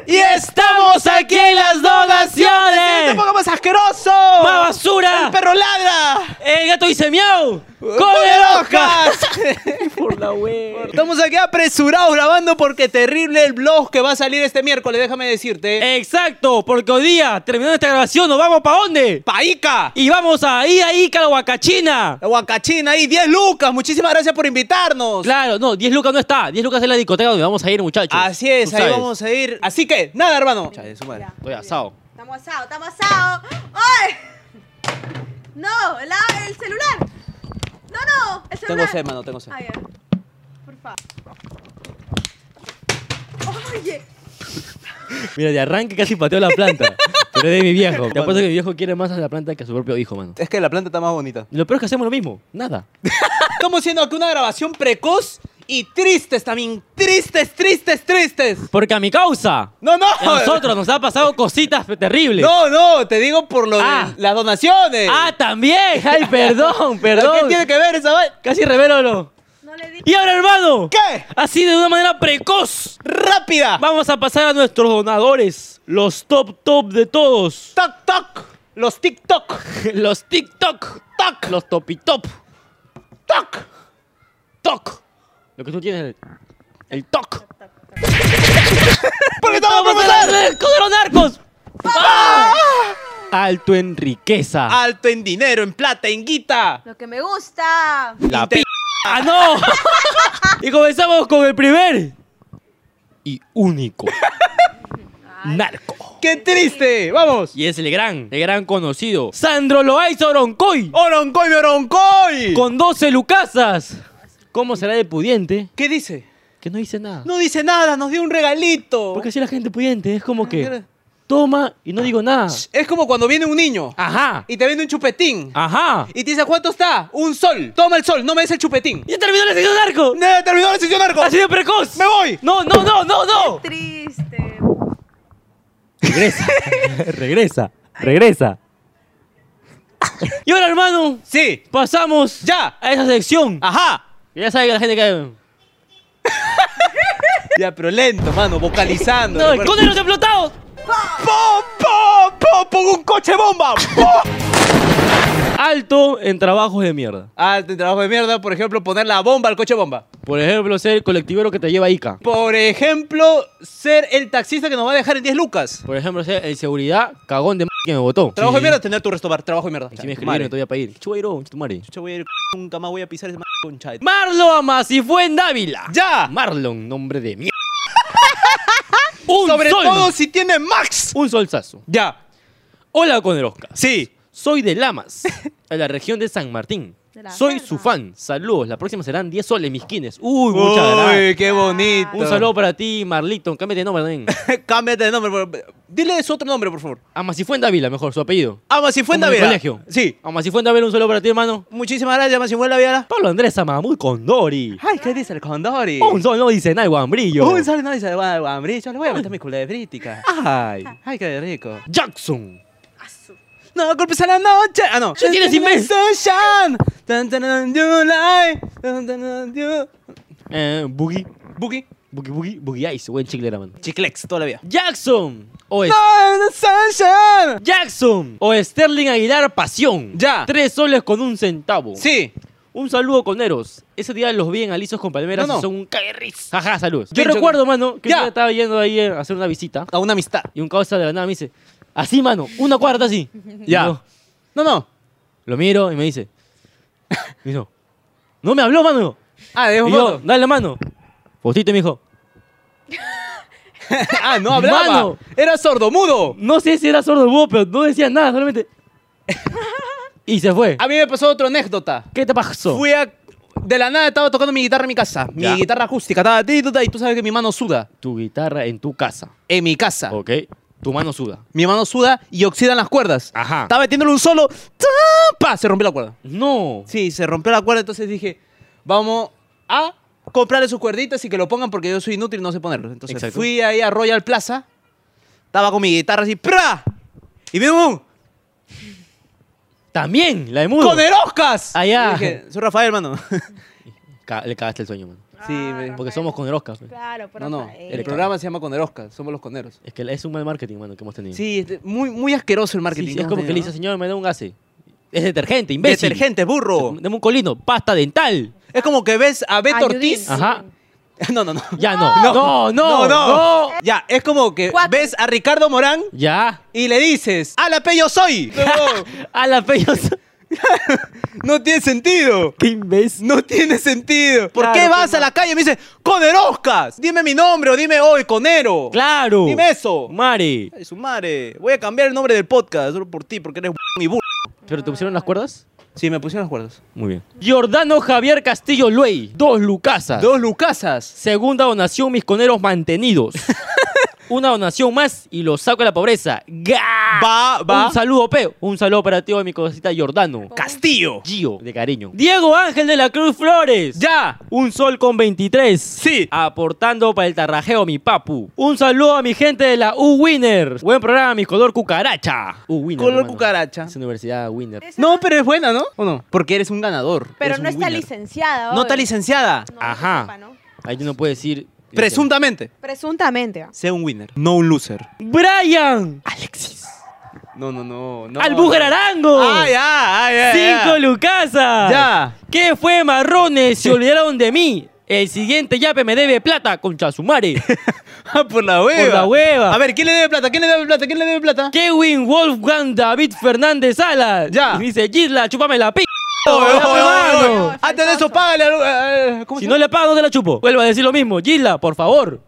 Speaker 2: Y estamos aquí en las donaciones.
Speaker 4: ¡Tampoco más asqueroso!
Speaker 2: ¡Más basura!
Speaker 4: ¡El perro ladra!
Speaker 2: ¡El gato dice miau!
Speaker 4: ¡Come
Speaker 2: ¡Come hoja!
Speaker 4: hojas!
Speaker 2: [LAUGHS] Por la web.
Speaker 4: Estamos aquí apresurados grabando porque terrible el blog que va a salir este miércoles, déjame
Speaker 2: Eh,
Speaker 4: decirte.
Speaker 2: Exacto, porque hoy día, terminando esta grabación, nos vamos para dónde?
Speaker 4: ¡Paica!
Speaker 2: Y vamos a ir a Ica, Huacachina.
Speaker 4: Huacachina ahí, 10 lucas. Muchísimas gracias por invitarnos.
Speaker 2: Claro, no, 10 lucas no está. 10 lucas es la discoteca donde vamos a ir, muchachos.
Speaker 4: Así es,
Speaker 2: Tú
Speaker 4: ahí
Speaker 2: sabes.
Speaker 4: vamos a ir. Así que, nada, hermano. Chale, su madre.
Speaker 2: Estoy asado.
Speaker 6: Estamos asados, estamos asados. ¡Ay! No, la, el celular. No, no, el
Speaker 4: Tengo
Speaker 6: celular.
Speaker 4: sed, mano, tengo sed.
Speaker 6: Ay, ay. Por favor. Oye,
Speaker 2: Mira, de arranque casi pateo la [LAUGHS] planta. pero es de mi viejo. Te apuesto que mi viejo quiere más a la planta que a su propio hijo, mano.
Speaker 4: Es que la planta está más bonita.
Speaker 2: Lo peor es que hacemos lo mismo. [LAUGHS] Nada.
Speaker 4: Estamos haciendo aquí una grabación precoz y tristes también. Tristes, tristes, tristes.
Speaker 2: Porque a mi causa.
Speaker 4: No, no.
Speaker 2: A nosotros nos ha pasado cositas terribles.
Speaker 4: No, no, te digo por lo
Speaker 2: Ah.
Speaker 4: de las donaciones.
Speaker 2: Ah, [LAUGHS] también. Ay, perdón, perdón.
Speaker 4: ¿Qué tiene que ver esa vaina?
Speaker 2: Casi revelo lo.
Speaker 6: no le di.
Speaker 2: Y ahora, hermano.
Speaker 4: ¿Qué?
Speaker 2: Así de una manera precoz.
Speaker 4: ¡Rápida!
Speaker 2: Vamos a pasar a nuestros donadores. Los top top de todos.
Speaker 4: ¡Toc, toc! Los TikTok.
Speaker 2: [LAUGHS] Los TikTok. Toc. Los topitop.
Speaker 4: ¡Toc!
Speaker 2: Toc. Lo que tú tienes es el, el toc.
Speaker 4: [LAUGHS] ¡Porque estamos
Speaker 2: ¡Vamos a
Speaker 4: profesor!
Speaker 2: hacer con los narcos! ¡Ah! Alto en riqueza.
Speaker 4: Alto en dinero, en plata, en guita.
Speaker 6: Lo que me gusta.
Speaker 2: La p... ¡Ah,
Speaker 4: [LAUGHS]
Speaker 2: no! y comenzamos con el primer y
Speaker 4: [LAUGHS]
Speaker 2: único narco.
Speaker 4: ¡Qué triste! ¡Vamos!
Speaker 2: Y es el gran, el gran conocido, Sandro Loaiza Oroncoy,
Speaker 4: ¡Oroncoy, mi oroncoy!
Speaker 2: con 12 lucasas. ¿Cómo será de pudiente?
Speaker 4: ¿Qué dice?
Speaker 2: Que no dice nada.
Speaker 4: No dice nada, nos dio un regalito.
Speaker 2: Porque si la gente pudiente es como que toma y no digo nada.
Speaker 4: Es como cuando viene un niño
Speaker 2: Ajá,
Speaker 4: y te vende un chupetín.
Speaker 2: ajá.
Speaker 4: Y te dice, ¿cuánto está? Un sol. Toma el sol, no me des el chupetín. ¿Ah,
Speaker 2: ¡Ya terminó la sección narco!
Speaker 4: ¡Ne, terminó la sesión, Argo!
Speaker 2: ¡Ha sido precoz!
Speaker 4: ¡Me voy!
Speaker 2: ¡No, no, no, no, no!
Speaker 6: Triste.
Speaker 2: Regresa, [LAUGHS] regresa, regresa. Y ahora, hermano,
Speaker 4: Sí.
Speaker 2: pasamos
Speaker 4: Ya.
Speaker 2: a esa sección.
Speaker 4: Ajá.
Speaker 2: Ya sabe que la gente cae.
Speaker 4: Ya, pero lento, mano, vocalizando.
Speaker 2: ¡No,
Speaker 4: Recuerda-
Speaker 2: esconden los explotados!
Speaker 4: ¡Pum, pum, pum! ¡Pum, un coche bomba! [LAUGHS] ¡Pum!
Speaker 2: Alto en trabajos de mierda.
Speaker 4: Alto en trabajo de mierda, por ejemplo, poner la bomba al coche bomba.
Speaker 2: Por ejemplo, ser el colectivero que te lleva a Ica.
Speaker 4: Por ejemplo, ser el taxista que nos va a dejar en 10 lucas.
Speaker 2: Por ejemplo, ser el seguridad cagón de m que me botó.
Speaker 4: Trabajo de
Speaker 2: Sí.
Speaker 4: mierda, tener tu resto bar. Trabajo de mierda.
Speaker 2: Y Si me escribieron, te voy a pedir. Chueiro, chutumare.
Speaker 4: Yo voy a ir, nunca más voy a pisar ese m- concha de-
Speaker 2: Marlon Amasifuen Dávila.
Speaker 4: ¡Ya!
Speaker 2: Marlon, nombre de [LAUGHS] mierda. Un
Speaker 4: Sobre
Speaker 2: sol.
Speaker 4: todo si tiene Max.
Speaker 2: Un solsazo.
Speaker 4: Ya.
Speaker 2: Hola, Conerosca.
Speaker 4: Sí.
Speaker 2: Soy de [LAUGHS] Lamas, de la región de San Martín.
Speaker 6: De la
Speaker 2: Soy
Speaker 6: selva.
Speaker 2: su fan. Saludos. La próxima serán 10 soles, mis quines. Uy, muchas gracias.
Speaker 4: Uy, qué bonito.
Speaker 2: Un saludo para ti, Marlito. Cámbiate de nombre [LAUGHS] también.
Speaker 4: Cámbiate de nombre. por- Dile su otro nombre, por favor.
Speaker 2: Amasifuen Dávila, mejor, su apellido.
Speaker 4: Amasifuen
Speaker 2: Como mi
Speaker 4: Dávila.
Speaker 2: colegio.
Speaker 4: Sí.
Speaker 2: Amasifuen Dávila, un saludo para ti, hermano.
Speaker 4: Muchísimas gracias, Amasifuen Dávila.
Speaker 2: Pablo Andrés Amamud Condori.
Speaker 4: Ay, ¿qué dice el Condori?
Speaker 2: Un sol Oh, no dice nada, Juan Brillo.
Speaker 1: Oh,
Speaker 4: Un saludo, no dice Guambrillo. Le voy a meter mi culebritica. Ay, ay, qué rico.
Speaker 2: Jackson.
Speaker 1: No culpes a la noche. Ah, no.
Speaker 2: ¿Qué tienes, imbécil?
Speaker 1: Sunshine. Tan, tan, tan, you lie. Tan, tan, tan, you-
Speaker 2: Eh, Boogie.
Speaker 1: Boogie.
Speaker 2: Boogie, boogie, boogie Ice. Buen chicle era, mano.
Speaker 1: Chiclex, todavía.
Speaker 2: Jackson. O es-
Speaker 1: No, Sunshine.
Speaker 2: Jackson. O Sterling Aguilar Pasión.
Speaker 1: Ya.
Speaker 2: Tres soles con un centavo.
Speaker 1: Sí.
Speaker 2: Un saludo con Eros. Ese día los vi en Alisos con Palmeras
Speaker 1: No, no.
Speaker 2: y son un caguerriz. Ajá, saludos. Yo
Speaker 1: Bien, yo-
Speaker 2: recuerdo, mano, que
Speaker 1: Ya. Oh.
Speaker 2: yo estaba yendo ahí a hacer una visita
Speaker 1: A una amistad.
Speaker 2: y un causa de la nada me dice, así, mano, una cuarta así. Y
Speaker 1: [LAUGHS] Ya.
Speaker 2: yo
Speaker 1: No, no.
Speaker 2: lo miro y me dice, [LAUGHS] me dijo, no me habló, mano.
Speaker 1: Ah, de
Speaker 2: Y yo, dale mano. Postito y me dijo,
Speaker 1: [LAUGHS] Ah, no hablaba.
Speaker 2: Mano.
Speaker 1: Era sordomudo.
Speaker 2: no sé si era sordo búho, pero no decía nada, [LAUGHS] solamente. y se fue.
Speaker 1: A mí me pasó otra anécdota.
Speaker 2: Ah, ¿Qué te pasó?
Speaker 1: Fui a. De la nada estaba tocando mi guitarra en mi casa. Mi
Speaker 2: Ya.
Speaker 1: guitarra acústica. Estaba ti, tu, ta, y tú sabes que mi mano suda.
Speaker 2: Tu guitarra en tu casa,
Speaker 1: En mi casa.
Speaker 2: ¿ok? Tu mano suda.
Speaker 1: Mi mano suda y oxidan las cuerdas.
Speaker 2: Ajá.
Speaker 1: Estaba metiéndole un solo. ¡tsa! ¡Pa! Se rompió la cuerda.
Speaker 2: No.
Speaker 1: Sí, se rompió la cuerda. Entonces dije, vamos a comprarle sus cuerditas y que lo pongan porque yo soy inútil y no sé ponerlo. Entonces
Speaker 2: Exacto.
Speaker 1: fui ahí a Royal Plaza. Estaba con mi guitarra así. ¡Pra! Y vi un.
Speaker 2: También, la de mudo. Ah,
Speaker 1: ¡Con eroscas!
Speaker 2: Allá.
Speaker 1: Y dije, soy Rafael, hermano. [LAUGHS]
Speaker 2: Ca- le cagaste el sueño, mano.
Speaker 1: Sí, me-
Speaker 6: Rafael.
Speaker 2: Porque somos con Erosca. fe.
Speaker 6: Claro, pero
Speaker 1: No, no.
Speaker 6: Rafael.
Speaker 1: El programa se llama Coneroscas. Somos los coneros.
Speaker 2: Es que es un mal marketing, mano, que hemos tenido.
Speaker 1: Sí, es de- muy, muy asqueroso el marketing.
Speaker 2: Sí, sí,
Speaker 1: que
Speaker 2: es como
Speaker 1: hemos
Speaker 2: que le
Speaker 1: tenido,
Speaker 2: dice,
Speaker 1: ¿no?
Speaker 2: señor, me da un gase. Es detergente, imbécil.
Speaker 1: Detergente, burro.
Speaker 2: Dame un colino, pasta dental.
Speaker 1: Es como que ves a Beto
Speaker 6: Ayudín.
Speaker 1: Ortiz.
Speaker 4: [LAUGHS]
Speaker 2: Ajá.
Speaker 1: No, no, no.
Speaker 2: Ya no. No, no, no.
Speaker 1: no, no. Ya, es como que
Speaker 6: Cuatro.
Speaker 1: ves a Ricardo Morán
Speaker 2: Ya.
Speaker 1: y le dices, ¡A la pe yo soy! [LAUGHS] No,
Speaker 2: [LAUGHS] A la fe, yo soy-
Speaker 1: no tiene sentido.
Speaker 2: Qué imbécil.
Speaker 1: No tiene sentido. ¿Por
Speaker 2: Claro,
Speaker 1: qué
Speaker 2: qué
Speaker 1: vas a la calle y me dices, ¡Coneroscas! Dime mi nombre o dime hoy, Conero.
Speaker 2: Claro.
Speaker 1: Dime eso.
Speaker 2: Mare.
Speaker 1: Ay, su madre. Voy a cambiar el nombre del podcast solo por ti, porque eres mi burro.
Speaker 2: ¿Pero te pusieron las cuerdas?
Speaker 1: Sí, me pusieron los cuerdas.
Speaker 2: Muy bien. Giordano Javier Castillo Luey. Dos lucasas.
Speaker 1: Dos lucasas.
Speaker 2: Segunda donación, mis coneros mantenidos. [LAUGHS] Una donación más y los saco de la pobreza. ¡Ga!
Speaker 1: Va, va.
Speaker 2: Un saludo, Peo. Un saludo para ti, mi cosita Giordano.
Speaker 1: Castillo.
Speaker 2: Gio, de cariño. Diego Ángel de la Cruz Flores.
Speaker 1: Ya.
Speaker 2: Un sol con 23.
Speaker 1: Sí.
Speaker 2: Aportando para el tarrajeo, mi papu. Un saludo a mi gente de la U-Winner. Buen programa, mi color cucaracha. U-Winner.
Speaker 1: Color
Speaker 2: hermano.
Speaker 1: cucaracha.
Speaker 2: Es universidad Winner.
Speaker 6: Ese
Speaker 1: No, pero es buena, ¿no? ¿O no? Porque eres un ganador.
Speaker 6: Pero
Speaker 1: Eres
Speaker 6: no
Speaker 1: un
Speaker 6: está
Speaker 1: winner.
Speaker 6: licenciada.
Speaker 1: No está
Speaker 6: obvio.
Speaker 1: licenciada.
Speaker 6: No,
Speaker 2: Ajá.
Speaker 6: que sepa, ¿no?
Speaker 2: Ahí no puede decir.
Speaker 1: Presuntamente.
Speaker 6: Presuntamente. va.
Speaker 1: Sea un winner, no un loser.
Speaker 2: Brian. Alexis.
Speaker 1: No, no, no. no.
Speaker 2: Al Bugararango.
Speaker 1: Ah, ya, ah, ya.
Speaker 2: Cinco
Speaker 1: ya.
Speaker 2: Lucasas.
Speaker 1: Ya.
Speaker 2: ¿Qué fue, marrones? Se olvidaron de mí. El siguiente yape me debe plata, concha su
Speaker 1: [LAUGHS]
Speaker 2: madre.
Speaker 1: Ah, Por la hueva.
Speaker 2: Por la hueva.
Speaker 1: A ver, ¿quién le debe plata? ¿Quién le debe plata? ¿Quién le debe plata?
Speaker 2: Kevin Wolfgang David Fernández Salas.
Speaker 1: Ya.
Speaker 2: Y dice, Gisla, chúpame la p.
Speaker 1: Oye, oye, oye,
Speaker 2: hermano.
Speaker 1: oye. Antes de eso, págale. al- a- a- ¿Cómo
Speaker 2: Si
Speaker 1: se
Speaker 2: no
Speaker 1: llama?
Speaker 2: le pago, no te la chupo. Vuelvo a decir lo mismo. Gisla, por favor.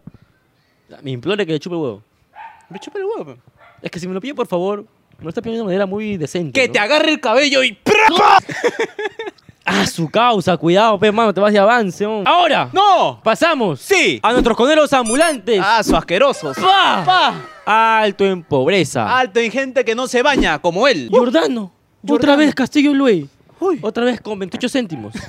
Speaker 2: Me implore que le chupe el huevo.
Speaker 1: Me chupa el huevo. pe.
Speaker 2: Es que si me lo pide, por favor, me lo está pidiendo de manera muy decente.
Speaker 1: Que
Speaker 2: ¿no?
Speaker 1: te agarre el cabello y.
Speaker 2: Ah, su causa. Cuidado, pe, mano. Te vas de avance, hom. Ahora,
Speaker 1: [LAUGHS] ¡No!
Speaker 2: pasamos.
Speaker 1: Sí.
Speaker 2: A nuestros coneros ambulantes.
Speaker 1: ¡Ah, su asquerosos!
Speaker 2: Pa.
Speaker 1: ¡Pa! Ah.
Speaker 2: Alto en pobreza.
Speaker 1: Alto en gente que no se baña, como él.
Speaker 2: Jordano. Otra
Speaker 1: Uh. Giordano.
Speaker 2: vez Castillo Luis.
Speaker 1: Uy.
Speaker 2: Otra vez con 28 céntimos. [LAUGHS]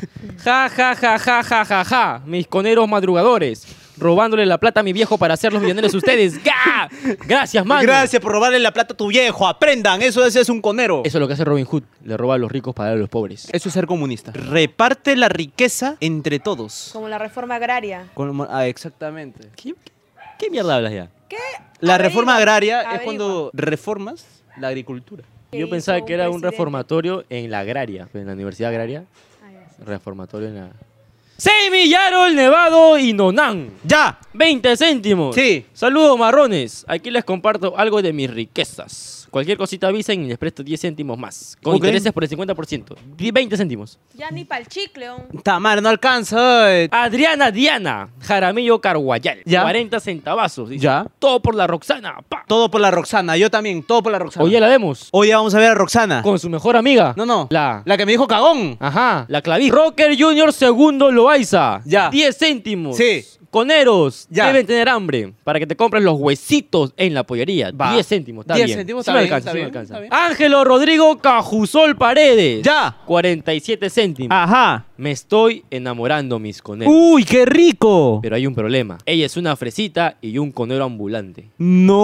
Speaker 2: Ja, ja, ja, ja, ja, ja, ja. Mis coneros madrugadores. Robándole la plata a mi viejo para hacerlos millonarios
Speaker 1: [LAUGHS]
Speaker 2: ustedes. ¡Ga! Gracias, mano.
Speaker 1: Gracias por robarle la plata a tu viejo. Aprendan, eso es, es un conero.
Speaker 2: Eso es lo que hace Robin Hood. Le roba a los ricos para dar a los pobres.
Speaker 1: Eso es ser comunista. Reparte la riqueza entre todos.
Speaker 6: Como la reforma agraria.
Speaker 1: Como- ah, exactamente.
Speaker 2: ¿Qué, qué mierda hablas ya?
Speaker 6: ¿Qué?
Speaker 1: La
Speaker 6: Averigua,
Speaker 1: reforma agraria es
Speaker 6: averigua.
Speaker 1: cuando reformas la agricultura.
Speaker 6: Que
Speaker 2: Yo
Speaker 6: hizo
Speaker 2: pensaba que era un
Speaker 6: presidente.
Speaker 2: reformatorio en la agraria, en la universidad agraria.
Speaker 6: Ah, ya sé.
Speaker 2: Reformatorio en la... Semi Yarol Nevado y Nonán.
Speaker 1: ¡Ya!
Speaker 2: 20 céntimos.
Speaker 1: Sí.
Speaker 2: Saludos marrones. Aquí les comparto algo de mis riquezas. Cualquier cosita avisen y les presto 10 céntimos más. Con
Speaker 1: Ok.
Speaker 2: intereses por el 50%. Di- 20 céntimos.
Speaker 6: Ya ni para el chicle. hom.
Speaker 1: Tamara, no alcanza. eh.
Speaker 2: Adriana Diana Jaramillo Carguayal.
Speaker 1: Ya.
Speaker 2: 40 centavazos. dice.
Speaker 1: Ya.
Speaker 2: Todo por la Roxana. Pa.
Speaker 1: Todo por la Roxana, yo también, todo por la Roxana.
Speaker 2: Oye, la vemos.
Speaker 1: Hoy ya vamos a ver a Roxana.
Speaker 2: Con su mejor amiga.
Speaker 1: No, no.
Speaker 2: La.
Speaker 1: que me dijo cagón.
Speaker 2: Ajá. La claviz. Rocker Junior segundo Loaiza.
Speaker 1: Ya.
Speaker 2: 10 céntimos.
Speaker 1: Sí.
Speaker 2: Coneros,
Speaker 7: Ya.
Speaker 2: deben tener hambre para que te compres los huesitos en la pollería.
Speaker 7: Va.
Speaker 2: 10 céntimos, está
Speaker 7: 10
Speaker 2: bien.
Speaker 7: céntimos,
Speaker 2: Sí
Speaker 7: está
Speaker 2: me
Speaker 7: bien,
Speaker 2: alcanza,
Speaker 7: está
Speaker 2: sí me
Speaker 7: bien,
Speaker 2: alcanza.
Speaker 7: está
Speaker 2: Ángelo Rodrigo Cajusol Paredes.
Speaker 7: Ya. Ah.
Speaker 2: 47 céntimos.
Speaker 1: Ajá.
Speaker 2: Me estoy enamorando, mis coneros.
Speaker 7: Uh.
Speaker 1: Uy, qué rico.
Speaker 2: Pero hay un problema. Ella es una fresita y yo un conero ambulante.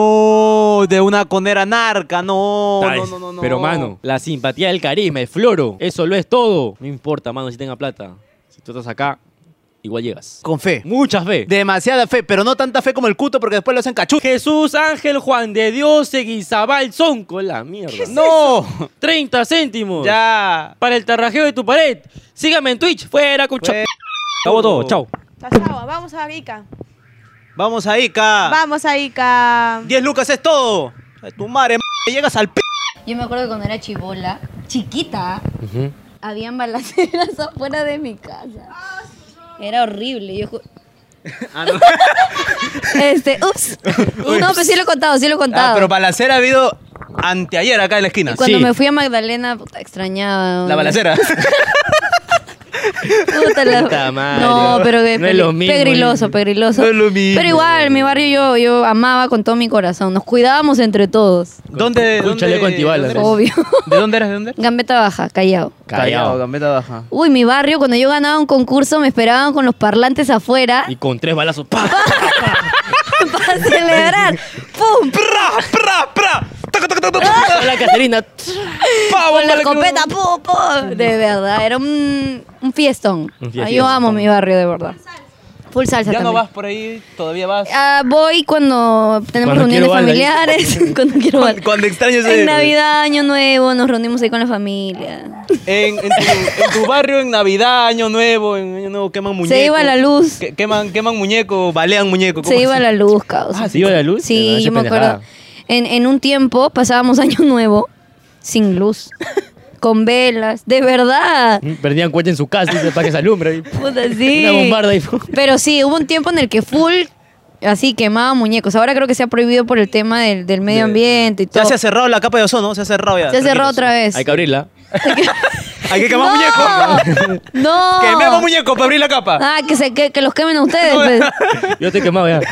Speaker 1: No, de una conera narca, no. No, no, no, no.
Speaker 2: Pero, mano, la simpatía del carisma, el floro, eso lo es todo. No importa, mano, si tenga plata. Si tú estás acá, igual llegas.
Speaker 4: Con fe.
Speaker 2: Muchas veces.
Speaker 4: Demasiada fe, pero no tanta fe como el cuto porque después lo hacen cachú.
Speaker 2: Jesús Ángel Juan de Dios Seguizabal Sonco, la mierda.
Speaker 4: ¡No!
Speaker 2: [LAUGHS] 30 céntimos.
Speaker 4: Ya.
Speaker 2: Para el tarrajeo de tu pared. Sígame en Twitch. Fuera, cucho.
Speaker 4: Fue-
Speaker 2: Acabó todo. Chao.
Speaker 6: Sasagua, vamos a Ica.
Speaker 4: Vamos a
Speaker 1: Ah.
Speaker 4: Ica.
Speaker 6: Vamos a Ica.
Speaker 4: 10 lucas es todo. Ay, Tu madre, m- llegas al p.
Speaker 3: Yo me acuerdo que cuando era chibola, chiquita, habían balaceras [LAUGHS] afuera de mi casa. Era horrible.
Speaker 4: [LAUGHS]
Speaker 3: Yo ju-
Speaker 4: Ah,
Speaker 3: Este,
Speaker 4: [LAUGHS]
Speaker 3: ups. No, pero sí lo he contado, sí lo he contado.
Speaker 4: Ah, pero balacera ha habido anteayer acá en la esquina.
Speaker 3: Y cuando
Speaker 2: sí.
Speaker 3: me fui a Magdalena, puta, extrañaba.
Speaker 4: La balacera.
Speaker 3: [LAUGHS]
Speaker 1: [LAUGHS]
Speaker 3: Puta la-
Speaker 2: Puta madre.
Speaker 3: No, pero que-
Speaker 2: No es lo mismo,
Speaker 3: pegriloso,
Speaker 2: eh.
Speaker 3: pegriloso.
Speaker 4: No es lo mismo.
Speaker 3: Pero igual, mi barrio yo, yo amaba con todo mi corazón. Nos cuidábamos entre todos,
Speaker 4: ¿Dónde?
Speaker 2: con
Speaker 4: dónde-
Speaker 2: chaleco antibalas.
Speaker 4: dónde eres?
Speaker 3: obvio.
Speaker 4: ¿De dónde eres? ¿De dónde?
Speaker 3: [LAUGHS]
Speaker 4: eres?
Speaker 3: Gambeta Baja, Callao.
Speaker 2: Callao.
Speaker 4: Gambeta baja.
Speaker 3: Uy, mi barrio, cuando yo ganaba un concurso, me esperaban con los parlantes afuera
Speaker 2: Y con tres balazos. ¡pa! [LAUGHS]
Speaker 3: [LAUGHS] para celebrar. ¡Pum!
Speaker 4: ¡Pra! ¡Pra! ¡Pra! ¡Taca, taca, taca, taca, taca!
Speaker 2: Hola, Caterina.
Speaker 4: ¡Pa!
Speaker 3: Con la
Speaker 4: ¡Bómbale, que-
Speaker 3: escopeta, ¡pum, pum! De verdad, era un, un fiestón.
Speaker 2: Un
Speaker 3: Ah,
Speaker 2: fiestón.
Speaker 3: yo amo mi barrio, de verdad. Full salsa
Speaker 4: Ya no
Speaker 3: también.
Speaker 4: vas por ahí, todavía vas.
Speaker 3: Ah, voy cuando tenemos
Speaker 2: Cuando
Speaker 3: reuniones
Speaker 2: quiero bala,
Speaker 3: familiares, [LAUGHS] cuando quiero bala.
Speaker 4: Cuando- cuando extrañas
Speaker 3: En
Speaker 4: el-
Speaker 3: Navidad, Año Nuevo, nos reunimos ahí con la familia.
Speaker 4: En, en tu, en tu barrio, en Navidad, Año Nuevo, en Año Nuevo queman muñecos.
Speaker 3: iba la luz.
Speaker 4: Que- queman, queman muñeco, balean muñeco. ¿cómo
Speaker 3: Se iba
Speaker 4: así?
Speaker 3: la luz, causa.
Speaker 2: Ah, ¿se iba la luz? Ya, no,
Speaker 3: Sí,
Speaker 2: esa
Speaker 3: yo me
Speaker 2: pendejada.
Speaker 3: acuerdo. En, en un tiempo pasábamos [LAUGHS] Año Nuevo sin luz, con velas,
Speaker 2: [LAUGHS]
Speaker 3: de verdad.
Speaker 2: Perdían cuenta en su casa y para que se alumbre.
Speaker 3: Puta, sí.
Speaker 2: Una bombarda ahí.
Speaker 3: Pero sí, hubo un tiempo en el que full así quemaba muñecos. Ahora creo que se ha prohibido por el tema del, del medio ambiente y todo.
Speaker 4: Ya se ha cerrado la capa de ozono, se ha cerrado ya.
Speaker 3: Se ha cerrado
Speaker 4: tranquilos.
Speaker 3: otra vez.
Speaker 2: Hay que abrirla.
Speaker 4: Hay que quemar muñeco.
Speaker 3: muñecos. [LAUGHS] No.
Speaker 4: Quememos muñeco para abrir la capa.
Speaker 2: [LAUGHS]
Speaker 3: Ah, que, se, que, que los quemen a ustedes. pues.
Speaker 2: Yo te quemaba ya.